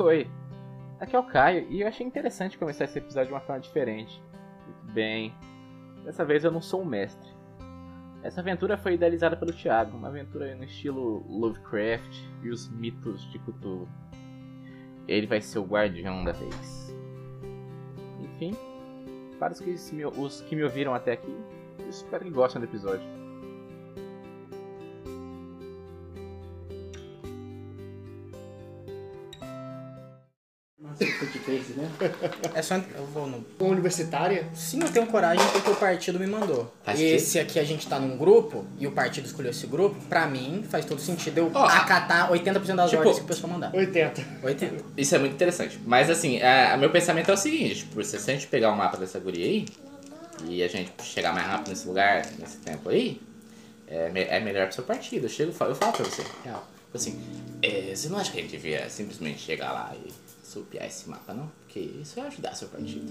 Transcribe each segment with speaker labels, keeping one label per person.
Speaker 1: Oi, aqui é o Caio e eu achei interessante começar esse episódio de uma forma diferente. Bem, dessa vez eu não sou um mestre. Essa aventura foi idealizada pelo Thiago, uma aventura no estilo Lovecraft e os mitos de Cthulhu. Ele vai ser o guardião da vez. Enfim, para os que, se me- os que me ouviram até aqui, eu espero que gostem do episódio.
Speaker 2: Nossa, que fez, né?
Speaker 3: É só. Eu vou no.
Speaker 2: Uma universitária?
Speaker 3: Sim, eu tenho coragem porque o partido me mandou.
Speaker 1: Faz
Speaker 3: e
Speaker 1: quê?
Speaker 3: esse aqui a gente tá num grupo e o partido escolheu esse grupo, pra mim faz todo sentido eu
Speaker 4: Ó,
Speaker 3: acatar 80% das
Speaker 4: tipo-
Speaker 3: ordens que o pessoal mandar.
Speaker 2: 80.
Speaker 3: 80.
Speaker 4: Isso é muito interessante. Mas assim, a, a meu pensamento é o seguinte, tipo, se a gente pegar o mapa dessa guria aí, e a gente chegar mais rápido nesse lugar, nesse tempo aí, é, me- é melhor pro seu partido. Eu chego e falo, eu falo pra você, real. Tipo Assim, é, você não acha que a gente devia simplesmente chegar lá e supiar esse mapa, não? Porque isso vai ajudar seu partido.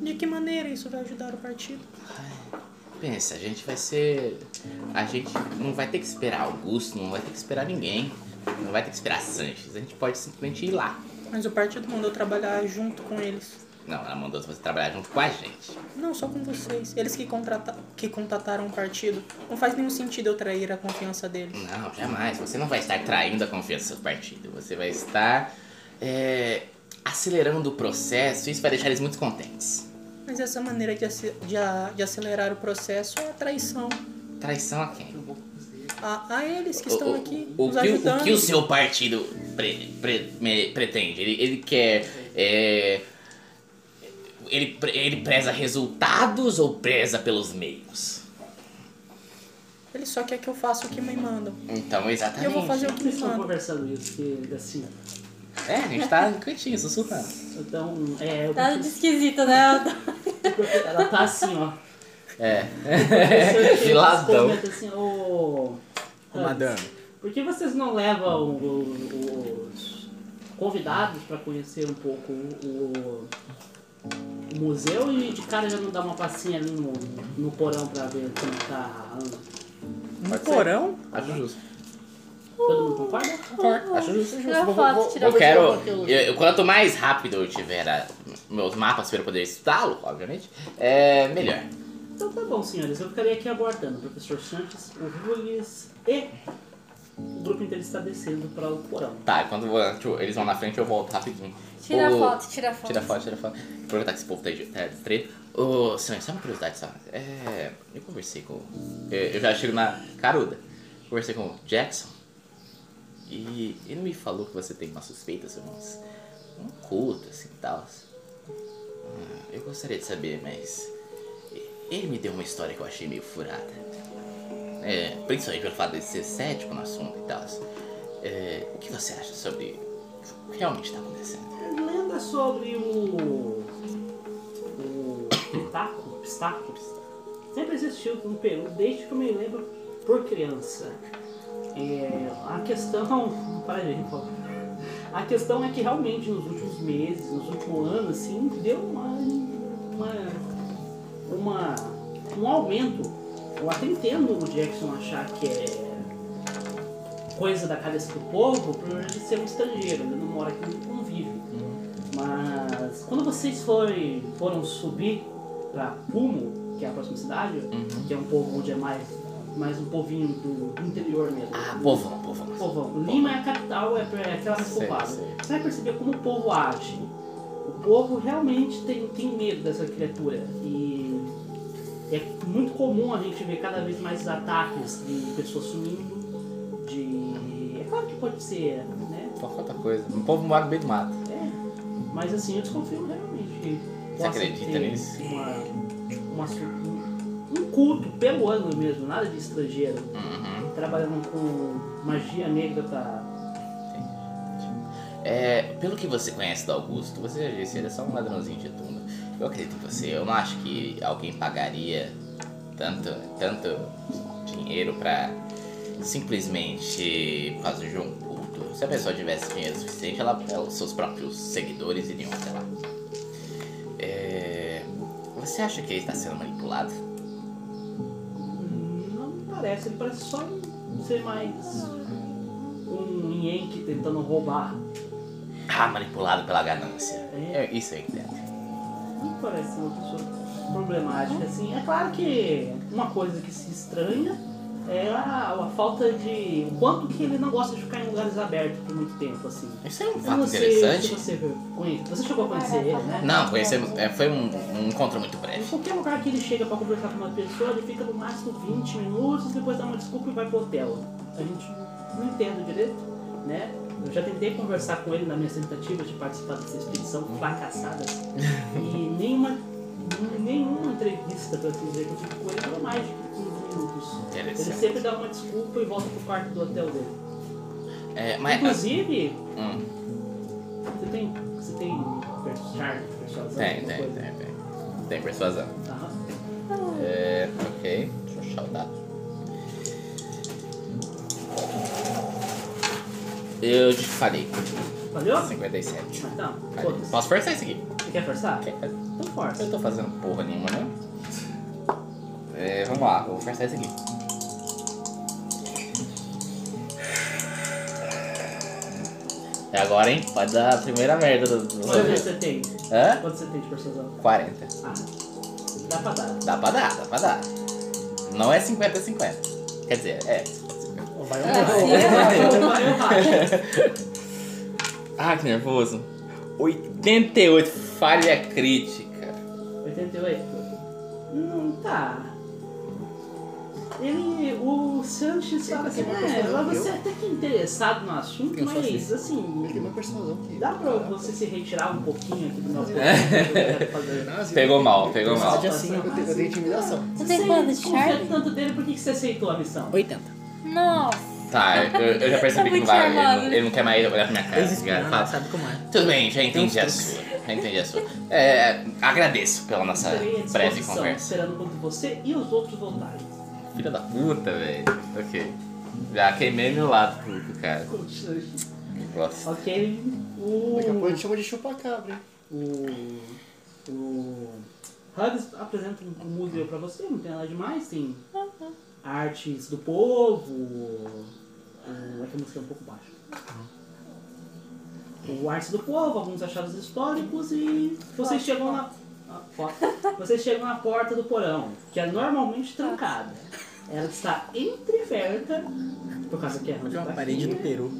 Speaker 3: De que maneira isso vai ajudar o partido?
Speaker 4: Pensa, a gente vai ser. A gente não vai ter que esperar Augusto, não vai ter que esperar ninguém, não vai ter que esperar Sanches. A gente pode simplesmente ir lá.
Speaker 3: Mas o partido mandou trabalhar junto com eles.
Speaker 4: Não, ela mandou você trabalhar junto com a gente.
Speaker 3: Não, só com vocês. Eles que, contrata que contataram o partido. Não faz nenhum sentido eu trair a confiança deles.
Speaker 4: Não, jamais. Você não vai estar traindo a confiança do seu partido. Você vai estar é, acelerando o processo. Isso vai deixar eles muito contentes.
Speaker 3: Mas essa maneira de, ace- de a- de acelerar o processo é a traição.
Speaker 4: Traição a quem?
Speaker 3: A, a eles que
Speaker 4: O-
Speaker 3: estão
Speaker 4: o-
Speaker 3: aqui
Speaker 4: o,
Speaker 3: nos
Speaker 4: que, o
Speaker 3: ajudando.
Speaker 4: que o seu partido pre- pre- me- pretende? Ele, ele quer. é, ele, pre- ele preza resultados ou preza pelos meios?
Speaker 3: Ele só quer que eu faça o que me mandam.
Speaker 4: Então,
Speaker 3: E
Speaker 4: exatamente.
Speaker 3: eu
Speaker 5: Tá
Speaker 3: vou fazer o que
Speaker 2: Eles
Speaker 3: me
Speaker 2: estão
Speaker 3: mandam.
Speaker 2: conversando isso, que assim.
Speaker 4: É, a gente tá no cantinho, sussurrando.
Speaker 2: Então, é.
Speaker 3: Tá
Speaker 2: eu-
Speaker 5: Nada de Tá esquisito, né?
Speaker 2: Ela tá assim, ó.
Speaker 4: É.
Speaker 2: Filadão.
Speaker 1: É,
Speaker 4: Filadão.
Speaker 2: Assim, ô.
Speaker 3: Ô, madame.
Speaker 2: Por que vocês não levam o- os convidados pra conhecer um pouco o, o museu e de cara já não dá uma passinha ali no, no porão pra ver como tá a Ana?
Speaker 3: No porão?
Speaker 4: Acho justo.
Speaker 2: Todo mundo concorda?
Speaker 4: Acho justo.
Speaker 5: Tira uma foto, tira
Speaker 4: Eu
Speaker 5: uma
Speaker 4: quero.
Speaker 5: foto.
Speaker 4: Eu, eu- quanto mais rápido eu tiver a- meus mapas para eu poder estudá-lo, obviamente, é melhor.
Speaker 2: Então tá bom, senhores. Eu ficarei aqui aguardando. O professor Sanches, o Rules e o grupo inteiro está descendo para o porão.
Speaker 4: Tá, quando eu- tipo, eles vão na frente, eu volto rapidinho.
Speaker 5: Tira a
Speaker 4: Ô,
Speaker 5: foto, tira a foto.
Speaker 4: Tira foto, tira foto. Aproveitar que esse povo tá de- tá distraído. Ô, Sam, só uma curiosidade só. É, eu conversei com. Eu, eu já chego na caruda. Conversei com o Jackson. E ele me falou que você tem uma suspeita sobre uns, um culto assim e tal. Hum, eu gostaria de saber, né? mas. Ele me deu uma história que eu achei meio furada. É, principalmente pelo fato de ser cético no assunto e tal. É, o que você acha sobre o que realmente está acontecendo?
Speaker 2: Lenda sobre o. O. Pitaco? Pistaco? Sempre existiu no Peru, desde que eu me lembro por criança. É, a questão. Para aí, por favor. A questão é que realmente nos últimos meses, nos últimos anos, assim, deu uma. uma, uma um aumento. Eu até entendo o Jackson achar que é coisa da cabeça do povo por ele ser um estrangeiro, ele não mora aqui, não convive. Mas quando vocês forem, foram subir pra Pumo, que é a próxima cidade, que é um povo onde é mais, mais um povinho do interior mesmo.
Speaker 4: Ah, povão, povão.
Speaker 2: Povão. Lima é a capital, é pra- é aquela mais
Speaker 4: Sei,
Speaker 2: povoada.
Speaker 4: sei.
Speaker 2: Você vai perceber como o povo age. O povo realmente tem, tem medo dessa criatura. E é muito comum a gente ver cada vez mais ataques de pessoas sumindo. De. É claro que pode ser, né?
Speaker 4: Qualquer coisa. O povo mora no meio do mato.
Speaker 2: É. Mas assim, eu desconfio realmente que.
Speaker 4: Você
Speaker 2: possa
Speaker 4: acredita
Speaker 2: ter
Speaker 4: nisso?
Speaker 2: Uma, uma sur- um culto pelo ano mesmo, nada de estrangeiro.
Speaker 4: Uhum.
Speaker 2: Trabalhando com magia negra pra
Speaker 4: É, pelo que você conhece do Augusto, você já disse, ele é só um ladrãozinho de tumba. Eu acredito em você. Eu não acho que alguém pagaria tanto, tanto dinheiro pra simplesmente fazer de um culto. Se a pessoa tivesse dinheiro suficiente, ela, ela- seus próprios seguidores iriam até lá. É, você acha que ele está sendo manipulado?
Speaker 2: Não me parece, ele parece só um- ser mais um Yankee tentando roubar
Speaker 1: Ah, manipulado pela ganância.
Speaker 2: É.
Speaker 1: É isso aí
Speaker 4: né?
Speaker 1: que tem.
Speaker 2: Não parece uma pessoa problemática, assim. É claro que uma coisa que se estranha é a, a falta de. O quanto que ele não gosta de ficar em lugares abertos por muito tempo, assim.
Speaker 1: Isso é um
Speaker 2: Se
Speaker 1: fato
Speaker 2: você-
Speaker 1: interessante.
Speaker 2: se você, conhe- você chegou a conhecer ele, né?
Speaker 1: Não, conhecemos. é, foi um, um encontro muito
Speaker 2: Em
Speaker 1: breve.
Speaker 2: qualquer lugar que ele chega pra conversar com uma pessoa, ele fica no máximo 20 minutos, depois dá uma desculpa e vai pro hotel. A gente não entende direito, né? Eu já tentei conversar com ele na minha tentativa de participar dessa expedição fracassada e nenhuma, nenhuma entrevista, pra assim dizer, que eu tive com ele durou mais de 15 minutos. Ele
Speaker 1: Interessante.
Speaker 2: sempre dá uma desculpa e volta pro quarto do hotel dele.
Speaker 1: É, mas.
Speaker 2: Inclusive,
Speaker 1: Hum,
Speaker 2: você tem. Você tem per- charme, persuasão,
Speaker 1: tem,
Speaker 2: alguma
Speaker 1: tem,
Speaker 2: coisa?
Speaker 1: tem, tem. Tem persuasão.
Speaker 2: Aham.
Speaker 1: É, ok. Deixa eu achar o dado. Eu te falei,
Speaker 2: Valeu?
Speaker 1: 57.
Speaker 2: Então,
Speaker 1: Falei.
Speaker 2: foda-se.
Speaker 1: Posso forçar isso aqui?
Speaker 2: Você quer forçar? Então força.
Speaker 1: Eu tô fazendo porra nenhuma, né? É, vamos lá, eu vou forçar isso aqui. É agora, hein? Pode dar a primeira merda do, do
Speaker 2: Quanto
Speaker 1: rolê.
Speaker 2: você tem?
Speaker 1: Hã?
Speaker 2: Quanto você tem de persuasão?
Speaker 1: 40.
Speaker 2: Ah, dá pra dar.
Speaker 1: Dá pra dar, dá pra dar. Não é 50-50. Quer dizer, é.
Speaker 4: Vai
Speaker 2: Eu acho.
Speaker 1: Ah, que nervoso. 88, falha crítica.
Speaker 2: 88. Hum, tá. Ele, o Sanches fala assim, é, mas você é até que interessado no assunto,
Speaker 6: Eu sou
Speaker 2: mas assim,
Speaker 6: Eu tenho uma persuasão aqui.
Speaker 2: dá pra você se retirar um pouquinho aqui do meu né, programa?
Speaker 6: Ginásio.
Speaker 1: Pegou mal, É. pegou mal.
Speaker 6: Verdade, assim, eu tenho- eu tenho intimidação.
Speaker 5: Você tem quanto de charme?
Speaker 2: tanto dele, por que que você aceitou a missão?
Speaker 6: 80.
Speaker 5: Nossa.
Speaker 1: Tá, eu, eu já percebi que não
Speaker 5: Muito
Speaker 1: vai. Ele,
Speaker 5: charmoso.
Speaker 1: não- ele não quer mais olhar pra minha cara.
Speaker 4: Desesperado,
Speaker 1: ligado? Fala,
Speaker 4: sabe como é.
Speaker 1: Tudo bem, já entendi a sua. Já entendi a sua. É, agradeço pela nossa
Speaker 2: Estarei
Speaker 1: breve
Speaker 2: à é disposição,
Speaker 1: conversa.
Speaker 2: Esperando quando você e os outros voltarem.
Speaker 1: Filha da puta, velho. Ok. Já queimei meu lado tudo, cara.
Speaker 2: Com o Sanches.
Speaker 1: Que bosta.
Speaker 2: Ok, o.
Speaker 6: Daqui a pouco a gente chama de chupacabra, hein?
Speaker 2: O. O. Hugs apresenta um um museu pra você, não tem nada demais, tem artes do povo. o- É que a música é um pouco baixa. O artes do povo, alguns achados históricos e vocês chegam na. ah, foto. Vocês chegam na porta do porão, que é normalmente trancada. Ela está entreferta, por causa que é né?
Speaker 4: Olha
Speaker 1: Tá
Speaker 4: uma parede do Peru.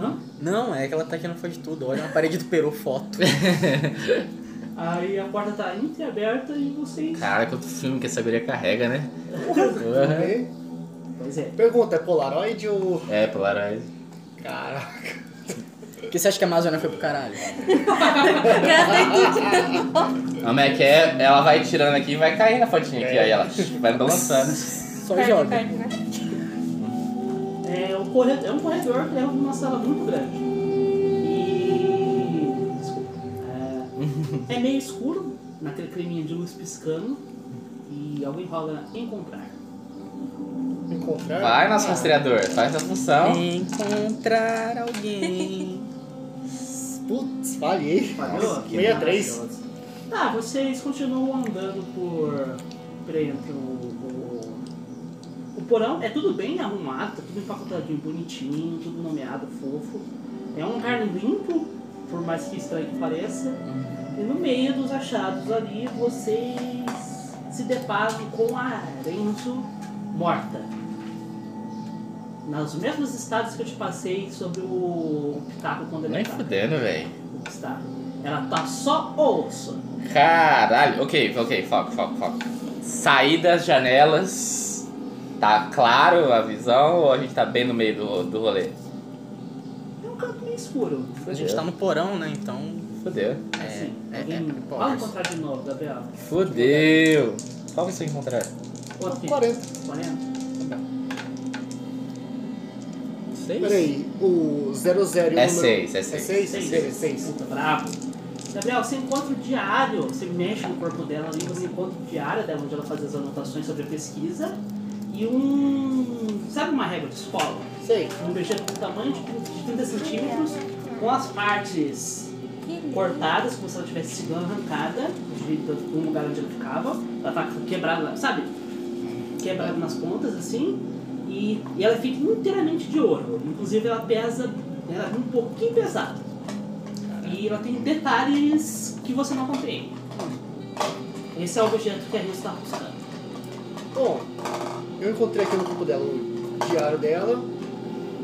Speaker 2: Hã?
Speaker 4: Não, é que ela tá aqui não foi de tudo. Olha uma parede do Peru, foto.
Speaker 2: Aí a porta tá entreaberta e vocês.
Speaker 1: Cara, quanto filme que essa abelha carrega, né? Porra.
Speaker 6: Ok?
Speaker 2: Pois é.
Speaker 6: Pergunta, é Polaroid ou.
Speaker 1: É, Polaroid.
Speaker 6: Caraca.
Speaker 4: Por que você acha que a Amazônia foi pro caralho?
Speaker 1: Como é que é? Ela vai tirando aqui e vai cair na fotinha aqui, aí ela vai balançando.
Speaker 4: Só Então joga.
Speaker 2: É um corredor, é um corredor que leva pra uma sala muito grande. E. Desculpa. É, é meio escuro, naquele creminha de luz piscando. E alguém rola em comprar.
Speaker 6: Encontrar.
Speaker 1: Vai, nosso rastreador, faz a função.
Speaker 4: Encontrar alguém.
Speaker 6: Putz, falhei.
Speaker 2: Falhou? né?
Speaker 6: 63.
Speaker 2: Tá, vocês continuam andando por. por entre o, o. o porão. É tudo bem arrumado, tá tudo empacotadinho, bonitinho, tudo nomeado, fofo. É um lugar limpo, por mais que estranho que pareça. E no meio dos achados ali, vocês se deparam com a Renzo morta. Nos mesmos estados que eu te passei sobre o Pitaco quando ele
Speaker 1: Nem
Speaker 2: tá.
Speaker 1: fudendo, velho.
Speaker 2: Está. Ela tá só Tá osso.
Speaker 1: Caralho, ok, ok, foco, foco, foco. Sair das janelas. Tá claro a visão ou a gente tá bem no meio do, do rolê?
Speaker 2: É um canto meio escuro.
Speaker 4: A gente tá no porão, né? Então.
Speaker 1: Fudeu.
Speaker 2: Assim,
Speaker 4: é,
Speaker 2: alguém.
Speaker 4: é, pô,
Speaker 2: Vamos
Speaker 4: mas-
Speaker 2: encontrar de novo, Gabriel.
Speaker 1: Fudeu. Qual você encontrar?
Speaker 2: Outro
Speaker 6: 40.
Speaker 2: 40.
Speaker 4: Seis?
Speaker 6: Peraí, o 00
Speaker 1: É seis, é
Speaker 6: É
Speaker 1: seis.
Speaker 6: 6?
Speaker 2: Seis.
Speaker 6: 6, 6.
Speaker 2: Puta, bravo. Gabriel, você encontra o diário, você mexe no corpo dela ali, você encontra o diário dela onde ela fazia as anotações sobre a pesquisa. E um. Sabe uma régua de escola?
Speaker 6: Sei.
Speaker 2: Um objeto do tamanho de 30 de 30 centímetros, com as partes cortadas, como se ela tivesse sido arrancada de, de um lugar onde ela ficava. Ela tá quebrada, sabe? Quebrada nas pontas, assim. E, e ela fica inteiramente de ouro. Inclusive, ela pesa Ela é um pouquinho pesada. E ela tem detalhes que você não compreende. Esse é o objeto que a Rio está buscando.
Speaker 6: Bom, eu encontrei aqui no grupo dela o diário dela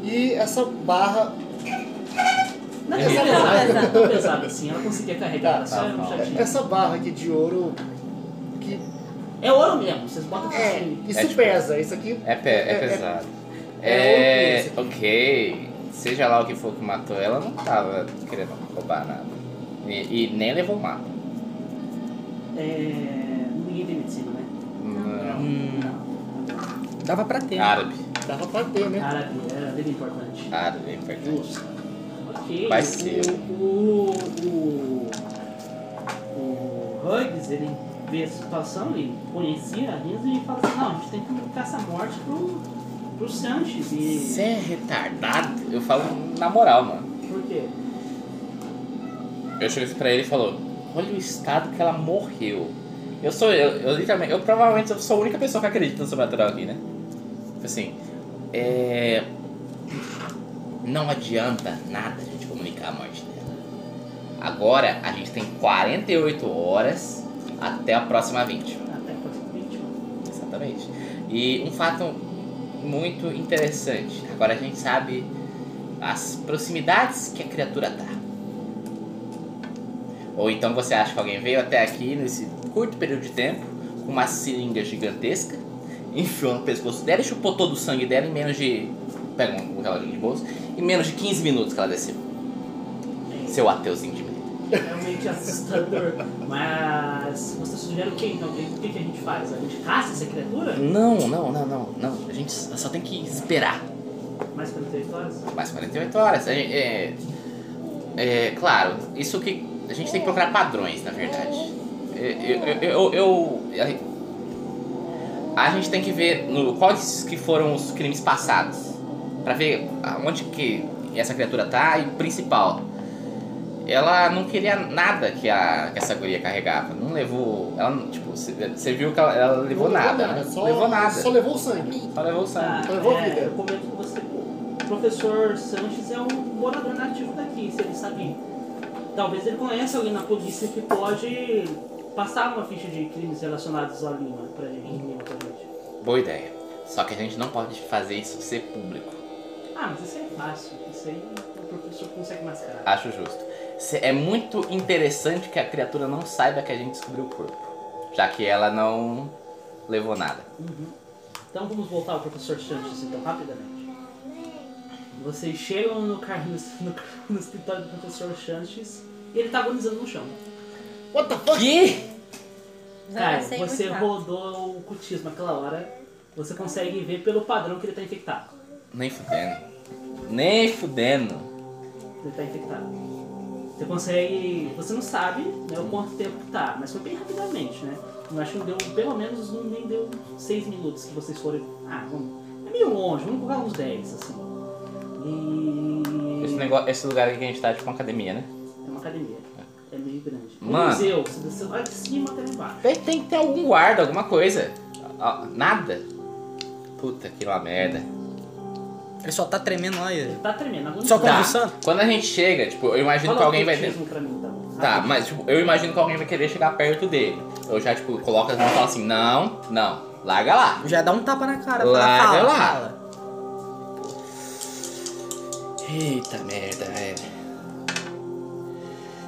Speaker 6: e essa barra.
Speaker 2: Não é
Speaker 4: É
Speaker 2: pesada,
Speaker 5: mesmo?
Speaker 2: não é tão pesada assim, ela conseguia carregar,
Speaker 6: Tá,
Speaker 2: só
Speaker 4: tá,
Speaker 2: era um
Speaker 4: tá.
Speaker 2: chatinho.
Speaker 6: Essa barra aqui de ouro. Que
Speaker 2: É ouro mesmo, vocês botam
Speaker 6: é,
Speaker 2: assim.
Speaker 6: isso
Speaker 4: É tipo-
Speaker 6: pesa, isso aqui.
Speaker 4: É, pe é pesado.
Speaker 6: É
Speaker 4: É.
Speaker 6: outro
Speaker 4: ok. Seja lá o que for que matou ela, não tava querendo roubar nada. E, e nem
Speaker 1: um
Speaker 4: levou o mapa.
Speaker 2: É... Ninguém tem medicina, né?
Speaker 4: Não.
Speaker 3: Hum,
Speaker 2: Não.
Speaker 3: dava pra ter.
Speaker 4: Árabe.
Speaker 6: Dava pra ter, né?
Speaker 2: Cara, era bem importante.
Speaker 4: Árabe é importante.
Speaker 2: Justo. Ok.
Speaker 4: Vai
Speaker 2: o-
Speaker 4: ser.
Speaker 2: O. O. O Huggs, ele vê a situação, ele conhecia a Rins e fala assim: não, a gente tem que comunicar essa morte pro. pro Sanches. E.
Speaker 4: Você é retardado? Eu falo na moral, mano.
Speaker 2: Por quê?
Speaker 4: Eu cheguei pra ele e falou, olha o estado que ela morreu. Eu sou, eu, eu literalmente, eu provavelmente eu sou a única pessoa que acredita no sobrenatural aqui, né? Assim, é... Não adianta nada a gente comunicar a morte dela. Agora, a gente tem 48 horas até a próxima 20.
Speaker 2: Até pode ser vítima.
Speaker 4: Exatamente. E um fato muito interessante. Agora a gente sabe as proximidades que a criatura tá. Ou então você acha que alguém veio até aqui nesse curto período de tempo com uma seringa gigantesca, enfiou no pescoço dela e chupou todo o sangue dela em menos de. Pega um, um reloginho de bolso. Em menos de 15 minutos que ela desceu. Seu ateuzinho de merda.
Speaker 2: né? É realmente assustador. Mas. Você sugere o quê então? O que o que que a gente faz? A gente caça essa criatura?
Speaker 4: Não, não, não, não, não. A gente só tem que esperar.
Speaker 2: Mais pelo território?
Speaker 4: mais 48 horas. A gente- É, é, claro, isso que a gente tem que procurar padrões, na verdade. É, Eu, eu, eu, eu- a gente tem que ver no, quais que foram os crimes passados, Pra ver onde que essa criatura tá e o principal. Ela não queria nada que, a, que essa guria carregava. Não levou. Ela, não- tipo, você viu que ela, ela levou,
Speaker 6: Não
Speaker 4: nada. né?
Speaker 6: só,
Speaker 4: levou nada.
Speaker 6: Só levou o sangue.
Speaker 4: Só levou o sangue.
Speaker 2: Ah,
Speaker 6: Eu vou,
Speaker 2: é,
Speaker 6: Peter.
Speaker 2: eu comento com você. O professor Sanches é um morador nativo daqui, se ele sabe. Talvez ele conheça alguém na polícia que pode passar uma ficha de crimes relacionados a Lima pra gente. em Lima pra gente.
Speaker 4: Boa ideia. Só que a gente não pode fazer isso ser público.
Speaker 2: Ah, mas isso aí é fácil. Isso aí o professor consegue mascarar.
Speaker 4: Acho justo. Se- É muito interessante que a criatura não saiba que a gente descobriu o corpo. Já que ela não levou nada.
Speaker 2: Uhum. Então vamos voltar ao professor Sanches então, rapidamente. Vocês chegam no, car... no, no escritório do professor Sanches e ele tá agonizando no chão.
Speaker 6: What the fuck?
Speaker 4: Que?
Speaker 2: Cara,
Speaker 5: sei
Speaker 2: Ah, você
Speaker 5: é muito
Speaker 2: rodou o cultismo aquela hora, você consegue ver pelo padrão que ele tá infectado.
Speaker 4: Nem fudendo. Nem fudendo.
Speaker 2: Ele tá infectado. Você consegue. Você não sabe né, o quanto tempo que tá, mas foi bem rapidamente, né? Eu acho que não deu, pelo menos não nem deu 6 minutos que vocês forem. Ah, vamos. É meio longe, vamos colocar uns 10, assim. E.
Speaker 4: Esse, negócio, esse lugar aqui que a gente tá é tipo uma academia, né?
Speaker 2: É uma academia. É meio grande. É um
Speaker 4: Mano.
Speaker 2: museu, você desceu lá de cima até lá embaixo.
Speaker 4: Tem, tem que ter algum guarda, alguma coisa. Ó, nada. Puta que lá merda.
Speaker 3: Ele só tá tremendo lá.
Speaker 2: Ele
Speaker 3: e-
Speaker 2: tá um tremendo, agora
Speaker 3: Só
Speaker 4: Tá.
Speaker 3: convulsando?
Speaker 4: Quando a gente chega, tipo, eu imagino que alguém vai.
Speaker 2: cultismo pra mim, então.
Speaker 4: Tá, mas tipo, eu imagino que alguém vai querer chegar perto dele. Eu já, tipo, coloco as mãos e falo assim, não, não, larga lá.
Speaker 3: Já dá um tapa na cara.
Speaker 4: Lá, é
Speaker 3: fala,
Speaker 4: lá.
Speaker 3: fala.
Speaker 4: Eita merda, velho.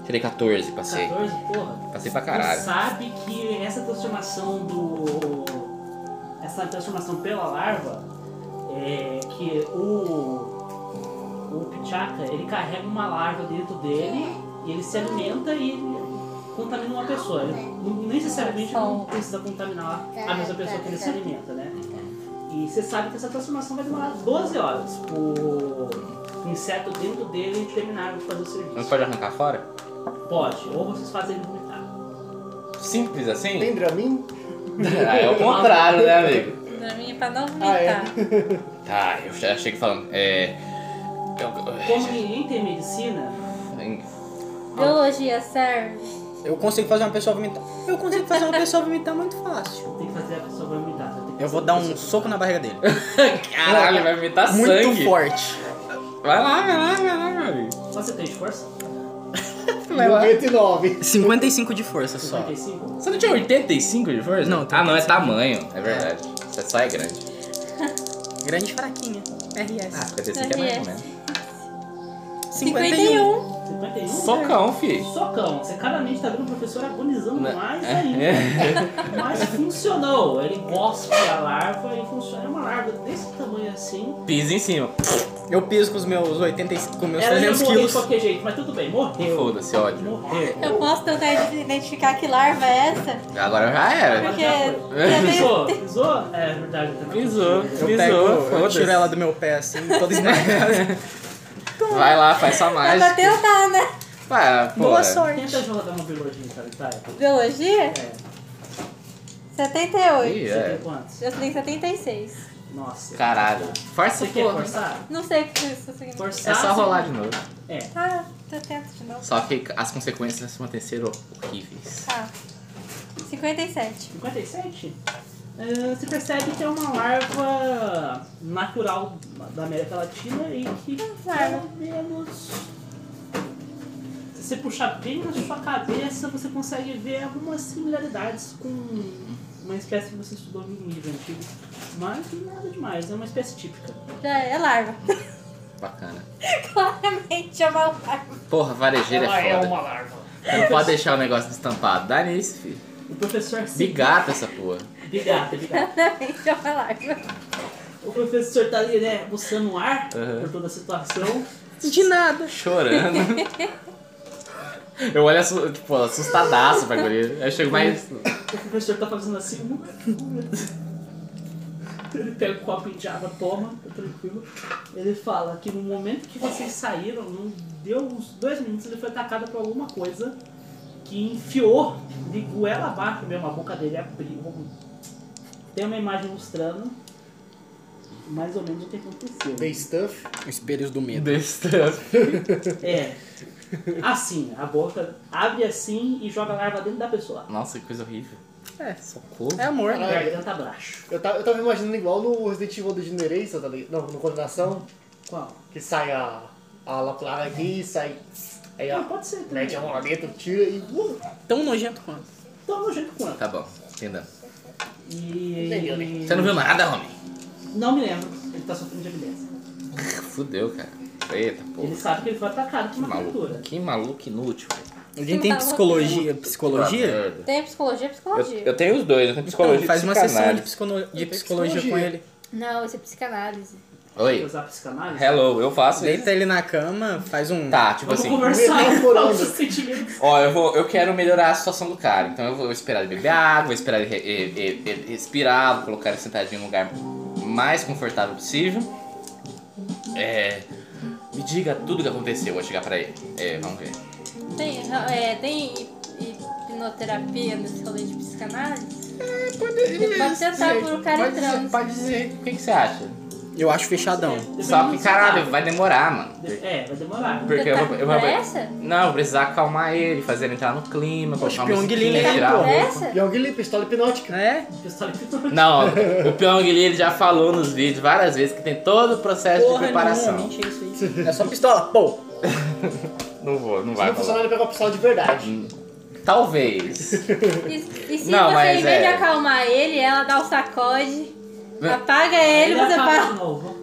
Speaker 4: Tirei 14, passei.
Speaker 2: 14, porra.
Speaker 4: Passei pra
Speaker 2: Você
Speaker 4: caralho.
Speaker 2: sabe que essa transformação do. Essa transformação pela larva é que o. O Pichaka, ele carrega uma larva dentro dele e ele se alimenta e ele contamina uma pessoa. Ele não- necessariamente não precisa contaminar a mesma pessoa que ele se alimenta, né? E você sabe que essa transformação vai demorar 12 horas pro pro inseto dentro dele terminar de fazer o
Speaker 4: Não
Speaker 2: serviço.
Speaker 4: pode arrancar fora?
Speaker 2: Pode, ou vocês fazem ele vomitar.
Speaker 4: Simples assim?
Speaker 6: Tem Dramin?
Speaker 4: Ah, é o contrário, né, amigo?
Speaker 5: chato. Pra mim é pra não vomitar.
Speaker 4: Tá, eu já chego falando. É.
Speaker 2: Como
Speaker 4: Eu,
Speaker 2: ninguém tem medicina,
Speaker 5: Biologia serve.
Speaker 3: Eu consigo fazer uma pessoa vomitar. Eu consigo fazer uma pessoa vomitar muito fácil.
Speaker 2: tem que fazer a pessoa vomitar. Tem que
Speaker 3: Eu vou
Speaker 2: fazer
Speaker 3: dar
Speaker 2: a
Speaker 3: um
Speaker 2: pessoa-
Speaker 3: soco na barriga dele.
Speaker 4: Caralho, vai vomitar
Speaker 3: Muito
Speaker 4: sangue.
Speaker 3: forte.
Speaker 4: Vai lá, vai lá, vai lá, meu amigo.
Speaker 2: Você tem de força?
Speaker 6: 99.
Speaker 7: 55 de força só.
Speaker 2: 55?
Speaker 4: Você não tinha 85 de força?
Speaker 7: Não,
Speaker 4: Ah, não, é tamanho. É verdade. Você só é grande.
Speaker 7: Grande e fraquinha. RS.
Speaker 4: Ah, 55 é mais ou menos.
Speaker 7: 51.
Speaker 5: 51.
Speaker 2: 51?
Speaker 4: Socão, fi.
Speaker 2: É. Socão. Você claramente tá vendo o professor agonizando
Speaker 4: Não.
Speaker 2: mais ainda. Mas funcionou. Ele gosta da larva e funciona. É uma larva desse tamanho assim.
Speaker 4: Pisa em cima.
Speaker 7: Eu piso com os meus 85, com meus
Speaker 2: Ela ia
Speaker 7: 300
Speaker 2: morrer
Speaker 7: quilos.
Speaker 2: de qualquer jeito, mas tudo bem. Morreu.
Speaker 4: Foda-se, ódio.
Speaker 2: Morreu.
Speaker 5: Eu posso tentar identificar que larva é essa?
Speaker 4: Agora já era.
Speaker 5: Porque
Speaker 4: É.
Speaker 2: Pisou? Pisou? É verdade. tá na
Speaker 4: Pisou,
Speaker 2: frente.
Speaker 7: Eu
Speaker 4: pisou,
Speaker 7: pego, eu
Speaker 4: foda-se.
Speaker 7: tiro ela do meu pé assim, toda esmagada.
Speaker 4: Vai lá, faz sua
Speaker 5: dá pra
Speaker 4: mágica.
Speaker 5: tentar, né?
Speaker 4: Vai, pô.
Speaker 7: Boa sorte.
Speaker 2: Tenta é jogar uma biologia, cara. Tá?
Speaker 5: Biologia?
Speaker 2: É.
Speaker 5: 78.
Speaker 4: Ih,
Speaker 2: Você tem
Speaker 4: é.
Speaker 2: quantos?
Speaker 5: Eu tenho 76.
Speaker 2: Nossa.
Speaker 4: Caralho. Força,
Speaker 2: Você quer
Speaker 4: porra.
Speaker 2: forçar?
Speaker 5: Não sei o que isso significa.
Speaker 2: Forçar.
Speaker 4: É só rolar de novo.
Speaker 2: É.
Speaker 5: Ah, eu tento de novo.
Speaker 4: Só que as consequências se mantêm ser horríveis.
Speaker 5: Tá. 57.
Speaker 2: 57? Ah, Você percebe que é uma larva natural da América Latina e que
Speaker 5: Larva.
Speaker 2: pelo menos. Se você puxar bem na sua cabeça, você consegue ver algumas similaridades com uma espécie que você estudou em nível antigo. Mas nada demais, é uma espécie típica.
Speaker 5: Já é larva.
Speaker 4: Bacana.
Speaker 5: Claramente é uma larva.
Speaker 4: Porra, varejeira
Speaker 2: Ela
Speaker 4: é
Speaker 2: é
Speaker 4: foda.
Speaker 2: uma larva.
Speaker 4: Não pode deixar o negócio estampado. Dá nisso, filho.
Speaker 2: O professor
Speaker 4: Bigata essa porra.
Speaker 2: Bigata, bigata.
Speaker 5: Claramente é uma larva.
Speaker 2: O professor tá ali, né, buscando o ar
Speaker 4: Uhum.
Speaker 2: por toda a situação.
Speaker 7: De nada.
Speaker 4: Chorando. Eu olho, assu- tipo, assustadaço pra guria. Aí eu chego mais...
Speaker 2: O professor tá fazendo assim. hum, hum. Ele pega o copo de água, toma, tá tranquilo. Ele fala que no momento que vocês saíram, não deu uns dois minutos, ele foi atacado por alguma coisa que enfiou de goela abaixo mesmo, a boca dele abriu. Tem uma imagem mostrando mais ou menos o que aconteceu.
Speaker 6: The Stuff.
Speaker 7: Espelhos do medo.
Speaker 4: Destranço.
Speaker 2: É. Assim, a boca abre assim e joga a larva dentro da pessoa.
Speaker 4: Nossa, que coisa horrível.
Speaker 7: É.
Speaker 4: Socorro.
Speaker 7: É amor.
Speaker 6: Caralho.
Speaker 2: Garganta abaixo.
Speaker 6: Eu tava, eu tava imaginando igual no Resident Evil do Generation, tá ligado? Não, no Condenação,
Speaker 2: Qual?
Speaker 6: que sai a, a Laplara aqui, sai. Aí
Speaker 2: Não,
Speaker 6: a
Speaker 2: Ah, pode ser.
Speaker 6: mete a mão lá dentro, tira e. Uh,
Speaker 7: Tão nojento quanto.
Speaker 2: Toma um jeito com ela.
Speaker 4: Tá bom, entendendo.
Speaker 6: Entendeu, né?
Speaker 2: E.
Speaker 4: Você não viu nada, homem?
Speaker 2: Não me lembro. Ele tá sofrendo de evidência.
Speaker 4: Fudeu, cara. Eita,
Speaker 2: Ele
Speaker 4: porra.
Speaker 2: sabe que ele foi atacado por
Speaker 4: Que
Speaker 2: uma
Speaker 4: maluco.
Speaker 2: criatura.
Speaker 4: Que maluco inútil, velho.
Speaker 7: Alguém tem psicologia? Psicologia?
Speaker 4: Merda.
Speaker 5: Tem psicologia,
Speaker 4: Eu,
Speaker 5: psicologia.
Speaker 4: eu tenho os dois, eu tenho Ah, é. psicologia
Speaker 7: É. Então, faz
Speaker 4: e
Speaker 7: uma sessão de,
Speaker 4: psicanálise.
Speaker 7: psicono- de psicologia com ele.
Speaker 5: Não, isso é psicanálise.
Speaker 2: Quer
Speaker 4: Oi,
Speaker 2: usar psicanálise?
Speaker 4: hello, eu faço isso.
Speaker 7: Deita ele na cama, faz um.
Speaker 4: Tá, tipo
Speaker 2: Vamos
Speaker 4: assim,
Speaker 2: conversar
Speaker 6: Mesmo
Speaker 2: sobre
Speaker 6: furando.
Speaker 2: os sentimentos.
Speaker 4: ó, eu, vou, eu quero melhorar a situação do cara, então eu vou esperar ele beber água, vou esperar ele, re- ele- ele- ele respirar, vou colocar ele sentadinho em um lugar mais confortável possível. É, me diga tudo que aconteceu, eu vou chegar pra ele. É, vamos ver.
Speaker 5: Tem, é, tem hipnoterapia nesse rolê de psicanálise? Ele pode tentar por um cara em
Speaker 4: Pode dizer,
Speaker 5: transe.
Speaker 4: pode dizer, o que, que você acha?
Speaker 7: Eu acho fechadão.
Speaker 2: Depende
Speaker 4: Só
Speaker 2: do
Speaker 4: que,
Speaker 2: seu
Speaker 4: caralho,
Speaker 2: lado.
Speaker 4: vai demorar, mano.
Speaker 2: De- É, vai demorar.
Speaker 4: Porque eu
Speaker 5: tá
Speaker 4: vou, eu vou,
Speaker 5: com pressa?
Speaker 4: Não, eu vou precisar acalmar ele, fazer ele entrar no clima, colocar um uma
Speaker 7: Pyong Lee,
Speaker 4: musiquinha,
Speaker 7: né,
Speaker 4: tirar a
Speaker 5: Tá com
Speaker 7: porra?
Speaker 4: roupa.
Speaker 5: pressa?
Speaker 6: E alguém limpa, pistola hipnótica.
Speaker 7: É?
Speaker 2: Pistola que
Speaker 4: Não, o Pyong Lee ele já falou nos vídeos várias vezes que tem todo o processo de preparação.
Speaker 7: nenhuma, mentira isso aí. É só pistola, pô.
Speaker 4: Não vou, não vai
Speaker 6: Se não
Speaker 4: rolar. Hum.
Speaker 6: funcionar, ele pega uma pistola de verdade.
Speaker 4: Talvez.
Speaker 5: E, e se
Speaker 4: Não,
Speaker 5: você,
Speaker 4: mas
Speaker 5: em vez de
Speaker 4: é-
Speaker 5: acalmar ele, ela dá o sacode,
Speaker 4: Não.
Speaker 5: apaga ele, você
Speaker 2: ataca
Speaker 5: para.
Speaker 2: de novo.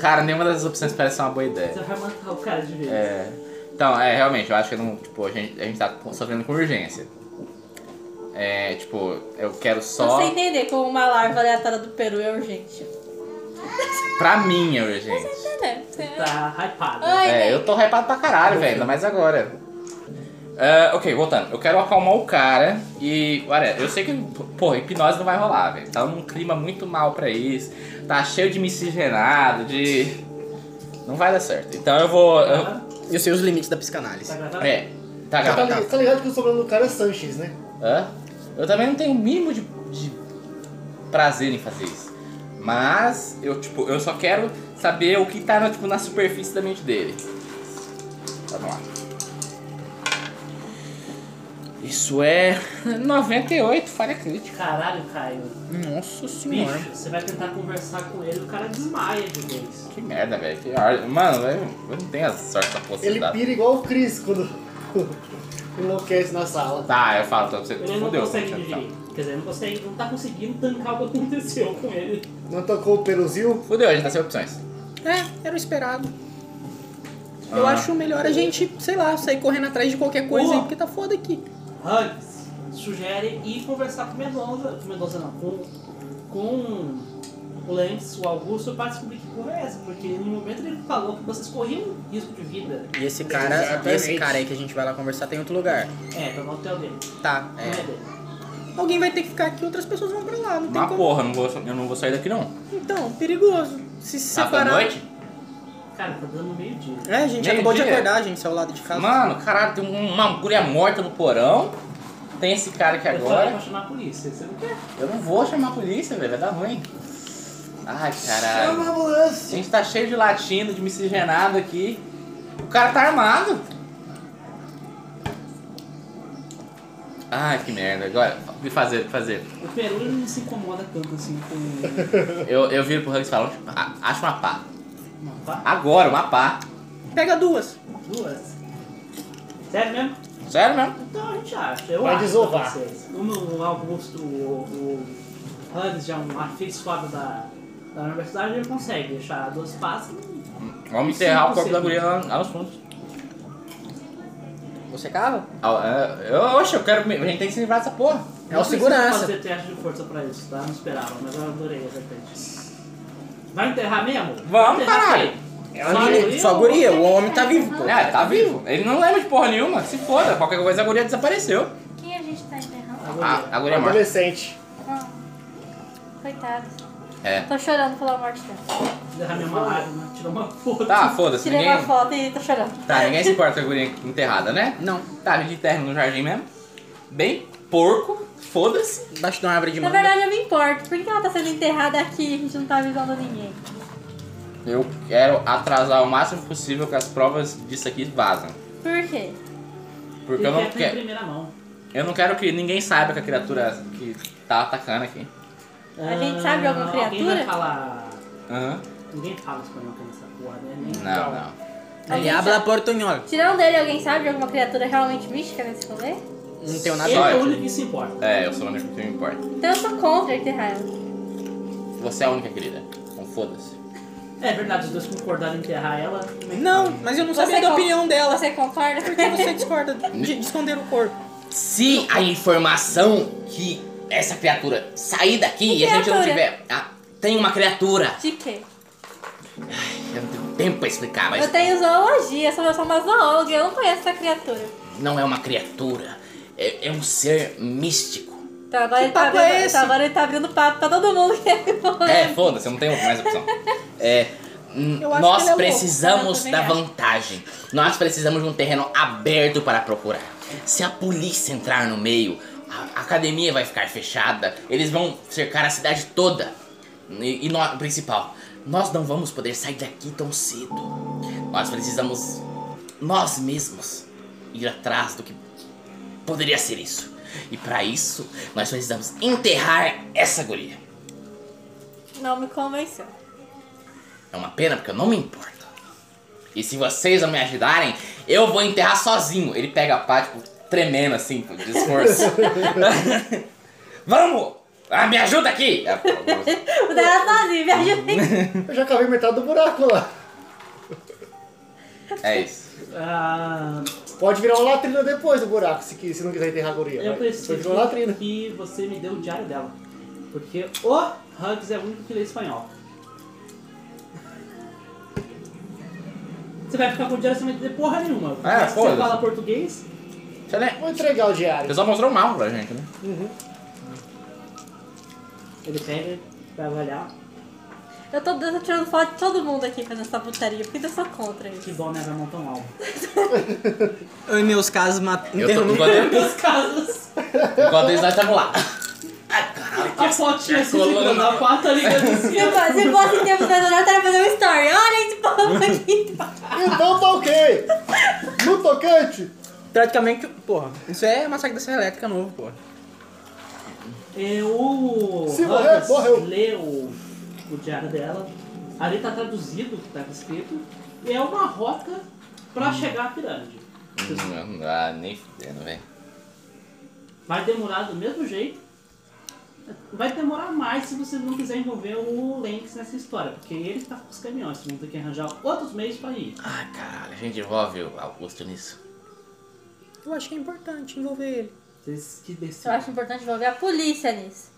Speaker 4: Cara, nenhuma das opções parece ser uma boa
Speaker 2: Você
Speaker 4: ideia.
Speaker 2: vai matar o cara de vez.
Speaker 4: É. Então, é, realmente, eu acho que não, tipo, a gente, a gente tá com- sofrendo com urgência. É, tipo, eu quero
Speaker 5: Só
Speaker 4: só.
Speaker 5: você entender como uma larva aleatória do Peru é urgente.
Speaker 4: Pra mim é urgente.
Speaker 5: Entendeu? Você-
Speaker 2: Tá hypado.
Speaker 5: é. Ai, né?
Speaker 4: É,
Speaker 5: velho.
Speaker 4: eu tô hypado pra caralho, velho, ainda mais agora. Ah, ok, voltando. Eu quero acalmar o cara e. Olha, eu sei que, porra, hipnose não vai rolar, velho. Tá num clima muito mal pra isso. Tá cheio de miscigenado, de. Não vai dar certo. Então eu vou. eu-
Speaker 2: Tá
Speaker 7: Eu sei os limites da psicanálise.
Speaker 2: gravado?
Speaker 4: É, tá
Speaker 6: Você tá,
Speaker 4: gravado.
Speaker 6: ligado, tá ligado que o sobrenome do cara é Sanches, né?
Speaker 4: Hã? Eu também não tenho o mínimo de, de prazer em fazer isso. Mas eu, tipo, eu só quero saber o que tá na, tipo, na superfície da mente dele. Tá, Vamos lá. Isso é 98, falha crítica.
Speaker 2: Caralho, Caio.
Speaker 7: Nossa senhora.
Speaker 2: Bicho, você vai tentar conversar com ele, o cara desmaia de vez.
Speaker 4: Que merda, velho. Que ar- Mano, eu eu não tenho a sorte da
Speaker 6: Ele
Speaker 4: possibilidade.
Speaker 6: pira igual o Chris quando enlouquece na sala.
Speaker 4: Tá, eu falo pra você.
Speaker 2: Ele não
Speaker 4: Fudeu, tá.
Speaker 2: consegue
Speaker 4: vamos tentar.
Speaker 2: dirigir. Quer dizer, não consegue, não tá conseguindo tancar o que aconteceu com ele.
Speaker 6: Não tocou o peruzil?
Speaker 4: Fudeu, a gente tá sem opções.
Speaker 7: É, era o esperado. Eu
Speaker 4: Ah.
Speaker 7: acho melhor a gente, sei lá, sair correndo atrás de qualquer coisa
Speaker 2: Boa.
Speaker 7: aí, porque tá foda aqui.
Speaker 2: Hugs sugere ir conversar com Mendonça, com Mendonça não, com, com o Lance, o Augusto, para descobrir que porra é essa, porque no momento ele falou que vocês corriam risco de vida.
Speaker 7: E esse cara, e esse
Speaker 6: Exatamente.
Speaker 7: cara aí que a gente vai lá conversar tem outro lugar.
Speaker 2: É, tá no hotel dele,
Speaker 7: Tá,
Speaker 2: não é
Speaker 7: é.
Speaker 2: dele.
Speaker 7: Alguém vai ter que ficar aqui, outras pessoas vão pra lá, não tem
Speaker 4: Mas
Speaker 7: como.
Speaker 4: porra, eu não vou, eu não vou sair daqui não.
Speaker 7: Então, perigoso. Se se
Speaker 4: Tá pra
Speaker 7: separar.
Speaker 4: noite?
Speaker 2: Cara, tá dando meio-dia.
Speaker 7: É, a gente
Speaker 4: Meio
Speaker 7: acabou de
Speaker 4: dia.
Speaker 7: acordar, a gente saiu lá de casa.
Speaker 4: Mano, caralho, tem um- uma mulher morta no porão. Tem esse cara aqui
Speaker 2: Eu falei pra
Speaker 4: É agora.
Speaker 2: chamar a polícia, você não quer?
Speaker 4: Eu não vou chamar a polícia, velho. Vai dar ruim. Ai,
Speaker 6: Chama a
Speaker 4: caralho. A
Speaker 6: ambulância!
Speaker 4: gente tá cheio de latino, de miscigenado aqui. O cara tá armado. Ai, que merda. Agora, o que fazer, o que fazer?
Speaker 2: O Peru ele não se incomoda tanto assim com
Speaker 4: Eu, eu viro pro Hugs e falo, "Ah, acha uma pá.
Speaker 2: uma pá,
Speaker 4: Agora, uma pá.
Speaker 7: Pega duas.
Speaker 2: duas. Sério mesmo?
Speaker 4: Sério mesmo?
Speaker 2: Então a gente acha, eu
Speaker 6: Vai
Speaker 2: acho pra
Speaker 6: desovar.
Speaker 2: vocês. Como o Augusto, o, o Hans já é um afeiçoado da, da universidade, ele consegue deixar duas passas.
Speaker 4: Vamos enterrar
Speaker 2: Sim,
Speaker 4: o corpo
Speaker 2: sim.
Speaker 4: da guria lá, lá nos fundos.
Speaker 7: Você é cava?
Speaker 4: Ah, é, Eu, oxe, eu quero. comer. A gente tem que se livrar dessa porra.
Speaker 7: É o segurança.
Speaker 2: fazer teste de força pra isso, tá? Não esperava, mas eu adorei essa repente. Vai enterrar mesmo?
Speaker 4: Vamos,
Speaker 2: Vai enterrar
Speaker 4: caralho.
Speaker 2: quem?
Speaker 6: É
Speaker 2: Só a
Speaker 6: onde
Speaker 2: guria?
Speaker 7: Só a guria, o homem tá vivo, pô.
Speaker 4: Ah, tá vivo. Ele não lembra de porra nenhuma. Se foda, qualquer coisa a guria desapareceu.
Speaker 5: Quem a gente tá enterrando?
Speaker 2: A guria.
Speaker 4: Ah, a guria é morta.
Speaker 6: adolescente.
Speaker 5: Não. Coitado.
Speaker 4: É.
Speaker 5: Tô chorando pela morte dela.
Speaker 2: Enterrar minha lágrima, tirar uma foto.
Speaker 4: Ah. Tá, foda-se,
Speaker 5: Tirei
Speaker 4: ninguém.
Speaker 5: uma foto e tô chorando.
Speaker 4: Tá, ninguém se importa com a guria enterrada, né?
Speaker 7: Não,
Speaker 4: Tá, a gente enterra no jardim mesmo. Bem porco, foda-se.
Speaker 7: embaixo de uma árvore de
Speaker 5: Na
Speaker 7: manga.
Speaker 5: verdade, eu me importo. Por que ela tá sendo enterrada aqui e a gente não tá avisando ninguém?
Speaker 4: Eu quero atrasar o máximo possível que as provas disso aqui vazem.
Speaker 5: Por quê?
Speaker 4: Porque
Speaker 2: Ele
Speaker 4: eu
Speaker 2: quer
Speaker 4: não
Speaker 2: ter em
Speaker 4: quero.
Speaker 2: primeira mão.
Speaker 4: Eu não quero que ninguém saiba que a criatura que tá atacando aqui.
Speaker 5: A gente sabe alguma
Speaker 2: Ah, Alguém
Speaker 5: criatura?
Speaker 2: vai falar...
Speaker 4: Aham.
Speaker 2: Ninguém fala espanhol com essa porra, né? Nem-
Speaker 4: Não, não.
Speaker 7: Ele
Speaker 5: Alguém
Speaker 7: habla
Speaker 5: sabe-
Speaker 7: portunhol.
Speaker 5: Tirando dele, alguém sabe de alguma criatura realmente mística nesse rolê?
Speaker 7: Não tenho
Speaker 2: Ele
Speaker 7: nada.
Speaker 2: é o
Speaker 4: Sorte.
Speaker 2: único que se importa.
Speaker 4: É, eu sou o único que me importa.
Speaker 5: Então eu sou contra enterrar ela.
Speaker 4: Você é a única querida. Então foda-se.
Speaker 2: É verdade, os dois concordaram em enterrar ela.
Speaker 7: Não, mas eu não
Speaker 5: Você
Speaker 7: sabia da
Speaker 5: con-
Speaker 7: opinião dela.
Speaker 5: Você concorda?
Speaker 7: Por que você discorda de, de esconder o corpo?
Speaker 4: Se a informação que essa criatura sair daqui e a gente não
Speaker 5: criatura?
Speaker 4: tiver. Ah, tem uma criatura!
Speaker 5: De quê?
Speaker 4: Eu não tenho tempo pra explicar, mas
Speaker 5: Eu tenho zoologia, sou, eu sou uma zoóloga, eu não conheço essa criatura.
Speaker 4: não é uma criatura. É, é um ser místico.
Speaker 5: Então agora,
Speaker 7: Que
Speaker 5: ele tá,
Speaker 7: papo
Speaker 5: abrindo,
Speaker 7: é esse?
Speaker 5: então agora ele tá abrindo papo pra todo mundo que ele falou.
Speaker 4: É, foda-se, eu não tenho mais opção. É. n-
Speaker 7: Eu acho
Speaker 4: Nós
Speaker 7: que ele é louco,
Speaker 5: eu
Speaker 4: precisamos
Speaker 5: também
Speaker 4: da
Speaker 5: acho.
Speaker 4: vantagem. Nós precisamos de um terreno aberto para procurar. Se a polícia entrar no meio, a a academia vai ficar fechada. Eles vão cercar a cidade toda. E, e nó- o principal, nós não vamos poder sair daqui tão cedo. Nós precisamos, nós mesmos, ir atrás do que poderia ser isso. E para isso, nós precisamos enterrar essa guria.
Speaker 5: Não me convenceu.
Speaker 4: É uma pena porque eu não me importo. E se vocês não me ajudarem, eu vou enterrar sozinho. Ele pega a pá, tipo, tremendo assim, de esforço. Vamos! Ah, me ajuda aqui! Ah, pô, vamos.
Speaker 5: O dela é sozinho, me ajuda.
Speaker 6: Eu já cavei metade do buraco lá.
Speaker 4: É isso.
Speaker 2: Ah,
Speaker 6: Pode virar uma latrina depois do buraco, se, qui- se não quiser enterrar a guria.
Speaker 2: eu
Speaker 6: mas Pode
Speaker 2: preciso
Speaker 6: virar uma latrina.
Speaker 2: que você me dê o diário dela. Porque o Hugs é o único que lê espanhol. Você vai ficar com o diário sem entender porra nenhuma.
Speaker 4: É,
Speaker 2: você
Speaker 4: foda-se.
Speaker 2: fala português,
Speaker 4: Deixa eu ler.
Speaker 6: Vou entregar o
Speaker 4: O
Speaker 6: diário.
Speaker 4: pessoal mostrou o mapa pra gente, né?
Speaker 2: ele pega, vai avaliar.
Speaker 5: Eu tô, eu tô tirando foto de todo mundo aqui fazendo essa putaria, porque eu sou contra isso.
Speaker 2: Que bom, né? Vai montar um álbum.
Speaker 7: Eu e meus casos matam.
Speaker 4: Eu tô, enquanto,
Speaker 2: Meus casos,
Speaker 4: enquanto eles nós estamos lá.
Speaker 2: a fotinha assim de
Speaker 4: colando.
Speaker 2: mandar quatro assim, ligas em
Speaker 5: Se
Speaker 2: cima.
Speaker 5: fosse, se fosse em tempo da eu teria fazer um story. Olha esse povo aqui.
Speaker 6: Então tá ok. No tocante
Speaker 3: Praticamente, porra, isso é massacre da Serra Elétrica novo, porra.
Speaker 2: É, o
Speaker 6: Se morrer,
Speaker 2: Hans
Speaker 6: morreu.
Speaker 2: lê o, o diário dela. Ali tá traduzido o que tava escrito. E é uma rota pra chegar à pirâmide.
Speaker 4: Não, não dá nem fudendo, velho.
Speaker 2: Vai demorar do mesmo jeito. Vai demorar mais se você não quiser envolver o Lenx nessa história, porque ele tá com os caminhões, vocês vão ter que arranjar outros meios pra ir.
Speaker 4: Ai, caralho, a gente envolve o Augusto nisso.
Speaker 3: Eu acho que é importante envolver ele.
Speaker 2: Vocês que
Speaker 5: Eu
Speaker 2: decidem.
Speaker 5: acho importante envolver a polícia nisso.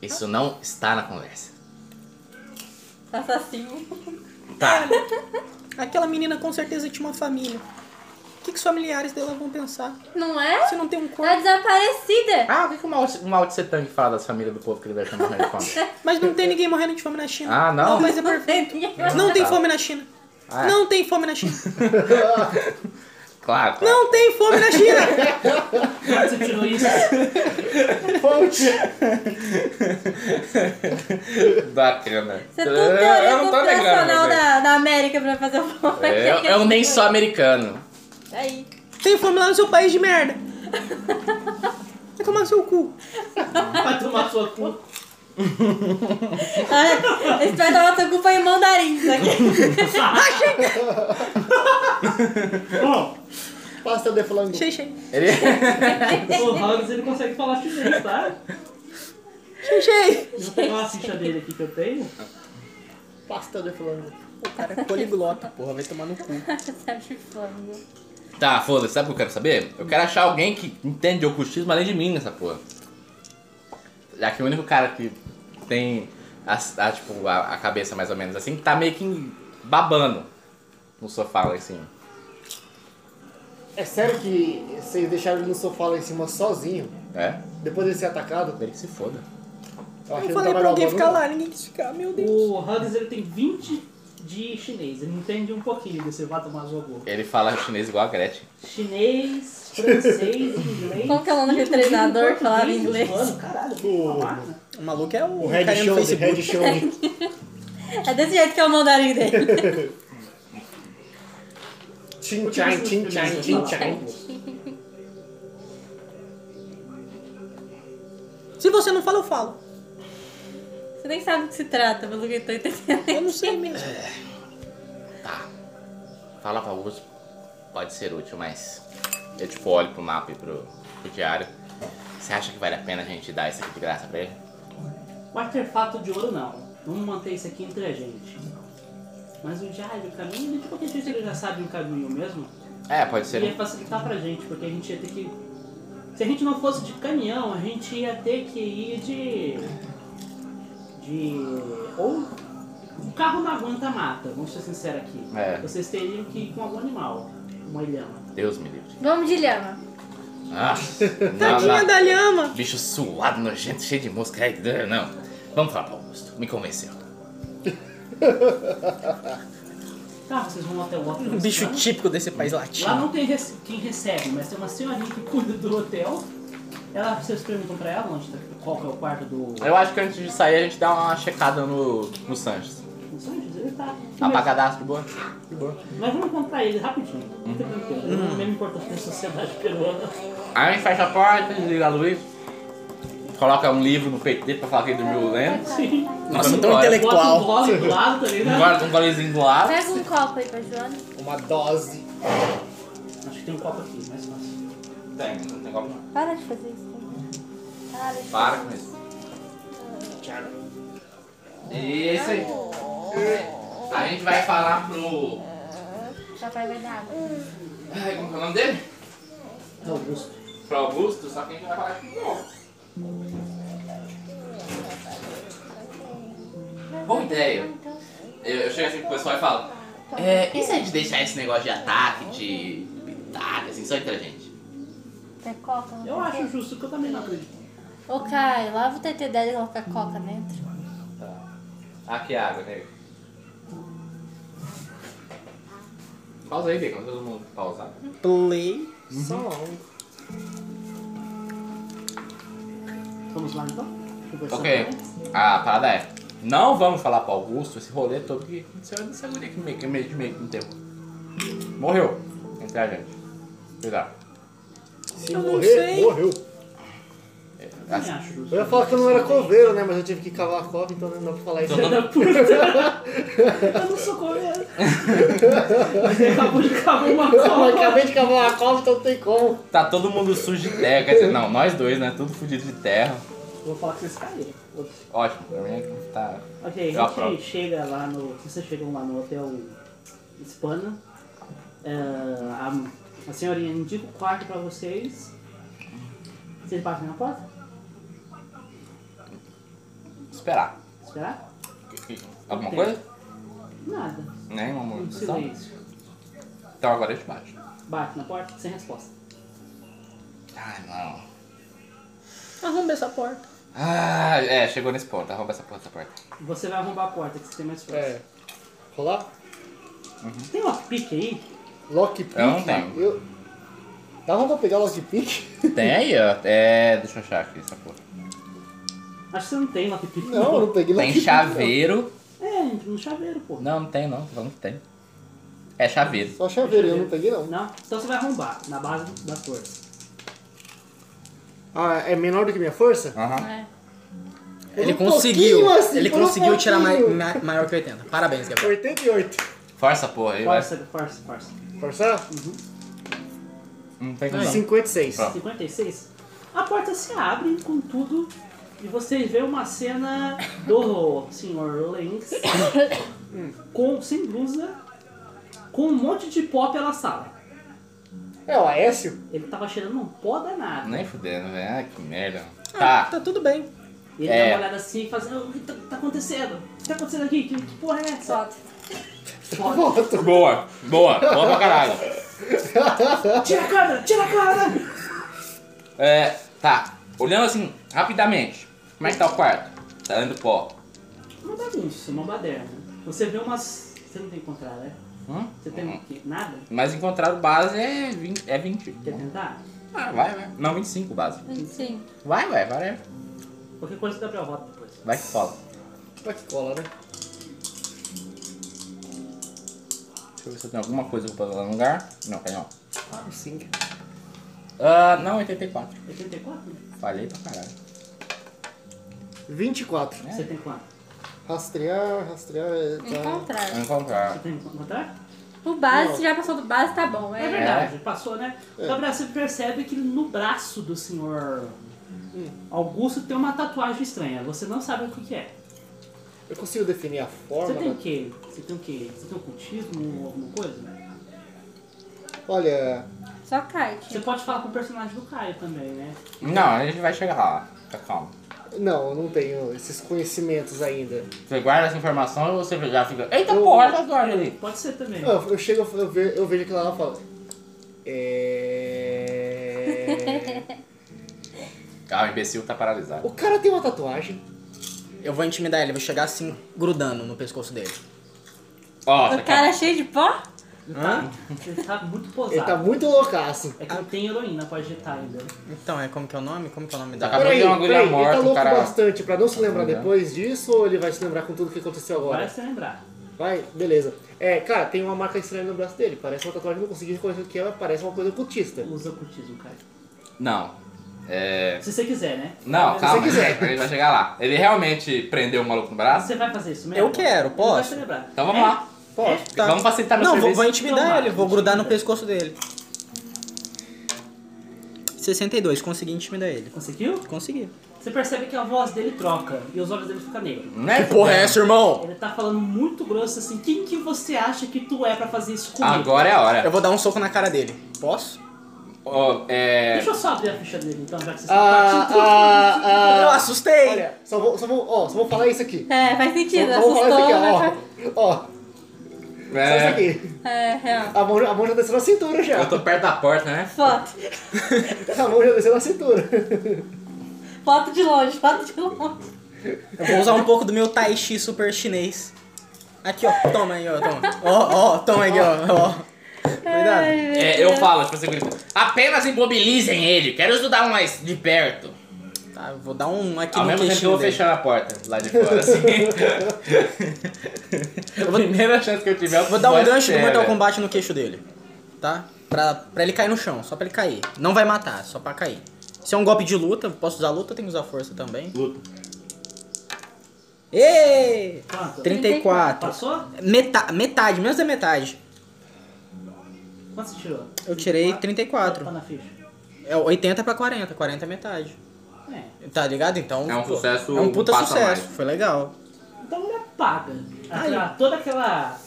Speaker 4: Isso não está na conversa.
Speaker 5: Assassino.
Speaker 4: Tá.
Speaker 3: Aquela menina com certeza tinha uma família. O que, que os familiares dela vão pensar?
Speaker 5: Não é?
Speaker 3: Você não tem um
Speaker 5: Tá
Speaker 3: corpo,
Speaker 5: desaparecida.
Speaker 4: Ah, o que, que o Mao o Mao Tse Tang fala das famílias do povo que ele deve chamar de fome?
Speaker 3: mas não tem ninguém morrendo de fome na China.
Speaker 4: Ah, não?
Speaker 3: mas é
Speaker 5: Não
Speaker 3: perfeito.
Speaker 5: tem ninguém.
Speaker 3: Não tem
Speaker 4: Tá.
Speaker 3: fome na China.
Speaker 4: Ah, é.
Speaker 3: Não tem fome na China.
Speaker 4: Claro, claro.
Speaker 3: Não tem fome na China.
Speaker 2: Onde você tirou isso?
Speaker 6: Fonte!
Speaker 4: Bacana.
Speaker 5: Você é
Speaker 4: Eu-
Speaker 5: tudo
Speaker 4: eu
Speaker 5: teoria
Speaker 4: não tô negando, é.
Speaker 5: conspiracional
Speaker 4: velho.
Speaker 5: da, da América pra fazer o povo.
Speaker 4: É, eu, eu nem sou americano.
Speaker 5: Aí.
Speaker 3: Tem fome lá no seu país de merda. Vai tomar no seu cu.
Speaker 2: Vai tomar sua cu.
Speaker 5: Ah, Esse vai dar outra culpa em mandarim, isso aqui.
Speaker 2: Bom,
Speaker 6: Pasta de flango.
Speaker 3: Xei, xei.
Speaker 4: Ele...
Speaker 2: o Hans ele consegue falar chinês, tá?
Speaker 3: Xei, xei.
Speaker 2: Eu Vou pegar uma ficha dele aqui que eu tenho.
Speaker 6: Pasta de flango.
Speaker 3: O cara é poliglota, porra. Vai tomar no cu.
Speaker 5: Sabe de fome.
Speaker 4: Tá, foda-se, sabe o que eu quero saber? Eu quero achar alguém que entende de ocultismo além de mim nessa porra. Já que o único cara que tem a, a, tipo, a, a cabeça mais ou menos assim, tá meio que babando no sofá lá em cima.
Speaker 6: É sério que vocês deixaram ele no sofá lá em cima sozinho,
Speaker 4: É?
Speaker 6: depois dele ser atacado?
Speaker 4: Ele que se foda.
Speaker 6: Eu achei
Speaker 3: Eu
Speaker 6: que
Speaker 3: falei
Speaker 6: tava
Speaker 3: pra alguém
Speaker 6: gravando,
Speaker 3: ficar
Speaker 6: não.
Speaker 3: lá, ninguém quis ficar. Meu Deus.
Speaker 2: O Hugs ele tem 20 de chinês, ele entende um pouquinho desse vai tomar jogo.
Speaker 4: Ele fala chinês igual a Gretchen.
Speaker 2: Chinês, francês, inglês.
Speaker 5: Como que é o nome do treinador que falava
Speaker 2: português,
Speaker 5: inglês?
Speaker 2: mano, caralho,
Speaker 6: O-
Speaker 2: falar.
Speaker 3: O maluco é
Speaker 7: um
Speaker 3: o,
Speaker 6: O Red
Speaker 3: carinha no
Speaker 6: Show,
Speaker 3: Facebook.
Speaker 6: Red Show.
Speaker 5: É desse jeito que é o mandarim dele.
Speaker 6: Tchim tchai, tchim tchai, tchim tchai.
Speaker 3: Se você não fala, eu falo.
Speaker 5: Você nem sabe do que se trata, pelo que eu tô entendendo.
Speaker 3: Eu não sei mesmo.
Speaker 7: É,
Speaker 4: Tá. Fala pra Augusto. Pode ser útil, mas. Eu tipo olho pro mapa e pro, pro diário. Você acha que vale a pena a gente dar isso aqui de graça pra ele?
Speaker 2: O artefato de ouro não. Vamos manter isso aqui entre a gente. Mas o diário, o caminho, tipo, ele, de qualquer jeito ele já sabe o caminho mesmo.
Speaker 4: É, pode ser.
Speaker 2: Ele ia
Speaker 4: um-
Speaker 2: facilitar pra gente, porque a gente ia ter que. Se a gente não fosse de caminhão, a gente ia ter que ir de. De. Ou. O carro não aguenta mata, vamos ser sinceros aqui.
Speaker 4: É.
Speaker 2: Vocês teriam que ir com algum animal, uma ilhama.
Speaker 4: Deus me livre.
Speaker 5: Vamos de lhama.
Speaker 4: Ah, não,
Speaker 3: Tadinha
Speaker 4: não.
Speaker 3: da lhama.
Speaker 4: Bicho suado, nojento, cheio de mosca. Ai, dã, Não. Vamos falar pra Augusto. Me convenceu.
Speaker 2: Tá, vocês vão até o hotel.
Speaker 3: Um bicho
Speaker 2: Lá-
Speaker 3: típico desse país
Speaker 2: Lá
Speaker 3: latino.
Speaker 2: não tem rece- quem recebe, mas tem uma senhorinha que cuida do hotel. Ela, vocês perguntam pra ela onde tá, qual que é o quarto do.
Speaker 4: Eu acho que antes de sair a gente dá uma checada no, no Sanches.
Speaker 2: do Sanches, ele tá.
Speaker 4: Apagadaço de boa.
Speaker 2: Mas vamos encontrar ele rapidinho. Fica
Speaker 3: Uhum.
Speaker 2: tranquilo. Ele não é mesmo importante na sociedade peruana.
Speaker 4: Aí a gente fecha a porta, desliga a luz. Coloca um livro no peito dele pra falar que ele dormiu lento.
Speaker 2: Sim.
Speaker 3: Nossa, tão
Speaker 4: Vamos embora.
Speaker 2: Bota um
Speaker 3: intelectual.
Speaker 2: gole do lado, tá ligado?
Speaker 4: Agora um golezinho do lado.
Speaker 5: Pega um copo aí pra Joana.
Speaker 6: Uma dose.
Speaker 2: Acho que tem um copo aqui, mais fácil.
Speaker 4: Tem, não tem como não.
Speaker 5: Para de fazer isso. cara. Para de
Speaker 4: Para com
Speaker 5: fazer
Speaker 4: isso. Isso aí. A gente vai falar pro.
Speaker 5: isso. Papai vai dar água.
Speaker 4: Ai, como que é o nome dele?
Speaker 2: É Augusto.
Speaker 4: Pro Augusto, só que a gente vai falar com o Boa ideia. Eu, eu chego assim pro pessoal e falo: é, E se a gente deixar esse negócio de ataque, de pitaca, assim, só entre a gente?
Speaker 5: Tem coca? não
Speaker 2: Eu
Speaker 5: tem
Speaker 2: acho
Speaker 5: coca?
Speaker 2: justo, que eu também não acredito.
Speaker 5: Ô, Caio, lava o TT dela e coloca coca dentro.
Speaker 4: Aqui é água, nego. Pausa aí, Bacon, todo mundo pausar.
Speaker 3: Play.
Speaker 6: um.
Speaker 2: Vamos lá então? Conversar
Speaker 4: Ok,
Speaker 2: com ele.
Speaker 4: a parada é: Não vamos falar pro Augusto esse rolê todo que aconteceu nessa guria que meio que meio que meio que não teve. Morreu entre a gente. Cuidado.
Speaker 6: Se
Speaker 3: Eu não
Speaker 6: morrer,
Speaker 3: sei.
Speaker 6: morreu.
Speaker 2: Eu também acho justo.
Speaker 6: Eu ia falar que eu não era coveiro, né? Mas eu tive que cavar a cova, então não dá pra falar isso.
Speaker 2: Filha da puta! Eu não sou coveiro. Você acabou de cavar uma
Speaker 6: Eu
Speaker 2: cova.
Speaker 6: acabei de cavar uma cova, então não tem como.
Speaker 4: Tá todo mundo sujo de terra. Quer dizer, não, nós dois, né? Tudo fudido de terra.
Speaker 2: Vou falar que vocês caíram. Outros.
Speaker 4: Ótimo, pra mim é que tá.
Speaker 2: Ok,
Speaker 4: Eu
Speaker 2: a
Speaker 4: aprovo.
Speaker 2: gente chega lá no. Vocês chegam lá no hotel hispano. Ah, a, a senhorinha indica o quarto pra vocês. Vocês batem na porta?
Speaker 4: Esperar.
Speaker 2: Esperar?
Speaker 4: Alguma
Speaker 2: Tem.
Speaker 4: coisa?
Speaker 2: Nada.
Speaker 4: Nem uma
Speaker 2: Um
Speaker 4: movimentação.
Speaker 2: silêncio.
Speaker 4: Então agora eu te baixo.
Speaker 2: Bate na porta sem resposta.
Speaker 4: Ah, não.
Speaker 3: Arromba essa porta.
Speaker 4: Ah, é, chegou nesse ponto. Arromba essa porta, essa porta.
Speaker 2: Você vai arrombar a porta que você tem mais força.
Speaker 6: É. Rolar?
Speaker 2: Tem uma pique aí?
Speaker 6: Lockpick?
Speaker 7: É
Speaker 4: Eu
Speaker 7: um
Speaker 4: não tenho.
Speaker 6: Eu... Dá pra pegar o lockpick?
Speaker 4: Tem aí, ó. É, deixa eu achar aqui essa porra.
Speaker 2: Acho que você não tem lockpick.
Speaker 6: Não, eu não peguei
Speaker 4: Tem
Speaker 6: lockpick.
Speaker 4: chaveiro.
Speaker 2: É, no chaveiro, pô.
Speaker 4: Não, não tem não. Tô falando que tem. É chaveiro.
Speaker 6: Só chaveiro, eu não peguei não.
Speaker 2: Não? Então você vai arrombar na base da força.
Speaker 6: Ah, é menor do que minha força?
Speaker 4: Aham.
Speaker 6: Um
Speaker 7: Ele
Speaker 6: pouquinho,
Speaker 7: conseguiu.
Speaker 6: assim,
Speaker 7: ele
Speaker 6: por um
Speaker 7: conseguiu tirar mai-
Speaker 6: pouquinho.
Speaker 7: ma- maior que 80. Parabéns, Gabriel.
Speaker 6: 88.
Speaker 4: Força, porra. Aí, vai.
Speaker 2: Força, força, força.
Speaker 6: Forçar?
Speaker 4: Não tem como não.
Speaker 6: 56.
Speaker 4: Pronto.
Speaker 2: 56. A porta se abre com tudo e vocês vê uma cena do Sr. Lenz com, sem blusa, com um monte de pó pela sala.
Speaker 6: É o Aécio?
Speaker 2: Ele tava cheirando um pó danado.
Speaker 4: Nem fudendo, velho. Ai, que merda.
Speaker 3: Ah,
Speaker 4: Tá.
Speaker 3: tá tudo bem.
Speaker 2: E ele
Speaker 4: É.
Speaker 2: dá uma olhada assim e fala assim, "O que tá, tá acontecendo? O que tá acontecendo aqui? Que, que porra é essa?
Speaker 5: Solta.
Speaker 2: Foda.
Speaker 4: Boa, boa, boa pra caralho.
Speaker 2: Tira a câmera! Tira a câmera!
Speaker 4: É, tá. Olhando assim, rapidamente. Como é que tá o quarto? Tá dando pó.
Speaker 2: Uma bagunça, uma baderna. Você vê umas... Você não tem que encontrar, né?
Speaker 4: Hum?
Speaker 2: Você tem o quê? Nada?
Speaker 4: Mas encontrado base é 20. É 20.
Speaker 2: Quer tentar?
Speaker 4: Ah, vai, vai. Não, 25 base.
Speaker 5: Sim.
Speaker 4: Vai, vai, vai.
Speaker 2: Qualquer coisa o Gabriel roda depois.
Speaker 4: Vai que fala.
Speaker 6: Vai que cola, né?
Speaker 4: Deixa eu ver se eu tenho alguma coisa pra colocar no lugar. Não, tem não.
Speaker 6: Ah, sim.
Speaker 4: Ah, não, 84.
Speaker 2: É 84?
Speaker 4: Falei pra caralho.
Speaker 6: 24.
Speaker 2: Você tem quanto?
Speaker 6: Rastrear, rastrear. é, Tá.
Speaker 5: Encontrar.
Speaker 2: Você
Speaker 4: Encontrar.
Speaker 2: tem que encontrar?
Speaker 5: O base, já passou do base, tá bom.
Speaker 2: É
Speaker 5: É.
Speaker 2: verdade, passou, né? Gabriel, você percebe que no braço do senhor Augusto tem uma tatuagem estranha. Você não sabe o que, que é.
Speaker 6: Eu consigo definir a
Speaker 2: Você
Speaker 6: forma.
Speaker 2: tem o
Speaker 6: né?
Speaker 2: quê? Você tem o quê? Você tem ocultismo ou alguma coisa?
Speaker 6: Olha,
Speaker 5: Só kite.
Speaker 2: Você pode falar com o personagem do Caio também, né?
Speaker 4: Não, a gente vai chegar lá. Tá calmo.
Speaker 6: não, eu não tenho esses conhecimentos ainda.
Speaker 4: Você guarda essa informação e você já fica. Eita
Speaker 6: Eu-
Speaker 4: porra, olha a tatuagem ali.
Speaker 2: Pode ser também.
Speaker 6: Ah, Eu chego, eu vejo, eu vejo aquilo lá e falo. É.
Speaker 4: Ah, o imbecil tá paralisado.
Speaker 6: O cara tem uma tatuagem.
Speaker 7: Eu vou intimidar ele, vou chegar assim, grudando no pescoço dele.
Speaker 4: Ó,
Speaker 5: O cara é cheio de pó?
Speaker 2: Ele tá muito
Speaker 6: Ele tá
Speaker 2: posado.
Speaker 6: muito assim, loucaço.
Speaker 2: É que não tem heroína pra agitar ainda.
Speaker 7: Então, é como que é o nome? Como que é o nome
Speaker 4: Tá
Speaker 7: dela?
Speaker 4: acabando de ter uma agulha
Speaker 6: ele tá
Speaker 4: morta, o
Speaker 6: louco
Speaker 4: cara.
Speaker 6: bastante pra não se lembrar
Speaker 4: Tá ligado.
Speaker 6: depois disso ou ele vai se lembrar com tudo que aconteceu agora?
Speaker 2: Parece você lembrar.
Speaker 6: Vai, beleza. É, cara, tem uma marca estranha no braço dele. Parece uma tatuagem, não consegui reconhecer o que é, mas parece uma coisa ocultista.
Speaker 2: Usa ocultismo, Caio.
Speaker 4: Não. É.
Speaker 2: Se você quiser, né?
Speaker 4: Não,
Speaker 2: Se
Speaker 4: calma.
Speaker 6: você quiser.
Speaker 4: Ele vai chegar lá. Ele realmente prendeu o maluco no braço?
Speaker 2: Você vai fazer isso mesmo?
Speaker 7: Eu quero, posso?
Speaker 2: Você vai celebrar.
Speaker 4: Então vamos lá.
Speaker 7: Posso? Tá.
Speaker 4: Vamos facilitar meu
Speaker 7: Não, vou,
Speaker 4: serviço.
Speaker 7: vou intimidar
Speaker 2: Não,
Speaker 7: ele, vou
Speaker 2: intimida.
Speaker 7: grudar no pescoço dele. 62, consegui intimidar ele.
Speaker 2: Conseguiu?
Speaker 7: Consegui.
Speaker 2: Você percebe que a voz dele troca e os olhos dele ficam negros.
Speaker 4: Não é
Speaker 7: irmão?
Speaker 2: Ele tá falando muito grosso assim, quem que você acha que tu é pra fazer isso comigo?
Speaker 4: Agora é a hora.
Speaker 7: Eu vou dar um soco na cara dele. Posso?
Speaker 4: Ó, é...
Speaker 2: Deixa eu só abrir a ficha dele então, já que vocês
Speaker 6: Ah,
Speaker 2: estão
Speaker 7: Eu
Speaker 6: ah, ah.
Speaker 7: assustei!
Speaker 6: Olha, só vou, só vou, ó, só vou falar isso aqui.
Speaker 5: É, faz
Speaker 6: Só,
Speaker 5: sentido.
Speaker 6: só vou falar
Speaker 5: Assustou. né?
Speaker 6: isso aqui, ó. Ó, só isso
Speaker 4: é...
Speaker 6: aqui.
Speaker 5: É, real.
Speaker 6: A mão, a mão já desceu na cintura já.
Speaker 4: Eu tô perto da porta, né?
Speaker 5: Foto.
Speaker 6: A mão já desceu na cintura.
Speaker 5: Foto de longe, foto de longe.
Speaker 7: Eu vou usar um pouco do meu Tai Chi super chinês. Aqui, ó. Toma aí, ó. Toma. Ó, ó. Toma aí, ó. ó. Cuidado.
Speaker 4: É, eu falo, tipo assim, grito, apenas imobilizem ele, quero estudar mais de perto.
Speaker 7: Tá, eu vou dar um aqui
Speaker 4: Ao
Speaker 7: no
Speaker 4: mesmo tempo que eu
Speaker 7: queixinho
Speaker 4: vou
Speaker 7: dele.
Speaker 4: fechar a porta lá de fora, assim. A Primeira chance que eu tiver, eu
Speaker 7: Vou dar um
Speaker 4: boto
Speaker 7: gancho do
Speaker 4: fé,
Speaker 7: Mortal
Speaker 4: velho.
Speaker 7: Kombat no queixo dele. Tá? Pra, pra ele cair no chão, só pra ele cair. Não vai matar, só pra cair. Se é um golpe de luta, posso usar luta, eu tenho que usar força também.
Speaker 4: Luta.
Speaker 7: Ê!
Speaker 2: Quanto?
Speaker 7: 34.
Speaker 2: Passou?
Speaker 7: Meta metade, menos da metade.
Speaker 2: Quanto você tirou?
Speaker 7: Eu tirei 34.
Speaker 2: Tá na ficha.
Speaker 7: É 80 pra 40, 40 é metade.
Speaker 2: É.
Speaker 7: Tá ligado? Então.
Speaker 4: É um
Speaker 7: pô,
Speaker 4: sucesso,
Speaker 7: É um puta
Speaker 4: passa
Speaker 7: sucesso.
Speaker 4: mais.
Speaker 7: Foi legal.
Speaker 2: Então ele apaga.
Speaker 4: Ah,
Speaker 2: Aquela- toda aquela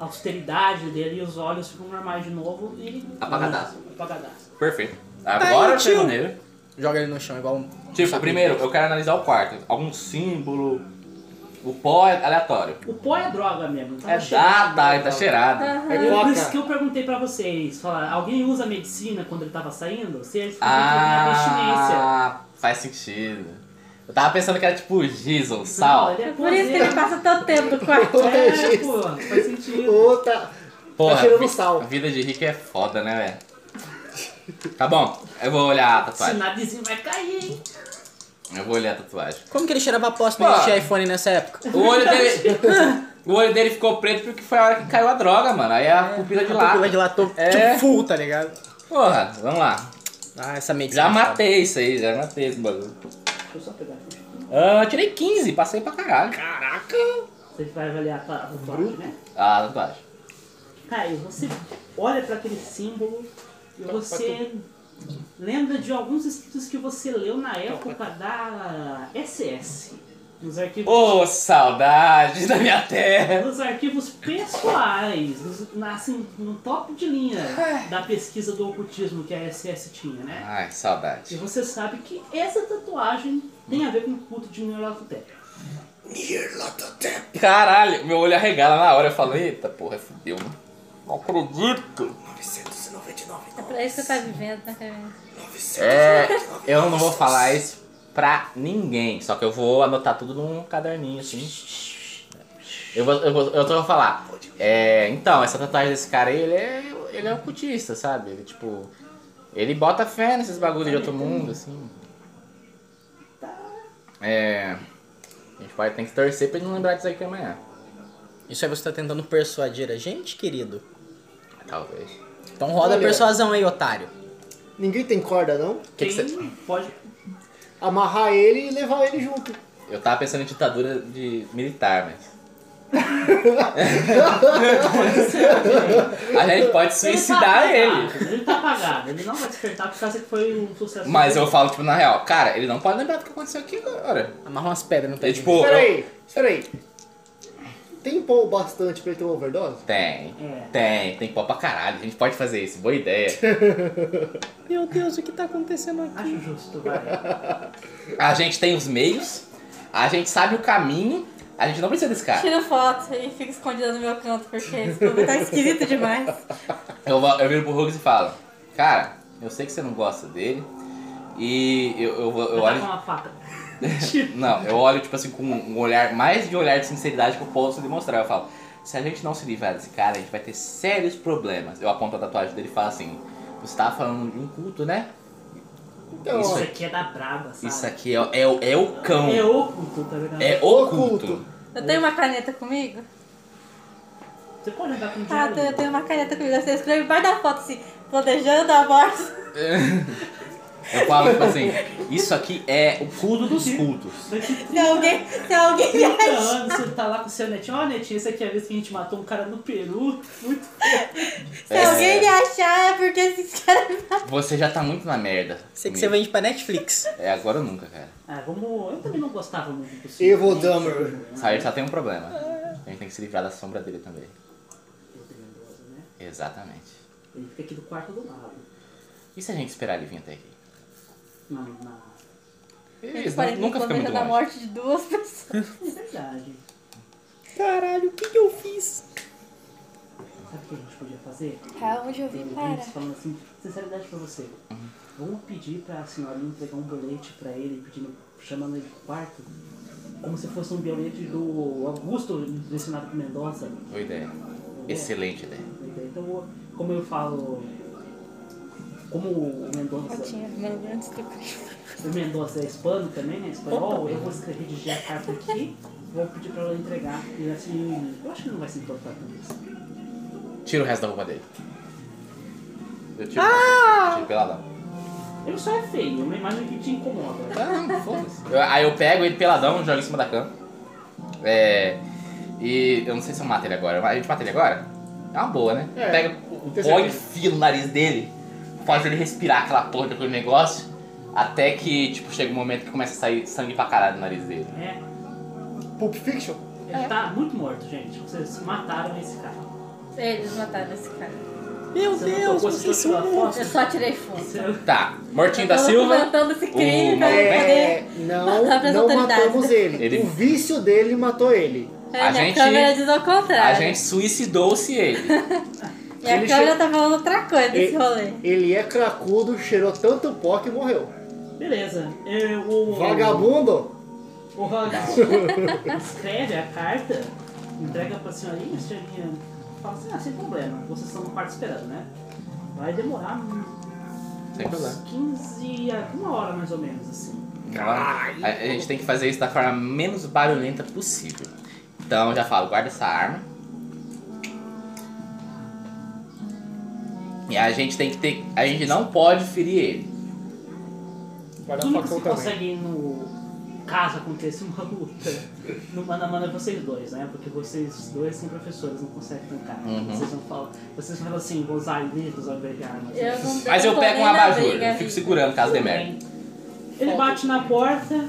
Speaker 2: austeridade dele e os olhos ficam normais de novo e ele.
Speaker 4: Apagadaço.
Speaker 2: Apagadaço.
Speaker 4: Perfeito. Agora
Speaker 7: Tá Aí,
Speaker 4: eu
Speaker 7: tio.
Speaker 4: chego nele.
Speaker 7: Joga ele no chão igual um.
Speaker 4: Tipo, primeiro, eu quero analisar o quarto. Algum símbolo. O pó é aleatório.
Speaker 2: O pó é droga mesmo. Tá
Speaker 4: É dada, tá cheirado.
Speaker 5: Aham.
Speaker 6: né? É
Speaker 2: Por isso
Speaker 6: coca.
Speaker 2: que eu perguntei pra vocês, falar, alguém usa medicina quando ele tava saindo? Se eles na
Speaker 4: Ah, faz sentido. Eu tava pensando que era tipo giz ou
Speaker 2: abstinência. Não,
Speaker 4: sal.
Speaker 2: ele é
Speaker 5: Por isso que ele
Speaker 2: cozeiro.
Speaker 5: passa tanto tempo no quarto.
Speaker 2: É, pô, faz sentido.
Speaker 6: Ô, tá.
Speaker 4: Porra,
Speaker 6: tá cheirando
Speaker 4: vi-
Speaker 6: sal.
Speaker 4: A vida de rico é foda, né, velho? Tá bom, eu vou olhar a
Speaker 2: Esse
Speaker 4: tatuagem.
Speaker 2: narizinho vai cair, hein?
Speaker 4: Eu vou olhar a tatuagem.
Speaker 7: Como que ele cheirava pós
Speaker 4: Pô.
Speaker 7: no tinha iPhone nessa época?
Speaker 4: O olho dele. o olho dele ficou preto porque foi a hora que caiu a droga, mano. Aí É, a pupila de
Speaker 7: A pupila
Speaker 4: lado.
Speaker 7: de latou
Speaker 4: É.
Speaker 7: tipo, full, tá ligado?
Speaker 4: Porra, vamos lá.
Speaker 7: Ah, essa medicina.
Speaker 4: Já matei isso aí, já matei esse bagulho.
Speaker 2: Deixa eu só pegar aqui.
Speaker 4: Ah, eu tirei 15, passei pra caralho. Caraca!
Speaker 2: Você vai avaliar a tua- o toque, né?
Speaker 4: Ah, tatuagem.
Speaker 2: Caio, você olha pra aquele símbolo e você lembra de alguns escritos que você leu na época da SS. Nos arquivos.
Speaker 4: Ô, é. saudades da minha terra!
Speaker 2: Nos arquivos pessoais, nos, na- assim, no top de linha
Speaker 4: É.
Speaker 2: da pesquisa do ocultismo que a SS tinha, né?
Speaker 4: Ai,
Speaker 2: E
Speaker 4: saudade.
Speaker 2: você sabe que essa tatuagem tem a ver com o culto de Nyarlathotep.
Speaker 4: Caralho, meu olho arregala na hora. Eu falo, eita porra, fudeu, né? Não acredito!
Speaker 5: É pra isso que você tá vivendo, né, cara?
Speaker 4: É, eu não vou falar isso pra ninguém. Só que eu vou anotar tudo num caderninho, assim. Eu, vou, eu, vou, eu tô vou falar. É, então, essa tatuagem desse cara aí, ele é, ele é ocultista, sabe? Ele, tipo, ele bota fé nesses bagulhos de outro mundo, assim. É. A gente pode, tem que torcer pra ele não lembrar disso aqui amanhã.
Speaker 7: Isso aí você tá tentando persuadir a gente, querido?
Speaker 4: Talvez.
Speaker 7: Então roda a
Speaker 6: Olha.
Speaker 7: persuasão aí, otário.
Speaker 6: Ninguém tem corda, não?
Speaker 4: Que que
Speaker 2: Tem-
Speaker 4: cê-
Speaker 2: Pode.
Speaker 6: Amarrar ele e levar ele junto.
Speaker 4: Eu tava pensando em ditadura de militar, mas. A gente pode suicidar
Speaker 2: tá
Speaker 4: ele.
Speaker 2: apagado, Ele tá apagado, ele não vai despertar por causa que foi um sucesso.
Speaker 4: Mas eu falo, tipo, na real, cara, ele não pode lembrar do que aconteceu aqui agora.
Speaker 7: Amarra umas pedras no pé.
Speaker 4: É
Speaker 7: de
Speaker 4: tipo, eu...
Speaker 6: Peraí, peraí. Tem pão bastante pra ele ter uma overdose?
Speaker 4: Tem,
Speaker 2: É.
Speaker 4: tem, tem pó pra caralho. A gente pode fazer isso, boa ideia.
Speaker 7: mim. Meu Deus, o que tá acontecendo aqui?
Speaker 2: Acho justo, vai.
Speaker 4: A gente tem os meios, a gente sabe o caminho, a gente não precisa desse cara.
Speaker 5: Tiro foto e fico escondida no meu canto, porque esse povo tá esquisito demais.
Speaker 4: Eu, vou- eu viro pro Hugs e falo, cara, eu sei que você não gosta dele. E eu, eu, vou- eu
Speaker 2: Vai
Speaker 4: olho.
Speaker 2: com uma faca.
Speaker 4: Não, eu olho, tipo assim, com um olhar, mais de um olhar de sinceridade que eu posso demonstrar. Eu falo, se a gente não se livrar desse cara, a gente vai ter sérios problemas. Eu aponto a tatuagem dele e falo assim, você tava falando de um culto, né?
Speaker 6: Então,
Speaker 4: Isso
Speaker 2: Isso
Speaker 6: ó,
Speaker 2: aqui é da braba, sabe?
Speaker 4: Isso aqui é, é, o- é o cão.
Speaker 2: É oculto, tá ligado?
Speaker 4: É o
Speaker 6: Oculto.
Speaker 4: culto.
Speaker 5: Eu tenho uma caneta comigo?
Speaker 2: Você pode andar com
Speaker 5: Ah, eu tenho- eu
Speaker 2: dinheiro.
Speaker 5: tenho uma caneta comigo. Você escreve embaixo da foto assim, planejando a morte.
Speaker 4: Eu falo, tipo assim, isso aqui é o culto dos cultos.
Speaker 2: Daqui
Speaker 5: Se alguém, se alguém
Speaker 6: Então.
Speaker 2: 30
Speaker 5: viajar.
Speaker 2: anos, Então, você tá lá com seu netinho. Ó, netinho, isso aqui é a vez que a gente matou um cara no Peru. Muito
Speaker 5: Se
Speaker 4: É.
Speaker 5: alguém me achar, é porque esses caras.
Speaker 4: Você já tá muito na merda.
Speaker 7: Sei que você
Speaker 4: comigo.
Speaker 7: vende pra Netflix.
Speaker 4: É agora ou nunca, cara.
Speaker 2: Ah, vamos. Eu também não gostava muito do né? filme.
Speaker 6: Evil Dumber.
Speaker 4: Só, a gente só tem um problema. A gente tem que se livrar da sombra dele também. Exatamente.
Speaker 2: Ele fica aqui do quarto do lado.
Speaker 4: E se a gente esperar ele vir até aqui?
Speaker 2: Não, não.
Speaker 4: Eles
Speaker 5: Parece
Speaker 4: nunca fica muito
Speaker 5: planejando a
Speaker 4: longe.
Speaker 5: morte de duas pessoas.
Speaker 2: É verdade.
Speaker 7: Caralho, o que, que eu fiz?
Speaker 2: Sabe o que a gente podia fazer?
Speaker 5: Tá, onde eu vim
Speaker 2: Tem ouvintes
Speaker 5: parar?
Speaker 2: falando assim, sinceridade pra você. Vamos pedir pra senhora entregar um bilhete pra ele, pedindo, chamando ele pro quarto, como se fosse um bilhete do Augusto do Senado de Mendonça.
Speaker 4: Boa ideia. Excelente ideia.
Speaker 2: Então, como eu falo, como o
Speaker 5: Eu
Speaker 2: Mendonça,
Speaker 5: tinha, mas antes do crime.
Speaker 2: o Mendonça é hispano também, né? Espanhol, eu vou escrever de a carta aqui, vou pedir pra ela entregar. E assim, eu acho que ele não vai se importar com isso.
Speaker 4: Tira o resto da roupa dele. Eu tiro, ah! tiro peladão.
Speaker 2: Ele só é feio, é uma imagem que te incomoda.
Speaker 4: Caramba, Ah, foda-se. Eu- Aí eu pego ele peladão, jogo em cima da cama. É. E eu não sei se eu mato ele agora. A gente mata ele agora? É uma boa, né?
Speaker 6: É,
Speaker 4: Pega o
Speaker 6: tem
Speaker 4: pó e
Speaker 6: certeza.
Speaker 4: enfia no nariz dele, faz ele respirar aquela porra daquele negócio, até que, tipo, chega um momento que começa a sair sangue pra caralho do nariz dele.
Speaker 2: É,
Speaker 6: Pulp Fiction?
Speaker 2: ele tá muito morto, gente. Vocês mataram esse cara.
Speaker 5: Eles mataram É, esse cara.
Speaker 7: Meu
Speaker 2: Você não
Speaker 7: Deus,
Speaker 2: tocou,
Speaker 7: vocês
Speaker 2: você não
Speaker 7: são
Speaker 2: tirou a
Speaker 7: muito.
Speaker 5: Eu só tirei foto.
Speaker 2: Você- eu-
Speaker 4: Tá, Mortinho da
Speaker 5: Eu tô
Speaker 4: Silva.
Speaker 5: documentando esse crime
Speaker 4: o É,
Speaker 5: pra
Speaker 4: Malbec.
Speaker 5: poder...
Speaker 6: É, não,
Speaker 5: Matar pras
Speaker 6: não
Speaker 5: autoridades.
Speaker 6: matamos ele.
Speaker 4: Ele-
Speaker 6: O vício dele matou ele.
Speaker 5: É,
Speaker 4: A
Speaker 5: minha
Speaker 4: gente-
Speaker 5: câmera diz ao contrário.
Speaker 4: A gente suicidou-se ele.
Speaker 5: Minha
Speaker 6: Ele
Speaker 5: câmera
Speaker 6: chega-
Speaker 5: tá falando outra coisa desse
Speaker 6: E-
Speaker 5: rolê.
Speaker 6: Ele é cracudo, cheirou tanto pó que morreu.
Speaker 2: Beleza. É, o,
Speaker 6: Vagabundo?
Speaker 2: O Rogas escreve a carta, entrega pra senhorinha, a senhorinha fala assim, ah, sem problema, vocês estão no quarto esperando, né? Vai demorar uns
Speaker 4: Sem problema.
Speaker 2: 15 a uma hora mais ou menos, assim.
Speaker 4: A, a gente tem que fazer isso da forma menos barulhenta possível. Então eu já falo, guarda essa arma. E a gente tem que ter. A gente não pode ferir ele.
Speaker 6: Guarda a
Speaker 2: Tudo que você
Speaker 6: facão também.
Speaker 2: consegue ir no. Caso aconteça uma luta, no mano a mano é vocês dois, né? Porque vocês dois são professores, não conseguem tancar.
Speaker 4: Uhum.
Speaker 2: Vocês vão falar, vocês vão falar assim, vou usar livros ao invés de armas.
Speaker 5: Eu não
Speaker 4: Mas eu
Speaker 5: tô
Speaker 4: pego
Speaker 5: nem
Speaker 4: um
Speaker 5: na
Speaker 4: abajur,
Speaker 5: briga,
Speaker 4: eu fico
Speaker 5: amigo.
Speaker 4: segurando caso dê merda. Uhum.
Speaker 2: Ele bate na porta,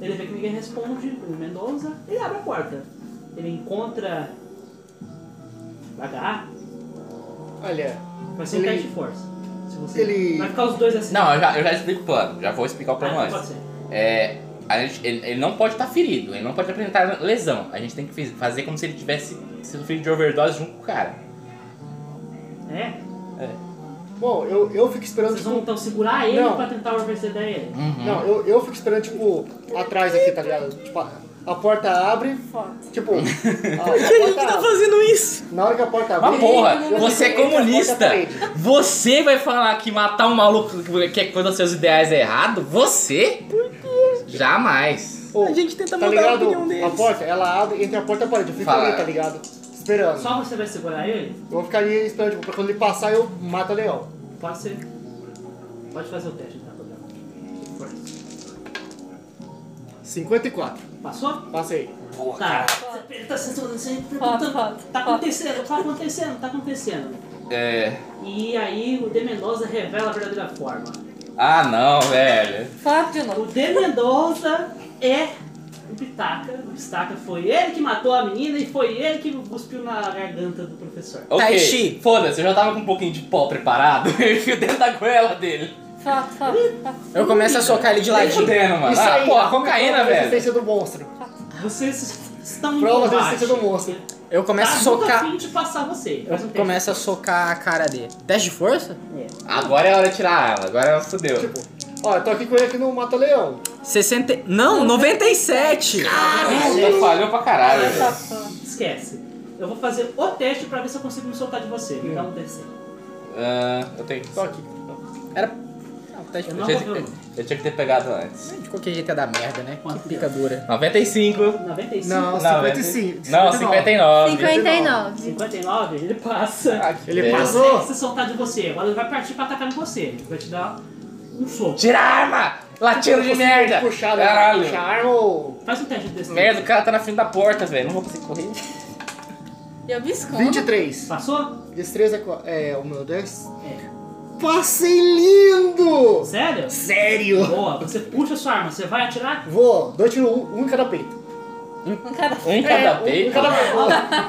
Speaker 2: ele vê que ninguém responde, o Mendonça, ele abre a porta. Ele encontra. H,
Speaker 6: Olha,
Speaker 2: vai ser um
Speaker 6: Ele-
Speaker 2: teste de força. Se você...
Speaker 6: ele-
Speaker 2: Vai ficar os dois assim.
Speaker 4: Não, eu já, eu já explico o plano, já vou explicar o
Speaker 2: Ah,
Speaker 4: plano
Speaker 2: não pode
Speaker 4: antes.
Speaker 2: ser.
Speaker 4: É, a gente- ele, ele não pode estar ferido, ele não pode apresentar lesão. A gente tem que fiz- fazer como se ele tivesse sido ferido de overdose junto com o cara.
Speaker 2: É?
Speaker 6: bom, eu, eu fico esperando,
Speaker 2: Vocês vão
Speaker 6: tipo...
Speaker 2: então segurar ele
Speaker 6: Não.
Speaker 2: pra tentar overceder ele.
Speaker 6: Não, eu, eu fico esperando, tipo, atrás aqui, tá ligado? Tipo, a, a porta abre,
Speaker 5: Foto.
Speaker 6: tipo... A,
Speaker 7: Por que a gente
Speaker 6: porta
Speaker 7: tá
Speaker 6: abre.
Speaker 7: fazendo isso?
Speaker 6: Na hora que a porta abre...
Speaker 4: Uma porra,
Speaker 6: eu- eu-
Speaker 4: você é
Speaker 6: eu- eu- eu- eu- eu- eu- eu- eu- eu- eu- eu-
Speaker 4: comunista.
Speaker 6: eu- eu- eu- eu-
Speaker 4: Você vai falar que matar um maluco que é contra seus ideais é errado? Você? Por quê? Jamais.
Speaker 6: Ô,
Speaker 7: A gente tenta
Speaker 6: Tá
Speaker 7: mudar a
Speaker 6: ligado?
Speaker 7: opinião deles.
Speaker 6: A porta, ela abre, entre a porta e a parede. Eu fico
Speaker 4: Fala.
Speaker 6: ali, tá ligado? Esperando.
Speaker 2: Só você vai segurar ele?
Speaker 6: Eu vou ficar ali esperando, tipo, pra quando ele passar eu mato o leão.
Speaker 2: Pode ser. Pode fazer o teste, então, problema. Força.
Speaker 6: 54.
Speaker 2: Passou?
Speaker 6: Passei.
Speaker 2: Tá. Ele tá se segurando, você
Speaker 5: Foto,
Speaker 2: perguntando.
Speaker 5: foto.
Speaker 2: Tá
Speaker 5: foto.
Speaker 2: acontecendo, tá acontecendo, tá acontecendo.
Speaker 4: É.
Speaker 2: E aí o De Mendoza revela a verdadeira forma.
Speaker 4: Ah não, velho.
Speaker 5: Foto de
Speaker 2: O
Speaker 5: novo.
Speaker 2: De Mendoza é o Pitaca. O Pitaca foi ele que matou a menina e foi ele que cuspiu na garganta do professor.
Speaker 7: Tai
Speaker 4: Ok.
Speaker 7: Chi.
Speaker 4: Foda-se, eu já tava com um pouquinho de pó preparado. Eu enfio dentro da goela dele.
Speaker 5: Foto, foto, foto.
Speaker 7: Eu começo a socar ele de
Speaker 4: Tá
Speaker 7: ladinho.
Speaker 4: fudendo, mano.
Speaker 6: Isso
Speaker 4: Ah,
Speaker 6: aí,
Speaker 4: porra, cocaína,
Speaker 6: prova da
Speaker 4: velho.
Speaker 6: existência do monstro.
Speaker 2: Vocês estão em
Speaker 6: Prova da
Speaker 2: combate.
Speaker 6: existência do monstro.
Speaker 7: Eu começo a
Speaker 2: Tá muito
Speaker 7: socar.
Speaker 2: afim de passar você. Faz um
Speaker 7: Eu
Speaker 2: teste.
Speaker 7: começo a socar a cara dele. Teste de força?
Speaker 2: É.
Speaker 4: Agora é hora de tirar a arma, agora ela fudeu.
Speaker 6: Tipo, ó, eu tô aqui com ele aqui no Mata Leão.
Speaker 7: 60. e- Não, 97!
Speaker 4: Caralho, falhou pra caralho,
Speaker 5: Foto,
Speaker 4: velho.
Speaker 5: foto.
Speaker 2: Esquece. Eu vou fazer o teste pra ver se eu consigo me soltar de você.
Speaker 4: Hum.
Speaker 2: Me dá um terceiro.
Speaker 4: Ah, eu tenho.
Speaker 6: Tô aqui.
Speaker 7: Era. Não, teste
Speaker 2: Eu
Speaker 7: de
Speaker 2: não
Speaker 4: Eu
Speaker 7: força.
Speaker 4: tinha,
Speaker 2: vou ver.
Speaker 4: eu tinha que ter pegado antes.
Speaker 7: De qualquer jeito é da merda, né?
Speaker 2: Quanto
Speaker 7: Que pica dura.
Speaker 4: 95.
Speaker 2: 95.
Speaker 6: Não,
Speaker 4: Não, é-
Speaker 6: 55.
Speaker 4: Não, 59.
Speaker 5: 59.
Speaker 2: 59, ele passa.
Speaker 4: Ah, que
Speaker 6: Ele
Speaker 4: merda.
Speaker 6: passou.
Speaker 2: Consegue se soltar de você. Agora ele vai partir pra atacar em você. Ele vai te dar um soco.
Speaker 4: Tira a arma! Latino de
Speaker 6: Você
Speaker 4: merda!
Speaker 6: Puxar,
Speaker 4: Caralho!
Speaker 6: puxar a arma ou...
Speaker 2: Faz um teste de destreza.
Speaker 4: Merda, o cara tá na frente da porta, velho. Não vou conseguir correr.
Speaker 5: Eu me escondo.
Speaker 6: 23.
Speaker 2: Passou?
Speaker 6: Destreza qual- é o meu 10.
Speaker 2: É.
Speaker 6: Passei lindo!
Speaker 2: Sério?
Speaker 6: Sério?
Speaker 2: Boa, você puxa sua arma, você vai atirar?
Speaker 6: Vou, dois tiros, um, um em cada peito.
Speaker 5: Um cara.
Speaker 4: Um em cada
Speaker 6: Um em
Speaker 4: peito.
Speaker 6: cada peito.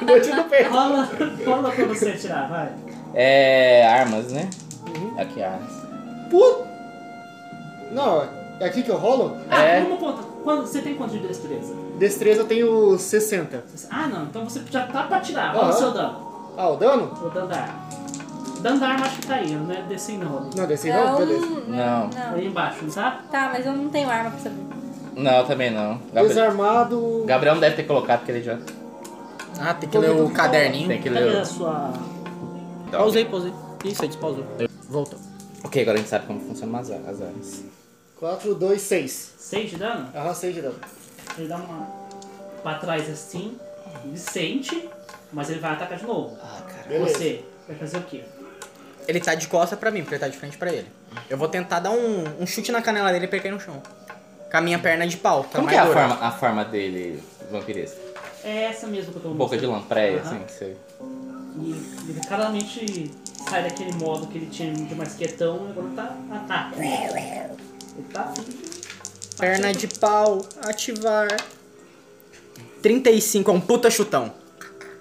Speaker 6: dois tiros no peito.
Speaker 2: Rola, rola pra você atirar, vai.
Speaker 4: É. armas, né? Aqui, armas.
Speaker 6: Puta! Não, é aqui que eu rolo?
Speaker 2: Ah,
Speaker 4: É.
Speaker 2: uma ponta. Quando, você tem quanto de destreza?
Speaker 6: Destreza eu tenho 60.
Speaker 2: Você- Ah, não, então você já tá pra atirar. Rola o
Speaker 6: Aham.
Speaker 2: seu dano.
Speaker 6: Ah, o dano?
Speaker 2: O dano da arma. O dano da arma acho que tá aí, eu não é desse não. ali.
Speaker 6: Não, desci
Speaker 5: É
Speaker 6: não?
Speaker 5: um-
Speaker 6: Beleza.
Speaker 4: Não.
Speaker 5: Não.
Speaker 2: Aí embaixo, não tá?
Speaker 5: Tá, mas eu não tenho arma pra saber.
Speaker 4: Não, também não. Gabriel,
Speaker 6: Desarmado.
Speaker 4: Gabriel não deve ter colocado, porque ele é já.
Speaker 7: Ah, tem que ler o caderninho.
Speaker 4: Tem que
Speaker 2: Cadê
Speaker 4: ler.
Speaker 2: Tá a sua.
Speaker 4: o-
Speaker 7: Pausei, pausei. Isso, aí despausou. Voltou.
Speaker 4: Ok, agora a gente sabe como funcionam as as armas.
Speaker 6: 4, 2, 6.
Speaker 2: 6 de dano?
Speaker 6: Aham, 6 de dano.
Speaker 2: Ele dá uma. pra trás assim. Ele sente, mas ele vai atacar de novo.
Speaker 4: Ah, cara.
Speaker 6: Beleza.
Speaker 2: Você vai fazer o quê?
Speaker 7: Ele tá de costa pra mim, porque ele tá de frente pra ele. Eu vou tentar dar um, um chute na canela dele pra ele cair no chão. Com a minha perna de pau. que é
Speaker 4: Como que
Speaker 7: mais
Speaker 4: é a
Speaker 7: dura.
Speaker 4: forma, a forma dele, vampiresca?
Speaker 2: É essa mesmo que eu tô
Speaker 4: Boca Um de lampreia,
Speaker 2: Aham.
Speaker 4: assim, que você...
Speaker 2: E ele claramente sai daquele modo que ele tinha de mais quietão e agora tá ataque. Ele tá.
Speaker 7: Perna de pau, ativar. 35, é um puta chutão.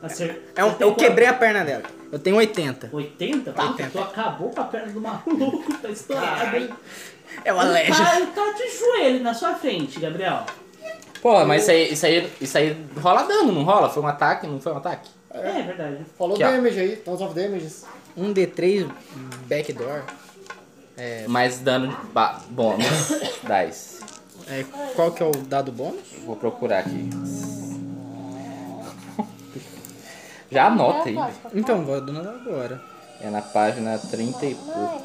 Speaker 2: Acer...
Speaker 7: É um-
Speaker 2: Você tem
Speaker 7: eu
Speaker 2: quanto?
Speaker 7: quebrei a perna dela. Eu tenho 80.
Speaker 2: 80?
Speaker 7: Tá,
Speaker 2: Puta, tu
Speaker 7: 80.
Speaker 2: acabou com a perna do maluco, tá estourado. Ele
Speaker 7: É uma
Speaker 2: tá,
Speaker 7: leja.
Speaker 2: ele tá de joelho na sua frente, Gabriel.
Speaker 4: Pô, mas isso aí, isso, aí, isso aí rola dano, não rola? Foi um ataque, não foi um ataque?
Speaker 2: É, é verdade.
Speaker 6: Falou
Speaker 4: Que a-
Speaker 6: damage aí, tons of damages.
Speaker 7: Um D3 backdoor.
Speaker 4: Mais dano de ba- bônus. Dice.
Speaker 7: É, qual que é o dado bônus?
Speaker 4: Vou procurar aqui. Já anota aí. velho.
Speaker 7: Então, vou dando agora.
Speaker 4: É na página 30 e pouco.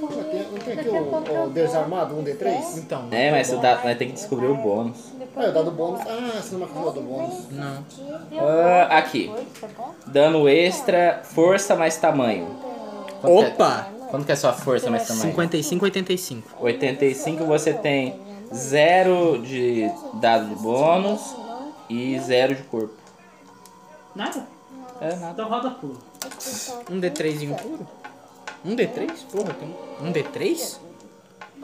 Speaker 6: Não tem, não tem aqui o, o desarmado, um D3?
Speaker 7: Então.
Speaker 4: É, mas o dado- vai ter que descobrir o bônus.
Speaker 6: Ah, eu dado bônus. Ah, você não marcou o dado bônus.
Speaker 7: Não.
Speaker 4: Ah, aqui. Dano extra, força mais tamanho. Quanto que
Speaker 7: Opa!
Speaker 4: é- Quanto que é sua força mais
Speaker 7: né?
Speaker 4: tamanho?
Speaker 7: 55, 85.
Speaker 4: 85 você tem 0 de dado de bônus e 0 de corpo.
Speaker 2: Nada?
Speaker 4: É nada.
Speaker 2: Então roda pula.
Speaker 6: né?
Speaker 7: Um D3 puro? Um D3? Porra, tem um. Um D3?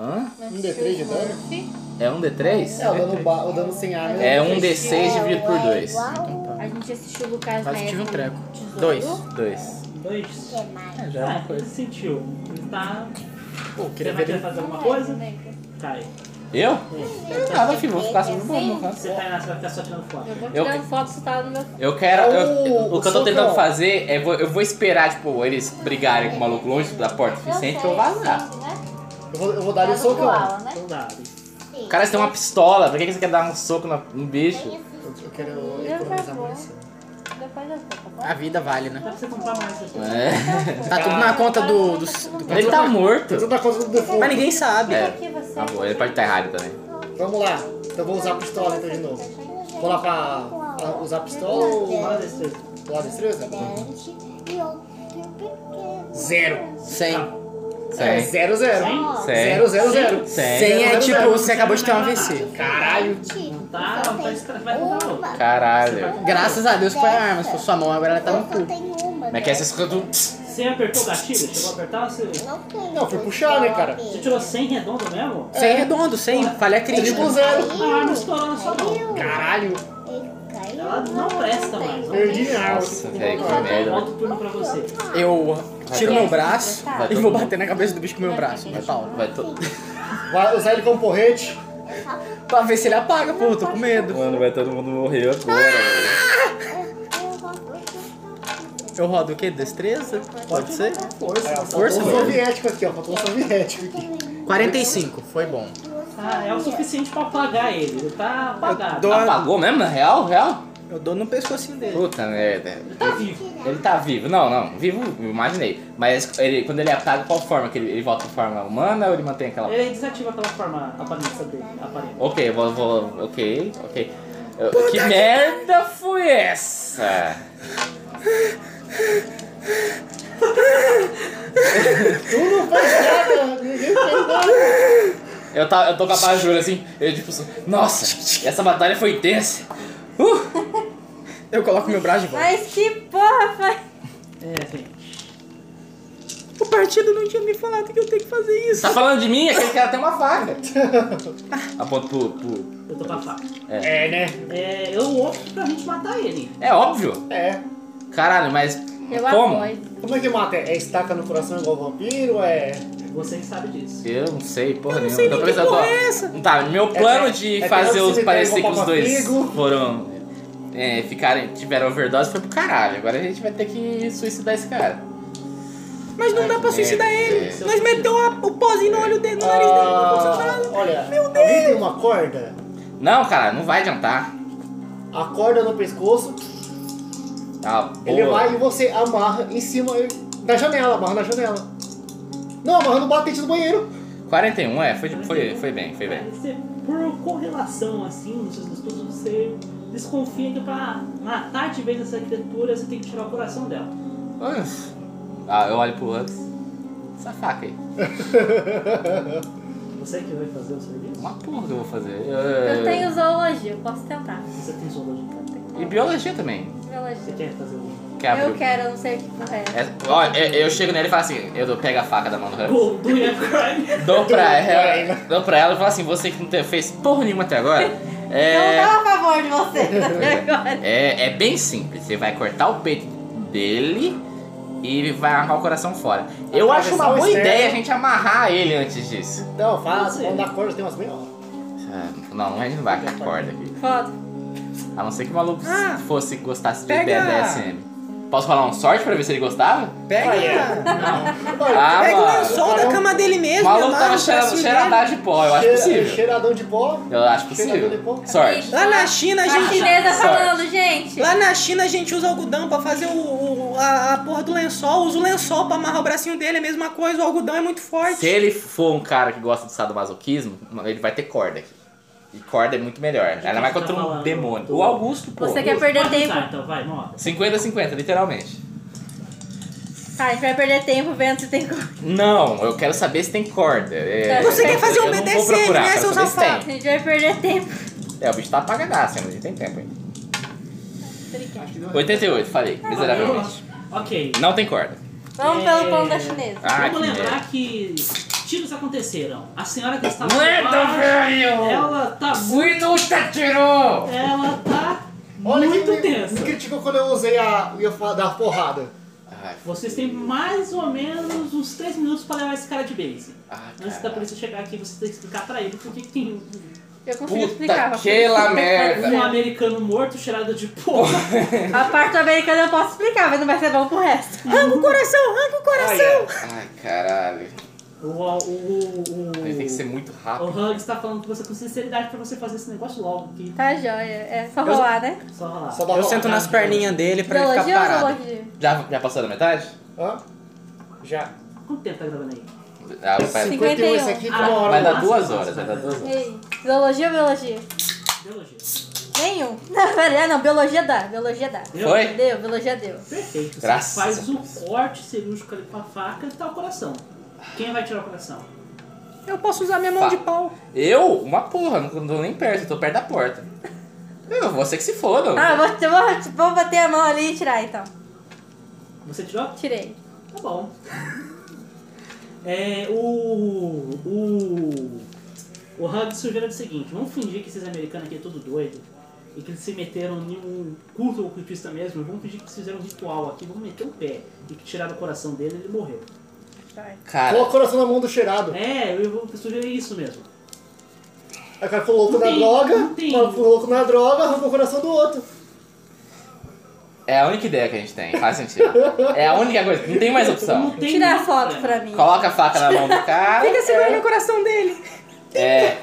Speaker 4: Hã?
Speaker 6: Um D3 de dano?
Speaker 4: É um D3?
Speaker 6: É, o dano, ba- o dano sem né? arma.
Speaker 4: É um D6 dividido por 2.
Speaker 5: A gente assistiu o Lucas
Speaker 7: Quase
Speaker 5: na
Speaker 7: tive um
Speaker 5: época
Speaker 7: treco.
Speaker 5: do tesouro.
Speaker 7: Dois.
Speaker 4: 2.
Speaker 2: Dois.
Speaker 5: mais?
Speaker 4: Já é
Speaker 2: Ah,
Speaker 4: uma
Speaker 2: ele
Speaker 4: coisa.
Speaker 2: sentiu. Ele tá.
Speaker 7: Pô,
Speaker 2: Você
Speaker 7: queria
Speaker 2: vai
Speaker 7: ver.
Speaker 2: querer
Speaker 7: ele-
Speaker 2: fazer alguma coisa? Tá Cai.
Speaker 4: Eu? Eu nada, Ah, filho. Vou ficar sendo bom no canto.
Speaker 2: tá, Você tá indo, você vai ficar só tirando foto.
Speaker 5: Eu vou
Speaker 4: Eu-
Speaker 5: tirando foto, você tá no meu...
Speaker 4: Eu quero. eu-
Speaker 6: Ô,
Speaker 4: o que eu tô
Speaker 6: Socão.
Speaker 4: tentando fazer é. vou- eu vou esperar, tipo, eles brigarem com o maluco longe da porta o suficiente pra eu vazar.
Speaker 6: né? Eu vou, eu vou dar ali o socão.
Speaker 2: Então dá.
Speaker 4: O cara você tem uma pistola, por que que você quer dar um soco na- no bicho?
Speaker 6: Eu, eu quero economizar munição.
Speaker 5: tá
Speaker 7: A vida vale, né?
Speaker 2: Dá pra você comprar mais depois.
Speaker 4: É.
Speaker 7: Tá tudo na conta do. do, do-
Speaker 4: Ele tá morto.
Speaker 6: Você dá conta do default.
Speaker 7: Mas ninguém sabe.
Speaker 4: É. Tá bom, ele pode estar errado também.
Speaker 6: Vamos lá. Então eu vou usar a pistola então de novo. Vou lá pra, pra ah, usar a pistola ou
Speaker 2: Roda destreza.
Speaker 6: lá a destreza? Zero.
Speaker 7: 100.
Speaker 6: É,
Speaker 4: Sem.
Speaker 6: zero, zero.
Speaker 4: Sem.
Speaker 6: Zero, zero, zero.
Speaker 4: Sem.
Speaker 7: 100 é
Speaker 6: Zero,
Speaker 7: tipo,
Speaker 6: zero.
Speaker 7: você acabou de ter um AVC.
Speaker 6: Caralho.
Speaker 2: Tá, tá estra- vai mudar outro. Tá.
Speaker 4: Caralho.
Speaker 7: Graças a Deus que foi a arma. Se fosse sua mão, agora ela tá no cu.
Speaker 4: Como é que é essa escuta do.
Speaker 2: Você apertou o gatilho? Chegou a apertar? Você, você
Speaker 6: Não, foi puxar, né, cara?
Speaker 2: tirou 100 redondo mesmo?
Speaker 7: 100 redondo, 100. Falha crítica.
Speaker 6: Tipo zero.
Speaker 2: A arma estourou na sua mão.
Speaker 6: Caralho.
Speaker 2: Ela não presta mais.
Speaker 6: Perdi a arma.
Speaker 4: Nossa, velho, que merda.
Speaker 2: Volta o turno pra você.
Speaker 7: Eu tiro meu braço
Speaker 4: Vai
Speaker 7: e
Speaker 4: todo
Speaker 7: vou
Speaker 4: mundo.
Speaker 7: bater na cabeça do bicho com meu braço. Vai, Paulo.
Speaker 4: Vai to...
Speaker 6: Vai usar ele como porrete.
Speaker 7: Pra ver se ele apaga, pô, tô com medo.
Speaker 4: Mano, vai todo mundo morrer agora, velho.
Speaker 7: Eu rodo o quê? Destreza? Pode ser?
Speaker 6: Força.
Speaker 7: Força,
Speaker 6: Força.
Speaker 7: velho.
Speaker 6: um soviético aqui, ó. Faltou um soviético aqui.
Speaker 7: 45, foi bom.
Speaker 2: Tá, é o suficiente pra apagar ele. Ele tá apagado.
Speaker 7: dou-
Speaker 4: Apagou mesmo? Na real? Real?
Speaker 7: Eu dou no pescocinho dele.
Speaker 4: Puta merda.
Speaker 2: Ele tá vivo.
Speaker 4: Ele tá vivo. Não, não. Vivo, eu imaginei. Mas ele, quando ele apaga, qual forma? Que ele, ele volta em forma humana ou ele mantém aquela.
Speaker 2: Ele desativa aquela forma, a aparência dele. a aparência.
Speaker 4: Ok, eu vou, vou. Ok, ok. Eu- que merda foi essa?
Speaker 6: Ninguém fez nada.
Speaker 4: Eu, tá, eu tô com a bajura assim, eu tipo assim, nossa, essa batalha foi intensa. Uh!
Speaker 7: Eu coloco meu braço de volta.
Speaker 5: Mas que porra foi?
Speaker 2: É, gente.
Speaker 7: O partido não tinha me falado que eu tenho que fazer isso.
Speaker 4: Tá falando de mim? Aquele cara tem uma faca. Aponto pro, pro.
Speaker 2: Eu tô com a faca.
Speaker 6: É, né?
Speaker 2: É, eu opto pra gente matar ele.
Speaker 4: É óbvio.
Speaker 6: É.
Speaker 4: Caralho, mas.
Speaker 5: Eu
Speaker 4: como?
Speaker 5: apoio.
Speaker 6: Como é que mata? É estaca no coração igual vampiro? É.
Speaker 2: Você que sabe disso.
Speaker 4: Eu não sei, porra nenhuma.
Speaker 7: sei
Speaker 4: Tô
Speaker 7: nem que
Speaker 4: pensando,
Speaker 7: porra
Speaker 4: ó,
Speaker 7: é essa.
Speaker 4: Tá, meu plano
Speaker 6: é-
Speaker 4: de
Speaker 6: é
Speaker 4: fazer
Speaker 6: pegar o
Speaker 4: os
Speaker 6: cemitério
Speaker 4: parecer que
Speaker 6: igual
Speaker 4: os dois
Speaker 6: papapego.
Speaker 4: foram. É, ficarem, tiveram overdose foi pro caralho. Agora a gente vai ter que suicidar esse cara.
Speaker 7: Mas não dá pra
Speaker 4: merda.
Speaker 7: suicidar ele.
Speaker 2: É.
Speaker 7: Nós meteu a- o pozinho no olho dele, no nariz dele, não aconteceu nada.
Speaker 6: Ah, olha, alguém tem uma corda?
Speaker 4: Não, cara, não vai adiantar.
Speaker 6: A corda no pescoço,
Speaker 4: Tá, boa.
Speaker 6: ele é vai e você amarra em cima da janela, amarra na janela. Não, amarra no batente do banheiro.
Speaker 4: 41, é, foi, de- foi, foi bem, foi bem.
Speaker 2: Você, é, por correlação, assim, nos seus estudos, você desconfia que pra matar de vez essa criatura, você tem que tirar o coração dela.
Speaker 4: Ah, eu olho pro Hux. Essa faca aí.
Speaker 2: Você é que vai fazer o serviço?
Speaker 4: Uma porra que eu vou fazer.
Speaker 5: Eu tenho zoologia, eu posso tentar.
Speaker 2: Você tem zoologia?
Speaker 5: Eu tenho
Speaker 4: E biologia também.
Speaker 2: Você
Speaker 5: Biologia.
Speaker 2: quer fazer um- o.
Speaker 4: Que abre
Speaker 5: Eu
Speaker 4: o-
Speaker 5: quero, eu não sei o que porra é.
Speaker 4: É, ó, eu, eu chego nele e falo assim, eu dou, pega a faca da mão do Hux.
Speaker 2: Gol do Ian Crime!
Speaker 4: Dou pra ela, dou pra ela e falo assim, você que não te- fez porra nenhuma até agora, é...
Speaker 5: Eu não tava a favor de você até agora.
Speaker 4: É, é bem simples. Você vai cortar o peito dele e vai arrancar o coração fora. Eu acho uma
Speaker 6: Atravessar o
Speaker 4: boa
Speaker 6: externo.
Speaker 4: ideia a gente amarrar ele antes disso.
Speaker 6: Não, faz,
Speaker 7: assim?
Speaker 2: Sim.
Speaker 6: vamos dar corda, tem umas meia hora.
Speaker 4: Ah, Não, a gente não vai com a corda aqui.
Speaker 5: Foda.
Speaker 4: A não ser que o maluco
Speaker 7: Ah,
Speaker 4: fosse gostasse de
Speaker 7: pega-
Speaker 4: BDSM. Posso falar um sorte pra ver se ele gostava?
Speaker 7: Pega,
Speaker 4: Ah,
Speaker 7: pega o
Speaker 4: mano.
Speaker 7: lençol da cama dele
Speaker 4: O
Speaker 7: mesmo. assim,
Speaker 4: maluco
Speaker 7: amarra
Speaker 4: tava
Speaker 7: o
Speaker 4: cheirando,
Speaker 7: bracinho dele.
Speaker 4: cheiradar Ah, de pó, eu acho
Speaker 6: Cheira-
Speaker 4: possível.
Speaker 6: Cheiradão de pó.
Speaker 4: Eu acho
Speaker 6: Cheirador de
Speaker 4: possível.
Speaker 6: pó.
Speaker 4: Sorte.
Speaker 7: Lá na China, a
Speaker 5: A
Speaker 7: gente...
Speaker 5: chinesa
Speaker 4: Sorte.
Speaker 5: falando, gente.
Speaker 7: Lá na China a gente usa algodão pra fazer o, o- a, a porra do lençol, usa o lençol pra amarrar o bracinho dele, é a mesma coisa, o algodão é muito forte.
Speaker 4: Se ele for um cara que gosta de sadomasoquismo, ele vai ter corda aqui. E corda é muito melhor. Ainda mais contra um
Speaker 2: falando
Speaker 4: demônio.
Speaker 2: do-
Speaker 4: O Augusto, pô.
Speaker 5: Você quer perder
Speaker 2: Pode
Speaker 5: tempo.
Speaker 2: usar, então, vai, morre.
Speaker 4: 50-50, literalmente.
Speaker 5: Tá, a gente vai perder tempo vendo se tem corda.
Speaker 4: Não, eu quero saber se tem corda. É,
Speaker 5: Você quer
Speaker 7: fazer
Speaker 4: eu
Speaker 7: um
Speaker 4: não vou
Speaker 7: BDSM,
Speaker 4: procurar,
Speaker 7: né,
Speaker 4: quero
Speaker 7: seu
Speaker 4: saber se tem.
Speaker 5: A gente vai perder tempo.
Speaker 4: É, o bicho tá apagadaço, mas ele tem tempo ainda. 88, falei, miseravelmente.
Speaker 2: Ok.
Speaker 4: Não tem corda.
Speaker 5: Vamos
Speaker 2: É.
Speaker 5: pelo pão da chinesa.
Speaker 4: Ah,
Speaker 2: Vamos
Speaker 4: que
Speaker 2: lembrar
Speaker 4: merda.
Speaker 2: que tiros aconteceram. A senhora que estava
Speaker 4: Merda, velho!
Speaker 2: ela tá muito.
Speaker 4: O Inuta tirou!
Speaker 2: Ela tá
Speaker 6: Olha
Speaker 2: muito
Speaker 6: que me- Me
Speaker 2: tensa.
Speaker 6: criticou quando eu usei a. ia fa- dar a porrada.
Speaker 4: Ai, f-
Speaker 2: Vocês têm mais ou menos uns 3 minutos pra levar esse cara de base.
Speaker 4: ah,
Speaker 2: Antes da
Speaker 4: cara.
Speaker 2: polícia chegar aqui, você tem que explicar pra ele por que que tem
Speaker 5: Eu consigo
Speaker 4: Puta
Speaker 5: explicar. mas
Speaker 4: que la
Speaker 5: por que
Speaker 4: merda.
Speaker 5: que
Speaker 2: um
Speaker 5: tá
Speaker 2: americano morto cheirado de porra.
Speaker 5: dizendo? A parte do americano eu posso explicar, mas não vai ser bom pro resto.
Speaker 7: Arranca o coração, arranca o coração!
Speaker 4: Ai, caralho.
Speaker 2: O, o, o, o,
Speaker 4: Ele tem que ser muito
Speaker 2: o
Speaker 4: rápido.
Speaker 2: Hugs tá falando com você com sinceridade pra você fazer esse negócio logo aqui.
Speaker 5: Tá joia. É só rolar, né?
Speaker 2: Só lá.
Speaker 6: Só dá
Speaker 7: Eu sento nas perninhas dele pra ele ficar
Speaker 5: Biologia ou
Speaker 7: parado.
Speaker 5: zoologia?
Speaker 4: Já, já passou da metade?
Speaker 6: Hã? Já.
Speaker 4: um
Speaker 2: Quanto tempo tá gravando aí?
Speaker 4: Ah,
Speaker 7: um.
Speaker 4: vai,
Speaker 6: 51 esse aqui,
Speaker 2: Ah,
Speaker 6: uma hora.
Speaker 4: vai dar
Speaker 2: Nossa,
Speaker 4: duas
Speaker 2: nossa,
Speaker 4: horas, vai dar duas horas.
Speaker 5: Ei, Zoologia ou biologia?
Speaker 2: Biologia.
Speaker 5: Nenhum. Não, pera, é, não, biologia dá, biologia dá.
Speaker 2: Deu?
Speaker 4: Foi?
Speaker 5: Deu, biologia deu.
Speaker 2: Perfeito. Você
Speaker 4: Graças a
Speaker 2: faz o
Speaker 4: Deus.
Speaker 2: corte cirúrgico ali com a faca e tá o coração. Quem vai tirar o coração?
Speaker 7: Eu posso usar minha mão
Speaker 4: Tá.
Speaker 7: de pau.
Speaker 4: Eu? Uma porra, não tô nem perto, eu tô perto da porta. Eu, você que se foda.
Speaker 5: Ah, eu vou, eu vou, vou bater a mão ali e tirar então.
Speaker 2: Você tirou?
Speaker 5: Tirei.
Speaker 2: Tá bom. É, o. O. O Hug sugere o seguinte: vamos fingir que esses americanos aqui é tudo doido e que eles se meteram em um culto ocultista mesmo. Vamos fingir que eles fizeram um ritual aqui, vamos meter o pé e que tiraram o coração dele e ele morreu.
Speaker 4: Cara,
Speaker 6: Coloca o coração na mão do cheirado.
Speaker 2: É, eu vou sugerir isso mesmo.
Speaker 6: Aí o cara ficou louco
Speaker 2: Não
Speaker 6: na
Speaker 2: tem,
Speaker 6: droga,
Speaker 2: não tem.
Speaker 6: ficou louco na droga, arrancou o coração do outro.
Speaker 4: é a única ideia que a gente tem, faz sentido. É a única coisa, não tem mais opção.
Speaker 2: Não tem
Speaker 5: Tira a
Speaker 2: muito
Speaker 5: foto
Speaker 2: problema.
Speaker 5: pra mim.
Speaker 4: Coloca a faca na mão do cara,
Speaker 7: Fica segurando o coração dele.
Speaker 4: é,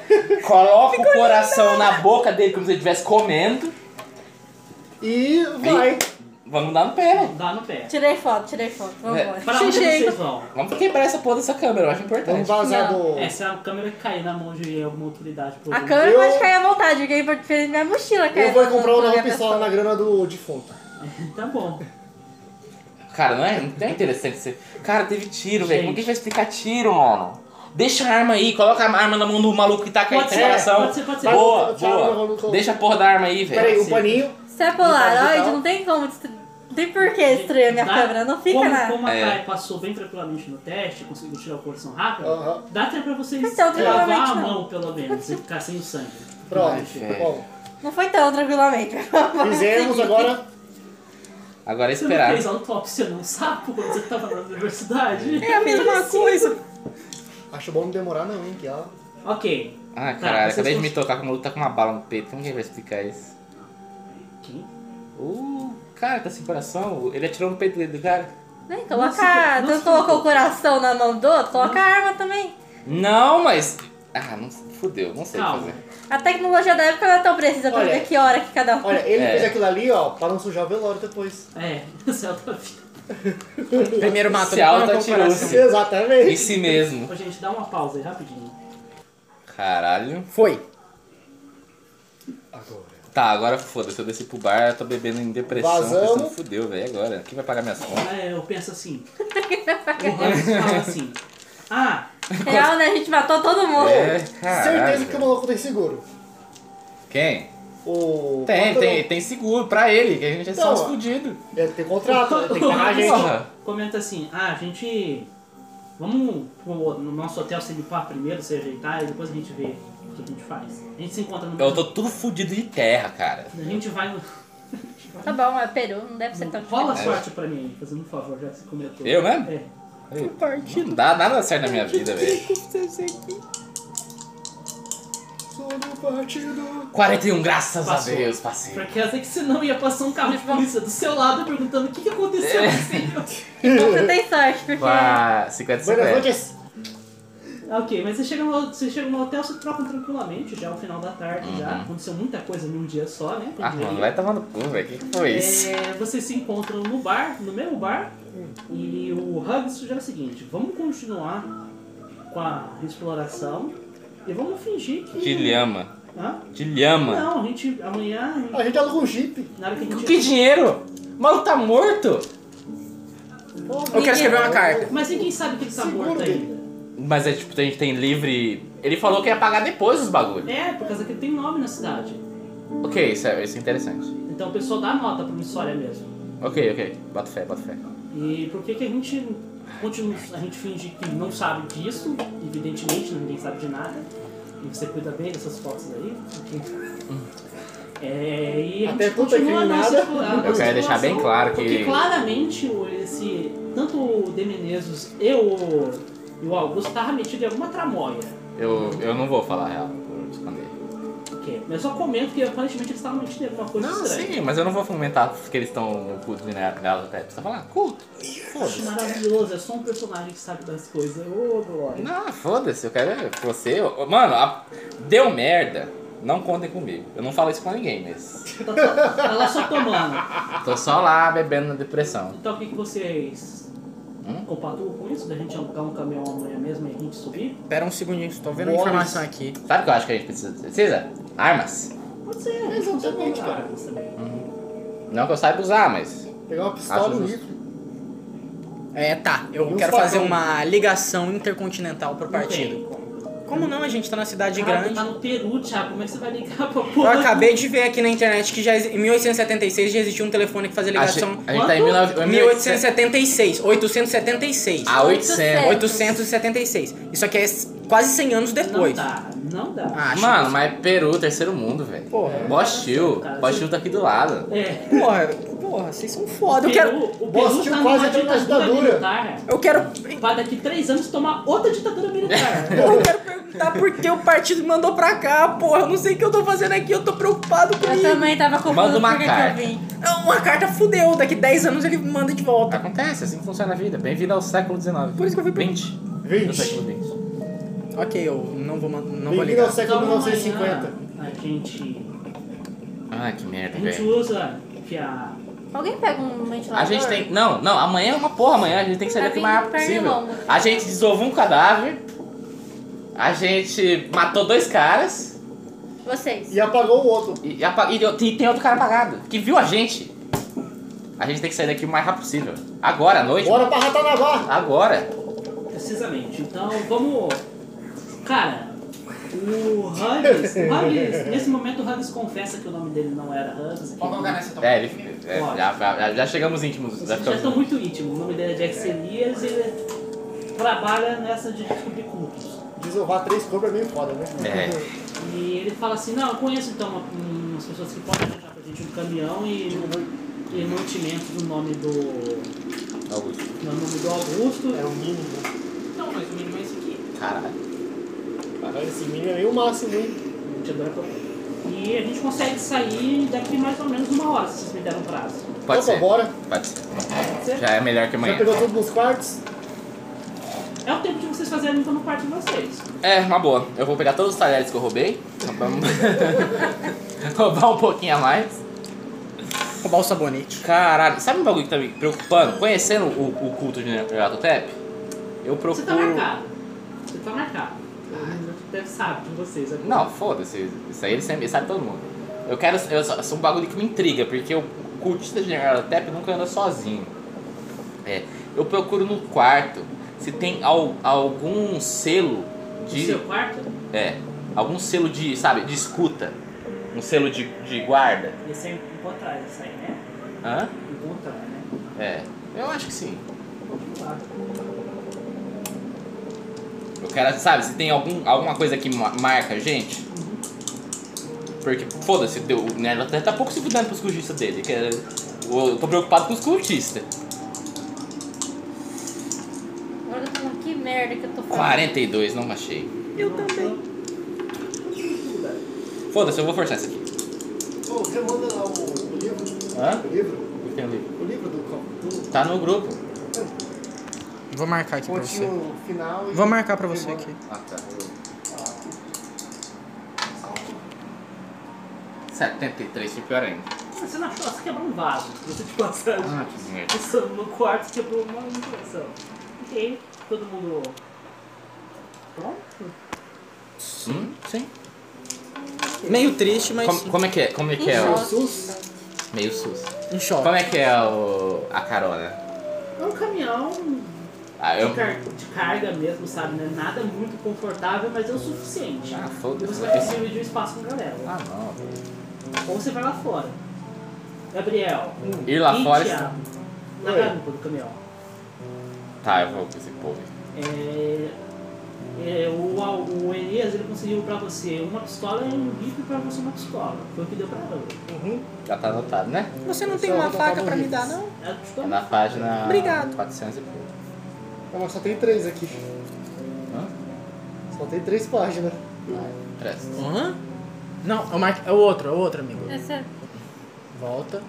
Speaker 4: coloca o coração na boca dele como se ele estivesse comendo.
Speaker 6: E vai.
Speaker 4: Vamos dar no pé.
Speaker 2: Dá no pé.
Speaker 5: Tirei foto, tirei foto. Vamos embora.
Speaker 2: Pra onde
Speaker 7: Xixi.
Speaker 2: vocês vão?
Speaker 4: Vamos quebrar essa porra dessa câmera, eu acho
Speaker 6: Vamos
Speaker 4: importante.
Speaker 6: vazar
Speaker 5: Não.
Speaker 6: do.
Speaker 2: É, se a câmera cair na mão de alguma autoridade. por
Speaker 5: A
Speaker 2: exemplo.
Speaker 5: câmera
Speaker 6: Eu-
Speaker 5: pode cair à vontade, porque aí fez minha mochila cair.
Speaker 6: Eu vou
Speaker 5: na-
Speaker 6: comprar um
Speaker 5: na
Speaker 6: uma nova
Speaker 5: minha
Speaker 6: pistola na grana do defunto.
Speaker 2: Tá bom.
Speaker 4: Cara, não é, não é interessante você. Cara, teve tiro, velho. Como que a gente vai explicar tiro, mano? Deixa a arma aí, coloca a arma na mão do maluco que tá caindo
Speaker 2: Pode
Speaker 4: sem
Speaker 2: ser,
Speaker 4: coração.
Speaker 2: pode ser, pode ser.
Speaker 4: Boa,
Speaker 6: Pode ser, pode ser.
Speaker 4: boa. Deixa a porra da arma aí, velho.
Speaker 6: Peraí, o
Speaker 2: sim.
Speaker 6: paninho.
Speaker 5: Se é polaroid,
Speaker 6: digital.
Speaker 5: não tem como destruir. Não tem por que destruir a minha
Speaker 4: Tá?
Speaker 2: Dá-
Speaker 5: câmera, não fica
Speaker 2: como,
Speaker 5: na.
Speaker 2: Como a
Speaker 4: É.
Speaker 2: Kai passou bem tranquilamente no teste, conseguiu tirar o coração rápido,
Speaker 6: Aham.
Speaker 2: dá tempo pra vocês
Speaker 5: Então,
Speaker 2: lavar
Speaker 5: tranquilamente
Speaker 2: a
Speaker 5: não.
Speaker 2: mão, pelo menos, e ficar sem o sangue.
Speaker 6: Pronto. tá
Speaker 4: Ai, velho.
Speaker 6: Bom,
Speaker 5: Não foi tão tranquilamente.
Speaker 6: fizemos agora.
Speaker 4: Agora é
Speaker 2: Você
Speaker 4: esperar.
Speaker 2: não fez autópsia num sapo quando você tava na universidade?
Speaker 7: É a mesma coisa.
Speaker 6: Acho bom não demorar não, hein? Que ela.
Speaker 2: Ok.
Speaker 4: Ah,
Speaker 2: Tá,
Speaker 4: caralho,
Speaker 2: vocês
Speaker 4: acabei de
Speaker 2: cons-
Speaker 4: me tocar com o maluco tá com uma bala no peito. Como que ele vai explicar isso?
Speaker 2: Quem?
Speaker 4: O cara tá sem coração. Ele atirou no peito dele do cara.
Speaker 5: Nem
Speaker 2: Não se
Speaker 5: colocar.
Speaker 2: preocupe, não
Speaker 5: Tu
Speaker 2: se
Speaker 5: colocou
Speaker 2: preocupe.
Speaker 5: o coração na mão do outro, coloca a arma também.
Speaker 4: Não, mas. Ah, não fudeu, não sei o que
Speaker 2: Calma.
Speaker 4: fazer.
Speaker 5: A tecnologia da época não é tão precisa pra
Speaker 6: Olha.
Speaker 5: ver que hora que cada um.
Speaker 6: Olha, ele
Speaker 4: É.
Speaker 6: fez aquilo ali, ó, pra não sujar o velório depois.
Speaker 2: É, você é autópsia.
Speaker 7: Primeiro matou
Speaker 4: Se
Speaker 7: ele,
Speaker 4: alto
Speaker 7: arranca o
Speaker 4: atirou.
Speaker 7: coração.
Speaker 4: Sim. Em
Speaker 6: Exatamente.
Speaker 4: si mesmo.
Speaker 2: Ô, gente, dá uma pausa aí rapidinho.
Speaker 4: Caralho.
Speaker 7: Foi.
Speaker 6: Agora.
Speaker 4: Tá, agora foda-se, eu desci pro bar, eu tô bebendo em depressão,
Speaker 6: Vazamos.
Speaker 4: pensando, fudeu, velho, agora, quem vai pagar minhas contas?
Speaker 2: É, eu penso assim. O Hans fala assim. Ah,
Speaker 5: Real, né? A gente matou todo mundo.
Speaker 4: É,
Speaker 6: Certeza que o
Speaker 4: caralho.
Speaker 6: maluco tem seguro.
Speaker 4: Quem?
Speaker 6: O
Speaker 4: Tem,
Speaker 6: patrão-
Speaker 4: tem, tem seguro pra ele, que a gente é só
Speaker 6: Não,
Speaker 4: uns
Speaker 6: ó.
Speaker 4: fudidos.
Speaker 6: Ele é, tem contrato, ele tem que pagar a Ah, gente.
Speaker 4: Porra.
Speaker 2: comenta assim, ah, a gente. Vamos pro- no nosso hotel se limpar primeiro, se ajeitar, e depois a gente vê o que a gente faz. A gente se encontra no.
Speaker 4: Eu tô tudo fudido de terra, cara.
Speaker 2: A gente vai no.
Speaker 5: Tá bom, é Peru, não deve ser tão
Speaker 2: Rola
Speaker 5: difícil.
Speaker 2: sorte pra mim, aí, fazendo um favor, já que você comentou.
Speaker 4: Eu mesmo?
Speaker 2: É.
Speaker 4: Não dá nada certo na minha vida, velho.
Speaker 6: Sou do partido.
Speaker 4: 41, graças
Speaker 2: Passou.
Speaker 4: a Deus, parceiro.
Speaker 2: Porque essa que senão ia passar um carro de polícia do seu lado perguntando o que, que aconteceu
Speaker 4: É.
Speaker 2: assim, com esse
Speaker 5: Então você tem sorte, porque.
Speaker 4: Pá, 50
Speaker 6: Buenas
Speaker 4: 50.
Speaker 6: noches.
Speaker 2: Ah, Ok, mas você chega, no, você chega no hotel, você trocam tranquilamente, já é o final da tarde, já. Aconteceu muita coisa num dia só, né?
Speaker 4: Uhum. Ah, mano, vai tomar no cu, velho. Que que foi isso?
Speaker 2: É, vocês se encontram no bar, no mesmo bar, e o Hug sugere o seguinte: vamos continuar com a exploração e vamos fingir que.
Speaker 4: Dilhama.
Speaker 2: Hã?
Speaker 4: Dilhama.
Speaker 2: Não, a gente. Amanhã. a gente-
Speaker 6: A gente aluga um jeep.
Speaker 2: Na hora que a gente.
Speaker 4: Que dinheiro? O maluco tá morto?
Speaker 7: Eu quero escrever uma carta.
Speaker 2: Mas e quem sabe que ele tá
Speaker 6: Seguro
Speaker 2: morto
Speaker 6: dele.
Speaker 2: ainda?
Speaker 4: Mas é tipo, a gente tem livre. Ele falou que ia pagar depois os bagulhos.
Speaker 2: É, por causa que ele tem nome na cidade.
Speaker 4: Ok, isso é, isso é interessante.
Speaker 2: Então o pessoal dá nota promissória mesmo.
Speaker 4: Ok, ok. Bota fé, bota fé.
Speaker 2: E por que, que a gente continua, a gente finge que não sabe disso, evidentemente, ninguém sabe de nada. E você cuida bem dessas fotos aí. É, e a gente
Speaker 6: Até puta
Speaker 2: continua
Speaker 6: que
Speaker 2: nessa
Speaker 6: nada.
Speaker 2: explora- a
Speaker 4: Eu quero deixar
Speaker 2: exploração,
Speaker 4: bem claro
Speaker 2: Porque
Speaker 4: que.
Speaker 2: claramente o- esse. Tanto o De Menezes e o, e o Augusto estavam metidos em alguma tramóia.
Speaker 4: Eu, eu não vou falar a real, vou esconder.
Speaker 2: Que- Mas eu só comento que aparentemente eles estavam metidos em alguma coisa
Speaker 4: Não,
Speaker 2: estranha.
Speaker 4: sim, mas eu não vou fomentar que eles estão no culto de Nela até. Precisa falar, culto?
Speaker 2: Acho
Speaker 4: Foda-se.
Speaker 2: maravilhoso, é só um personagem que sabe das coisas. Ô, glória.
Speaker 4: Não, foda-se, eu quero é você. ô, ô, Mano, a- deu merda. Não contem comigo. Eu não falo isso pra ninguém, mas.
Speaker 2: Tá, tá, tá lá só tomando.
Speaker 4: Tô só lá bebendo na depressão.
Speaker 2: Então o que, que vocês
Speaker 4: Hum?
Speaker 2: compatuam com isso? Da gente alugar um caminhão amanhã mesmo e a gente subir?
Speaker 7: Pera um segundinho, estou vendo uma
Speaker 6: Boris.
Speaker 7: informação aqui.
Speaker 4: Sabe o que eu acho que a gente precisa? Precisa? Armas.
Speaker 2: Pode ser, a gente consegue
Speaker 6: é Exatamente,
Speaker 2: comprar
Speaker 6: cara.
Speaker 2: armas também.
Speaker 4: Não que eu saiba usar, mas.
Speaker 6: Pegar uma pistola e um
Speaker 4: Acho
Speaker 6: rifle.
Speaker 7: É, tá.
Speaker 6: E
Speaker 7: Eu
Speaker 6: um
Speaker 7: quero fazer
Speaker 6: facão.
Speaker 7: uma ligação intercontinental pro
Speaker 2: Não
Speaker 7: partido.
Speaker 2: tem como.
Speaker 7: Como não? A gente tá na cidade
Speaker 2: Cara,
Speaker 7: grande.
Speaker 2: Tá no Peru, Thiago. Como é que você vai ligar pra
Speaker 7: Eu
Speaker 2: porra?
Speaker 7: acabei de ver aqui na internet que já exi- em 1876 já existia um telefone que fazia
Speaker 4: A gente,
Speaker 7: ligação.
Speaker 4: a gente tá em
Speaker 2: Quanto?
Speaker 4: 19- 1800.
Speaker 7: 1876. 876.
Speaker 5: é
Speaker 4: Ah, 800.
Speaker 7: 876. Isso aqui é s- quase 100 anos
Speaker 2: Não
Speaker 7: depois.
Speaker 2: dá, não dá.
Speaker 7: Ah,
Speaker 4: Mano, mas é Peru, terceiro mundo, velho.
Speaker 7: Porra.
Speaker 4: Bostil.
Speaker 2: Cara,
Speaker 4: Bostil tá aqui do lado.
Speaker 2: É.
Speaker 7: Porra, porra, vocês são foda. Eu quero.
Speaker 2: O Peru
Speaker 6: Bostil
Speaker 2: tá
Speaker 6: quase
Speaker 2: numa
Speaker 6: a ditadura.
Speaker 2: militar.
Speaker 7: Eu quero.
Speaker 2: Vai daqui três anos tomar outra ditadura militar.
Speaker 7: Eu quero perguntar por que o partido me mandou pra cá, porra. Eu não sei o que eu tô fazendo aqui, eu tô preocupado com
Speaker 5: Eu
Speaker 7: isso.
Speaker 5: também tava
Speaker 4: Manda
Speaker 5: confuso
Speaker 4: uma
Speaker 5: por que que eu
Speaker 4: carta.
Speaker 5: vim.
Speaker 7: Ah, Uma carta fudeu, daqui 10 anos ele me manda de volta.
Speaker 4: Acontece, assim funciona a vida. Bem-vindo ao século XIX.
Speaker 7: Por isso que eu fui pro-
Speaker 4: 20. Do
Speaker 6: Vinte.
Speaker 4: século XX.
Speaker 7: Ok, eu não vou, man- não vou
Speaker 6: Bem-vindo ao
Speaker 7: ligar.
Speaker 6: século
Speaker 2: amanhã
Speaker 6: 1950.
Speaker 2: A gente.
Speaker 4: Ah, que merda,
Speaker 2: A gente
Speaker 4: velho.
Speaker 2: usa que a.
Speaker 5: Alguém pega um ventilador?
Speaker 4: A gente tem. Não, não, amanhã é uma porra, amanhã a gente tem que sair
Speaker 5: Pra
Speaker 4: daqui o
Speaker 5: vir
Speaker 4: mais rápido
Speaker 5: pernilongo.
Speaker 4: possível. A gente desovou um cadáver. A gente matou dois caras.
Speaker 5: Vocês.
Speaker 6: E apagou o outro.
Speaker 4: E, e apa- e deu- e tem outro cara apagado que viu a gente. A gente tem que sair daqui o mais rápido possível. Agora à noite.
Speaker 6: Bora pra Ratanabá.
Speaker 4: Agora.
Speaker 2: Precisamente. Então vamos. Cara, o Huggs. o Huggs- nesse momento o Huggs confessa que o nome dele não era Huggs. que-
Speaker 4: É, ele, é,
Speaker 2: Bora.
Speaker 4: já, já- já chegamos íntimos. Já
Speaker 2: Vocês já
Speaker 4: ficamos
Speaker 2: estão muito íntimos. O nome dele é Jack Elias e ele trabalha nessa de descobrir cultos.
Speaker 6: Desovar três cobras é meio foda, né?
Speaker 4: É.
Speaker 2: E ele fala assim, não, eu conheço então uma- umas pessoas que podem arranjar pra gente um caminhão e, e mantimento do nome do.
Speaker 4: Augusto.
Speaker 2: do nome do Augusto.
Speaker 6: É o mínimo.
Speaker 2: Não, mas o mínimo é esse aqui.
Speaker 4: Caralho.
Speaker 6: Caralho, esse mínimo é meio máximo, hein?
Speaker 2: Te aberto. E a gente consegue sair daqui mais ou menos uma hora, se vocês me deram um prazo.
Speaker 4: Pode
Speaker 6: Opa,
Speaker 4: ser.
Speaker 6: Então, bora.
Speaker 4: Pode ser.
Speaker 2: Pode ser?
Speaker 4: Já é melhor que
Speaker 6: Já
Speaker 4: amanhã.
Speaker 6: pegou tudo nos quartos?
Speaker 2: É o tempo de vocês fazerem então no quarto de vocês.
Speaker 4: É, uma boa. Eu vou pegar todos os talheres que eu roubei. Então Vamos roubar um pouquinho a mais.
Speaker 7: Roubar o sabonete.
Speaker 4: Caralho, sabe um bagulho que tá me preocupando? Conhecendo o, o culto de Neratotep, eu
Speaker 2: Você tá
Speaker 4: procuro.
Speaker 2: marcado. Você tá marcado. Deve saber de vocês. agora.
Speaker 4: Não, foda-se. Isso aí ele sempre ele sabe todo mundo. Eu quero. Eu, isso é um bagulho que me intriga, porque o cultista general Tep nunca anda sozinho. É, eu procuro no quarto se tem al- algum selo
Speaker 2: tá No
Speaker 4: de.
Speaker 2: seu quarto,
Speaker 4: É. Algum selo de, sabe, de escuta. Um selo de, de guarda.
Speaker 2: esse aí um pouco atrás, esse aí, né?
Speaker 4: Hã?
Speaker 2: Um pouco atrás, né?
Speaker 4: É. Eu acho que sim.
Speaker 2: Um pouco lá.
Speaker 4: Eu quero, sabe, se tem algum, alguma coisa que ma- marca a gente. Porque, foda-se, deu- o Nerd até tá pouco se fudendo pros cultistas dele. que é- eu tô preocupado com os cultistas.
Speaker 5: Agora eu tô falando, que merda que eu tô falando.
Speaker 4: 42, não achei.
Speaker 3: Eu também.
Speaker 4: Foda-se, eu vou forçar isso aqui.
Speaker 6: Ô, você manda lá o, o livro?
Speaker 4: Hã?
Speaker 6: O livro?
Speaker 4: Eu tenho livro.
Speaker 6: O livro do Calculo.
Speaker 4: Tá no grupo.
Speaker 7: Vou marcar aqui pra você.
Speaker 6: Pontinho final e...
Speaker 7: Vou marcar pra você aqui.
Speaker 4: Ah, tá. 73, foi pior ainda.
Speaker 2: Você não achou? Você quebrou um vaso. Você de passagem.
Speaker 4: Ah, que merda.
Speaker 2: Isso, no quarto quebrou uma iluminação. Ok, todo mundo. Pronto?
Speaker 4: Hum, sim.
Speaker 7: Meio triste, mas
Speaker 4: Como, como é que é? Como é que é o... Meio sus.
Speaker 7: um choque.
Speaker 4: Como é que é o... a carona?
Speaker 2: É um caminhão
Speaker 4: Ah, eu...
Speaker 2: de, car- de carga mesmo, sabe? Não é nada muito confortável, mas é o suficiente.
Speaker 4: Ah,
Speaker 2: E
Speaker 4: foda-se.
Speaker 2: você vai conseguir dividir um espaço com a galera.
Speaker 4: Ah, não.
Speaker 2: Ou você vai lá fora. Gabriel.
Speaker 4: Ir lá
Speaker 2: e
Speaker 4: fora-
Speaker 2: Thiago, Na
Speaker 6: Oi.
Speaker 2: garupa do caminhão.
Speaker 4: Tá, eu vou com esse povo.
Speaker 2: É, é, o, Al- o Elias ele conseguiu pra você uma pistola e um rifle pra você uma pistola. Foi o que deu pra ela.
Speaker 6: Uhum.
Speaker 4: Já tá anotado, né?
Speaker 3: Você não tem uma
Speaker 6: Só
Speaker 3: faca
Speaker 6: botar
Speaker 3: pra
Speaker 6: no
Speaker 3: me dar, não?
Speaker 2: Ela
Speaker 4: É
Speaker 2: pistola.
Speaker 4: na página...
Speaker 3: Obrigado.
Speaker 4: 400 e pouco.
Speaker 6: Ah, mas só tem três aqui.
Speaker 4: Hã?
Speaker 6: Só tem três páginas.
Speaker 4: Presta.
Speaker 7: Hã? Não, eu marquei. É o outro, é o outro, amigo.
Speaker 5: Essa-
Speaker 7: Volta.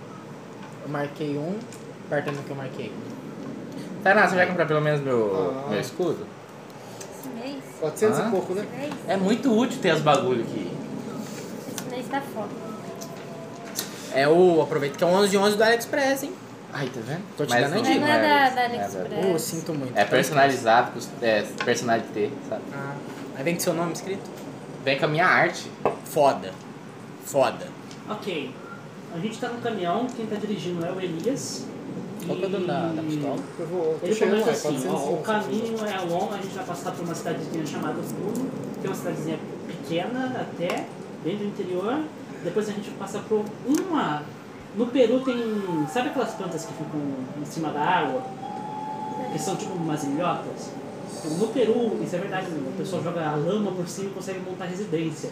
Speaker 7: Eu marquei um. Aperta no que eu marquei.
Speaker 4: Tainá, você vai comprar pelo menos meu,
Speaker 6: Ah.
Speaker 4: meu escudo?
Speaker 5: Esse mês,
Speaker 6: 400
Speaker 4: Ah.
Speaker 6: e pouco, né?
Speaker 5: esse mês,
Speaker 4: É muito útil ter as bagulho aqui.
Speaker 5: esse mês tá foda.
Speaker 7: É o. Aproveita que é o 11 de 11 do AliExpress, hein?
Speaker 4: Ai, tá vendo?
Speaker 7: Tô te dando
Speaker 5: Mas
Speaker 7: dica.
Speaker 5: não
Speaker 4: é
Speaker 5: é da, da
Speaker 4: não é da-
Speaker 5: AliExpress.
Speaker 7: Oh, eu sinto muito.
Speaker 4: É personalizado, cus- é personalité, sabe?
Speaker 7: Ah, aí vem com seu nome escrito?
Speaker 4: Vem com a minha arte.
Speaker 7: Foda. Foda.
Speaker 2: Ok. A gente tá no caminhão, quem tá dirigindo é o Elias.
Speaker 4: Qual que é o dono da- da pistola?
Speaker 6: Eu vou... tô
Speaker 2: Ele
Speaker 6: chegando é,
Speaker 2: começa
Speaker 6: lá,
Speaker 2: assim, ó, o
Speaker 6: 411.
Speaker 2: caminho é longo, a gente vai passar por uma cidadezinha chamada Bruno, que é uma cidadezinha pequena até, bem do interior. Depois a gente passa por uma... No Peru tem... Sabe aquelas plantas que ficam em cima da água? Que são tipo umas ilhotas? Então, no Peru, isso é verdade mesmo, o pessoal joga a lama por cima e consegue montar residência.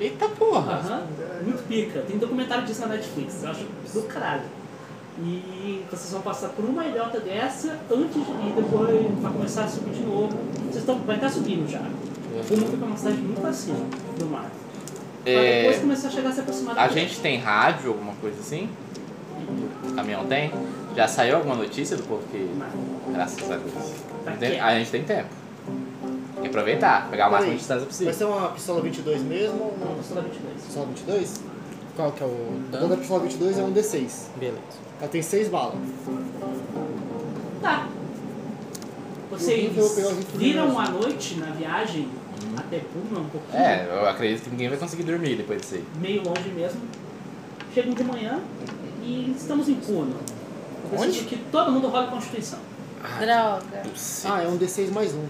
Speaker 4: Eita porra!
Speaker 2: Aham, muito pica. Tem documentário disso na Netflix, eu acho do caralho. E vocês vão passar por uma ilhota dessa antes de e depois vai começar a subir de novo. Vocês estão, vai estar subindo já.
Speaker 4: É.
Speaker 2: Fumo fica uma cidade muito acima do mar. Pra depois
Speaker 4: É,
Speaker 2: começar a chegar a se aproximar
Speaker 4: a
Speaker 2: do-
Speaker 4: gente tem rádio, alguma coisa assim? O caminhão tem? Já saiu alguma notícia do povo que.
Speaker 2: Mas
Speaker 4: Graças a Deus.
Speaker 2: Pra
Speaker 4: Tem-
Speaker 2: quê?
Speaker 4: A gente tem tempo. Tem que aproveitar, pegar o
Speaker 7: tá
Speaker 4: máximo de
Speaker 7: é
Speaker 4: distância
Speaker 6: Vai
Speaker 4: possível.
Speaker 6: ser uma pistola 22 mesmo ou
Speaker 2: Não,
Speaker 6: uma
Speaker 2: só da 22.
Speaker 6: pistola 22?
Speaker 7: Qual que é o
Speaker 6: O da
Speaker 7: dano?
Speaker 6: pistola 22 é um D6.
Speaker 7: Beleza.
Speaker 6: Ela tem 6 balas.
Speaker 2: Tá. Vocês
Speaker 6: Eu vou pegar o ritmo
Speaker 2: viram
Speaker 6: mesmo.
Speaker 2: a noite na viagem até Puma um pouquinho.
Speaker 4: Uhum. É, eu acredito que ninguém vai conseguir dormir depois disso aí.
Speaker 2: meio longe mesmo. Chegam de manhã e estamos em Puno. Eu preciso que todo mundo rola a Constituição.
Speaker 5: Droga.
Speaker 6: Ah, é um D6 mais 1.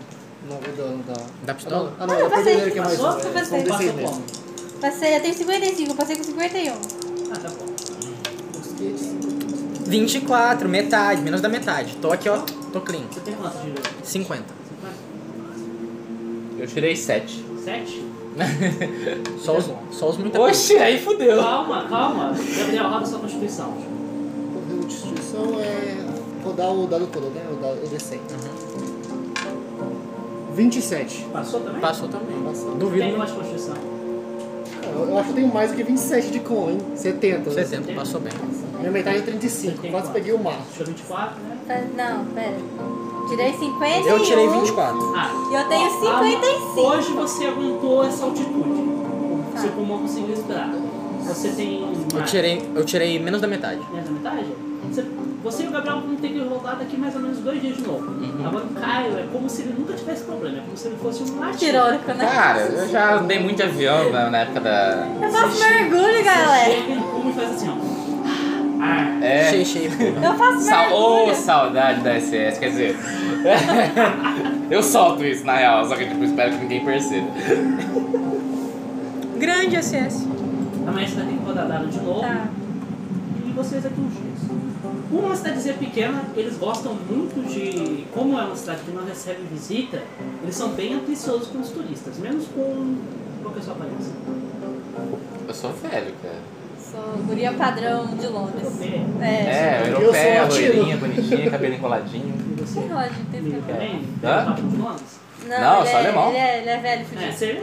Speaker 6: Não, o dano da...
Speaker 7: Da pistola?
Speaker 6: Ah, não,
Speaker 2: tá
Speaker 6: da
Speaker 5: passei.
Speaker 6: perdedeira que é mais
Speaker 2: Passou?
Speaker 6: 1.
Speaker 5: Eu
Speaker 6: É
Speaker 5: passei.
Speaker 6: um
Speaker 2: Passou
Speaker 6: D6 mesmo.
Speaker 2: como?
Speaker 5: Passei, eu tenho 55, eu passei com 51.
Speaker 2: Ah, tá bom.
Speaker 6: Os kits.
Speaker 7: 24, metade, menos da metade. Tô aqui, ó. Tô clean.
Speaker 2: Você tem quanto de novo?
Speaker 7: 50.
Speaker 4: Eu tirei 7.
Speaker 2: Sete?
Speaker 7: Só os, só os muito
Speaker 4: Oxi, aí fudeu.
Speaker 2: Calma, calma. Gabriel, rola sua Constituição.
Speaker 6: Correr de destruição é rodar o dado todo, né? O, dado, o D100.
Speaker 7: Uhum.
Speaker 6: 27.
Speaker 2: Passou também?
Speaker 7: Passou também.
Speaker 6: Passou.
Speaker 7: Duvido.
Speaker 2: Tem
Speaker 7: muito.
Speaker 2: quanto de Constituição?
Speaker 6: Eu, eu acho que eu tenho mais do que 27 de com, hein? 70. né?
Speaker 7: 70, passou bem.
Speaker 6: Minha metade é 35. Quase peguei o mar.
Speaker 2: Tirou 24, né?
Speaker 5: Tá- Não, pera. Tirei 51.
Speaker 7: Eu tirei 24.
Speaker 2: Ah.
Speaker 5: E eu tenho
Speaker 2: ah,
Speaker 5: 55.
Speaker 2: Hoje você aguentou essa altitude. Seu
Speaker 5: Tá.
Speaker 2: pulmão conseguiu respirar. Você tem mais...
Speaker 7: Eu tirei, eu tirei menos da metade.
Speaker 2: Menos da metade? Você Você e o Gabriel vão ter que rodar daqui mais ou menos dois dias de novo.
Speaker 7: Uhum.
Speaker 2: Agora o Caio é como se ele nunca tivesse problema, é como se ele fosse um latino.
Speaker 5: Tirônico, né?
Speaker 4: Cara, eu já andei muito de avião na, na época da.
Speaker 5: Eu faço mergulho,
Speaker 2: Chega
Speaker 5: galera.
Speaker 2: ele como e faz assim, ó. Ah,
Speaker 4: É.
Speaker 7: Cheio, cheio.
Speaker 5: Eu faço
Speaker 4: Sa oh,
Speaker 5: mergulho.
Speaker 4: saudade da SS, quer dizer. eu solto isso na real, só que tipo, espero que ninguém perceba.
Speaker 3: Grande SS.
Speaker 2: amanhã você vai ter que rodar dado de novo.
Speaker 5: Tá.
Speaker 2: e vocês aqui uns dias. Como é uma cidadezinha pequena, eles gostam muito de. Como é uma cidade que não recebe visita, eles são bem atenciosos com os turistas, menos com qualquer sua aparência.
Speaker 4: Eu sou velho, cara.
Speaker 5: Sou guria padrão de Londres.
Speaker 2: É,
Speaker 5: É.
Speaker 4: É,
Speaker 6: sou
Speaker 4: europeia,
Speaker 6: latino.
Speaker 4: loirinha, bonitinha, cabelo enroladinho.
Speaker 2: E você?
Speaker 5: Tem relógio, tem
Speaker 2: Meio
Speaker 5: cabelo.
Speaker 2: também? né,
Speaker 4: Hã?
Speaker 2: Papo de Londres?
Speaker 4: É. Não,
Speaker 5: ele
Speaker 4: sou
Speaker 5: é,
Speaker 4: alemão.
Speaker 5: Ele é, ele é velho fudido.
Speaker 2: É, você,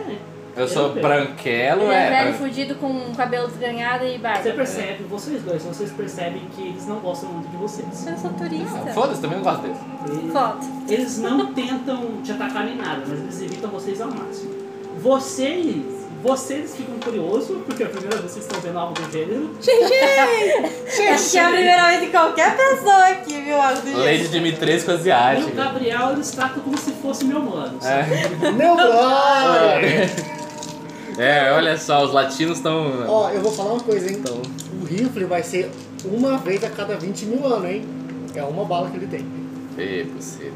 Speaker 4: Eu sou
Speaker 2: Europeu.
Speaker 4: branquelo,
Speaker 5: Ele é
Speaker 4: é.
Speaker 5: velho
Speaker 4: bran-
Speaker 5: fudido com cabelo desgrenhado e
Speaker 2: você
Speaker 5: barba.
Speaker 2: percebe, vocês dois, vocês percebem que eles não gostam muito de vocês.
Speaker 5: Eu sou turista.
Speaker 4: Foda-se, também não gosto desse.
Speaker 2: Eles-
Speaker 5: Foto.
Speaker 2: Eles não tentam te atacar nem nada, mas eles evitam vocês ao máximo. Vocês, vocês ficam curiosos, porque é a primeira vez que vocês estão vendo algo do gênero.
Speaker 5: Acho que é a primeira vez de qualquer pessoa aqui, viu? Algo do
Speaker 4: Lady
Speaker 5: jeito.
Speaker 4: Dimitrescu
Speaker 2: E o
Speaker 4: asiático.
Speaker 2: Gabriel eles tratam como se fosse meu mano. sabe?
Speaker 4: É.
Speaker 6: Meu brother!
Speaker 4: É, olha só, os latinos estão.
Speaker 6: Ó, eu vou falar uma coisa, hein?
Speaker 4: Então.
Speaker 6: O rifle vai ser uma vez a cada 20 mil anos, hein? É uma bala que ele tem.
Speaker 4: É possível.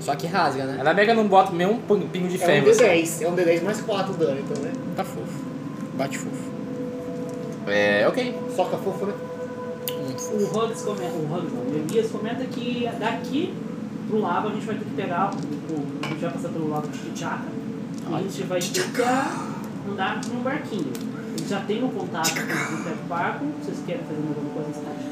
Speaker 7: Só que rasga, né?
Speaker 4: Ainda bem que eu não boto nenhum pin- pingo de
Speaker 6: É um
Speaker 4: fêmea. assim.
Speaker 6: D10. É um D10 mais 4 dano, então, né?
Speaker 7: Tá fofo. Bate fofo.
Speaker 4: É, ok.
Speaker 6: Soca fofo, né?
Speaker 2: O Hugs comenta, o Hugs não, o Elias comenta que daqui pro lava a gente vai ter que pegar, o, o, a gente vai passar pelo lago de Titicaca e a gente vai ter que andar num barquinho. Eles já tem um contato com o barco, vocês querem fazer alguma coisa nesse tarde?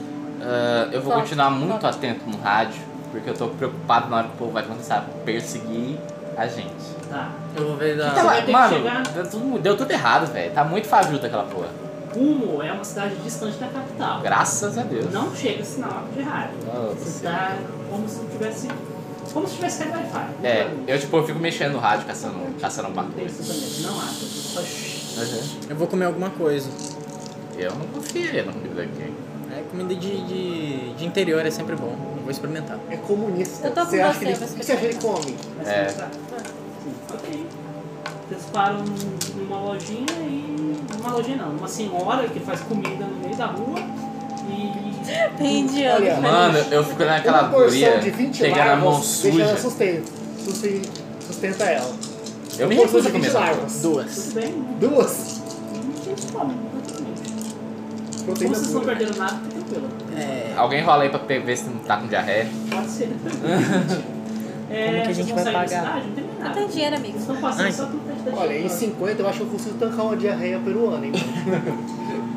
Speaker 4: Ah, eu vou
Speaker 5: Volta,
Speaker 4: continuar muito
Speaker 5: volta.
Speaker 4: atento no rádio, porque eu tô preocupado na hora que o povo vai começar a perseguir a gente. Então,
Speaker 2: Tá.
Speaker 7: Eu vou ver
Speaker 2: Você
Speaker 7: da.
Speaker 2: vai ter que
Speaker 4: mano,
Speaker 2: chegar-
Speaker 4: deu tudo, deu tudo errado, velho. Tá muito fajuta aquela porra.
Speaker 2: Kumo é uma cidade distante da capital.
Speaker 4: Graças a Deus.
Speaker 2: Não chega sinal de rádio.
Speaker 4: Ah,
Speaker 2: Você
Speaker 4: você-
Speaker 2: tá como se tivesse. Como se tivesse caído Wi-Fi.
Speaker 4: É, eu tipo, eu fico mexendo no rádio, caçando, caçando alguma
Speaker 2: Tem
Speaker 4: coisa.
Speaker 2: isso também, não acha. Só shh.
Speaker 4: Uhum.
Speaker 7: Eu vou comer alguma coisa.
Speaker 4: Eu não confiaria no comida daqui.
Speaker 7: É, comida de, de, de interior é sempre bom. Eu vou experimentar.
Speaker 6: É comunista.
Speaker 5: Eu tô com
Speaker 6: Você acha
Speaker 5: você,
Speaker 6: que ele,
Speaker 5: você
Speaker 6: você acha que ele come?
Speaker 2: Mas
Speaker 4: É.
Speaker 2: começar. Sim, Ok. Vocês param numa lojinha e. Numa lojinha não, uma senhora que faz comida no meio da rua e.
Speaker 5: Indiano.
Speaker 6: Olha,
Speaker 4: Mano, eu fico naquela
Speaker 6: uma porção
Speaker 4: guria
Speaker 6: de 20
Speaker 4: pegando a mão
Speaker 6: larvas, deixa ela
Speaker 4: suja.
Speaker 6: sustenta. Susten- Sustenta ela.
Speaker 4: Eu me
Speaker 6: Uma porção
Speaker 4: recuso
Speaker 6: de
Speaker 4: a
Speaker 6: 20
Speaker 4: comer.
Speaker 6: larvas.
Speaker 7: Duas.
Speaker 2: Tudo bem,
Speaker 6: Duas.
Speaker 2: não tem fome, não tem fome. Como
Speaker 6: Proteína
Speaker 2: vocês não
Speaker 6: pura.
Speaker 2: perderam nada, fica tranquilo.
Speaker 7: É.
Speaker 4: Alguém rola aí pra pe- ver se não tá com diarreia.
Speaker 2: Pode ser. é,
Speaker 7: Como que a
Speaker 2: vocês
Speaker 7: gente
Speaker 2: vão
Speaker 7: vai
Speaker 2: sair da
Speaker 7: pagar?
Speaker 2: cidade? Não tem
Speaker 5: Não
Speaker 2: nada.
Speaker 5: tem dinheiro,
Speaker 2: Eles
Speaker 5: amigo.
Speaker 2: estão passando
Speaker 7: Ai.
Speaker 2: só por perto da
Speaker 6: Olha, em
Speaker 2: gente.
Speaker 6: 50 eu acho que eu consigo tancar uma diarreia peruana, hein?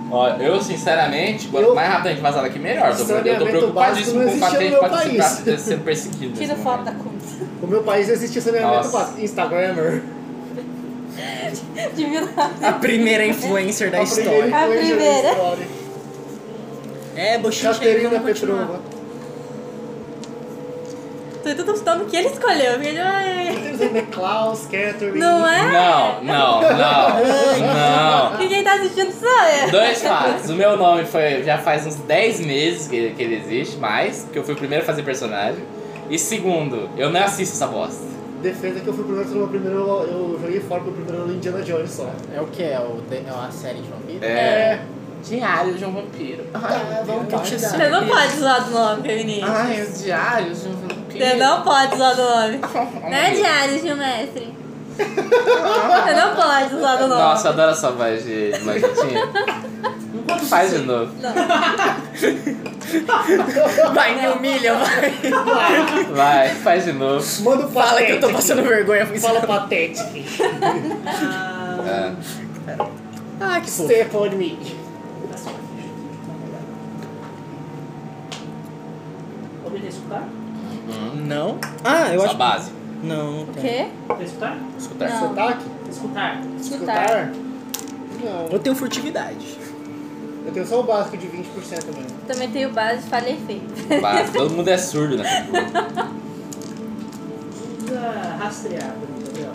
Speaker 4: Ó, eu sinceramente, quanto
Speaker 6: Eu-
Speaker 4: mais rápido a gente vazar daqui, melhor. Eu tô, eu tô
Speaker 6: Saneamento
Speaker 4: preocupadíssimo com o fato
Speaker 6: básico não
Speaker 4: de a
Speaker 6: existe
Speaker 4: gente
Speaker 6: no
Speaker 4: pode
Speaker 6: meu
Speaker 4: ser- ser- sendo perseguido. né?
Speaker 5: Tira
Speaker 4: nesse
Speaker 5: foto da
Speaker 4: momento.
Speaker 5: comida.
Speaker 6: O meu país existe saneamento
Speaker 4: Nossa.
Speaker 6: básico. Instagrammer.
Speaker 5: De vilão.
Speaker 7: A primeira influencer da
Speaker 6: A primeira
Speaker 7: história.
Speaker 6: influencer da
Speaker 5: primeira.
Speaker 6: história.
Speaker 7: É, bochecha.
Speaker 6: Caterina
Speaker 7: vamos continuar.
Speaker 6: Petrova.
Speaker 5: Tô tentando falar o que ele escolheu. Ele vai...
Speaker 6: Caterina Klaus, Catherine.
Speaker 5: Não é?
Speaker 4: Não, não, não, não.
Speaker 5: E quem tá assistindo sou eu.
Speaker 4: Dois fatos. O meu nome foi já faz uns 10 meses que, que ele existe, mais, porque eu fui o primeiro a fazer personagem. E segundo, eu não assisto essa bosta.
Speaker 6: Defesa que eu fui primeiro, pelo primeiro eu joguei fora pelo primeiro Indiana Jones só.
Speaker 7: É o que? É, o, de- é uma série de vampiro?
Speaker 4: É.
Speaker 7: Diário de um vampiro.
Speaker 6: Ah, vamos
Speaker 7: eu te
Speaker 5: Você não pode usar do nome feminino.
Speaker 4: Ai, os diários de um vampiro.
Speaker 5: Você não pode usar do nome. Não é diário de um mestre. Você não pode usar do nome.
Speaker 4: Nossa, eu adoro essa voz de de Manjetinha.
Speaker 2: Enquanto
Speaker 4: Faz de novo.
Speaker 5: Não.
Speaker 7: Vai, me humilha, vai.
Speaker 4: Vai, faz de novo.
Speaker 6: Manda o
Speaker 7: Fala que eu tô
Speaker 6: Pathetic.
Speaker 7: passando vergonha. tá-
Speaker 6: Fala patético.
Speaker 4: É.
Speaker 7: Ah, que fofo.
Speaker 6: Step on me.
Speaker 2: Poderia escutar?
Speaker 4: Hum,
Speaker 7: Não? Ah, eu
Speaker 4: Só
Speaker 7: acho.
Speaker 4: base.
Speaker 7: Não, não
Speaker 5: O
Speaker 7: tem.
Speaker 5: quê?
Speaker 2: Poderia escutar?
Speaker 4: Escutar.
Speaker 5: Não.
Speaker 6: Sotaque?
Speaker 2: Escutar.
Speaker 5: Escutar.
Speaker 6: tá Escutar? Não.
Speaker 7: Eu tenho furtividade.
Speaker 6: Eu tenho só o básico de 20% mesmo.
Speaker 5: Também tem o base de falha e efeito.
Speaker 4: Base. Todo mundo é surdo, né?
Speaker 2: Precisa rastrear, pra mim, Gabriel.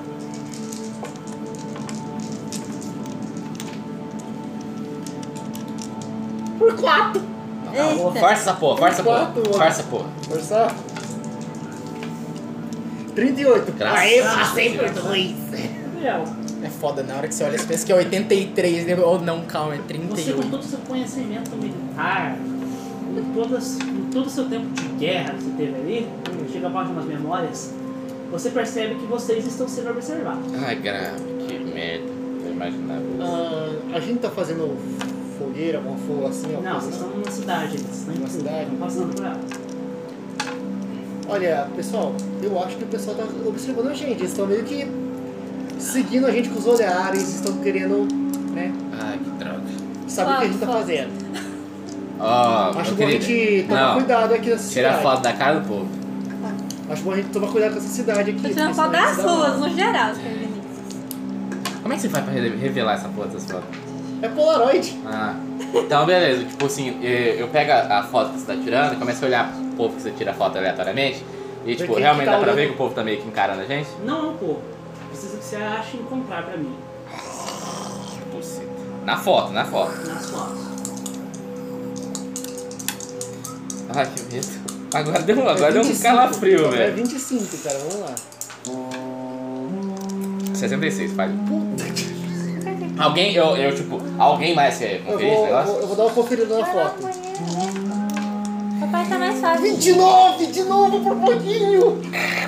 Speaker 4: Nossa.
Speaker 5: Eita.
Speaker 4: Farsa essa porra, farsa essa
Speaker 6: Quatro,
Speaker 4: porra.
Speaker 6: mano.
Speaker 4: Farsa essa porra.
Speaker 6: Forçar. 38.
Speaker 4: Graças a Deus.
Speaker 2: Gabriel,
Speaker 7: É foda, na hora que você olha, você pensa que é 83, né? Ou não, calma, é
Speaker 2: você com
Speaker 7: 38.
Speaker 2: todo o seu conhecimento militar, com, todas, com todo o seu tempo de guerra que você teve ali, hum, chega abaixo de umas memórias, você percebe que vocês estão sendo observados.
Speaker 4: Ai, grave, que merda. Eu imaginava.
Speaker 6: Ah, a gente tá fazendo fogueira, uma fogo assim, ó.
Speaker 2: Não,
Speaker 6: coisa
Speaker 2: vocês estão numa cidade, eles estão
Speaker 6: Numa
Speaker 2: em
Speaker 6: cidade?
Speaker 2: estão passando por ela.
Speaker 6: Olha, pessoal, eu acho que o pessoal tá observando a gente. Eles estão meio que seguindo a gente com os olhares, estão querendo,
Speaker 7: Ah.
Speaker 6: né,
Speaker 4: Ai, que droga.
Speaker 6: saber o que a gente tá
Speaker 5: Foto, foto.
Speaker 6: fazendo.
Speaker 4: Ó,
Speaker 6: Acho
Speaker 4: meu
Speaker 6: bom a
Speaker 4: querido.
Speaker 6: gente tomar
Speaker 4: Não.
Speaker 6: cuidado aqui nessa
Speaker 4: Tirar
Speaker 6: cidade.
Speaker 4: foto da cara do povo.
Speaker 6: Acho bom a gente tomar cuidado com essa cidade aqui.
Speaker 5: Tô tirando foto
Speaker 6: principalmente
Speaker 5: das
Speaker 6: essa cidade.
Speaker 5: ruas, no geral, seu Vinícius.
Speaker 4: Como é que você faz pra re- revelar essa porra das fotos?
Speaker 6: É Polaroid.
Speaker 4: Ah. Então, beleza. Tipo assim, eh, eu pego a a foto que você tá tirando e começo a olhar pro povo que você tira foto aleatoriamente. E, tipo,
Speaker 6: quem que
Speaker 4: realmente
Speaker 6: tá
Speaker 4: dá pra
Speaker 6: olhando?
Speaker 4: ver que o povo tá meio que encarando a gente?
Speaker 2: Não é um pouco. Precisa que você ache encontrar pra mim,
Speaker 4: Na foto, na foto.
Speaker 2: nas fotos.
Speaker 4: Ai, que medo. Agora deu, agora deu um
Speaker 6: 25,
Speaker 4: calafrio,
Speaker 6: É
Speaker 4: velho.
Speaker 6: 25, cara, vamos lá.
Speaker 4: um. 66, falha. Alguém, eu, eu, tipo, alguém mais quer
Speaker 6: Eu
Speaker 4: conferir esse
Speaker 6: vou, eu
Speaker 4: negócio?
Speaker 6: vou- eu vou dar uma conferida na
Speaker 5: Vai lá,
Speaker 6: foto.
Speaker 5: mulher. Papai tá mais fácil.
Speaker 6: 29, de novo, por pouquinho.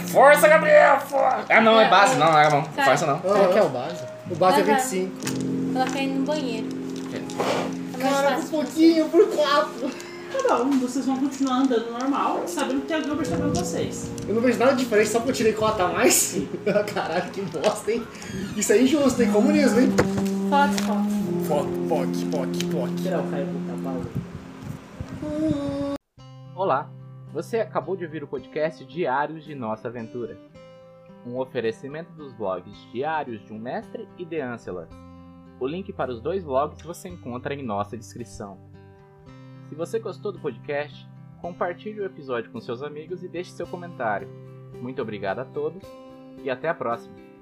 Speaker 4: Força, Gabriel! Força! Ah, não, é base, não, não, não.
Speaker 5: Cara.
Speaker 4: Força não.
Speaker 6: Qual que é
Speaker 3: o base?
Speaker 6: O base é
Speaker 5: Aham.
Speaker 6: 25.
Speaker 5: Coloquei no banheiro. Tá mais
Speaker 6: Cara, por
Speaker 5: fácil.
Speaker 6: pouquinho, por 4.
Speaker 2: Cada um, vocês vão continuar andando normal, sabendo que alguém observando vocês.
Speaker 6: Eu não vejo nada diferente, só porque eu tirei cota a mais. Caralho, que bosta, hein? Isso é injusto, hein? Comunismo, hein?
Speaker 5: Foto, foto.
Speaker 7: Poc, poc, poc, poc.
Speaker 2: Geral caiu com o cavalo.
Speaker 1: Olá, você acabou de ouvir o podcast Diários de Nossa Aventura. Um oferecimento dos blogs Diários de um Mestre e The Ancellor. O link para os dois blogs você encontra em nossa descrição. Se você gostou do podcast, compartilhe o episódio com seus amigos e deixe seu comentário. Muito obrigado a todos e até a próxima!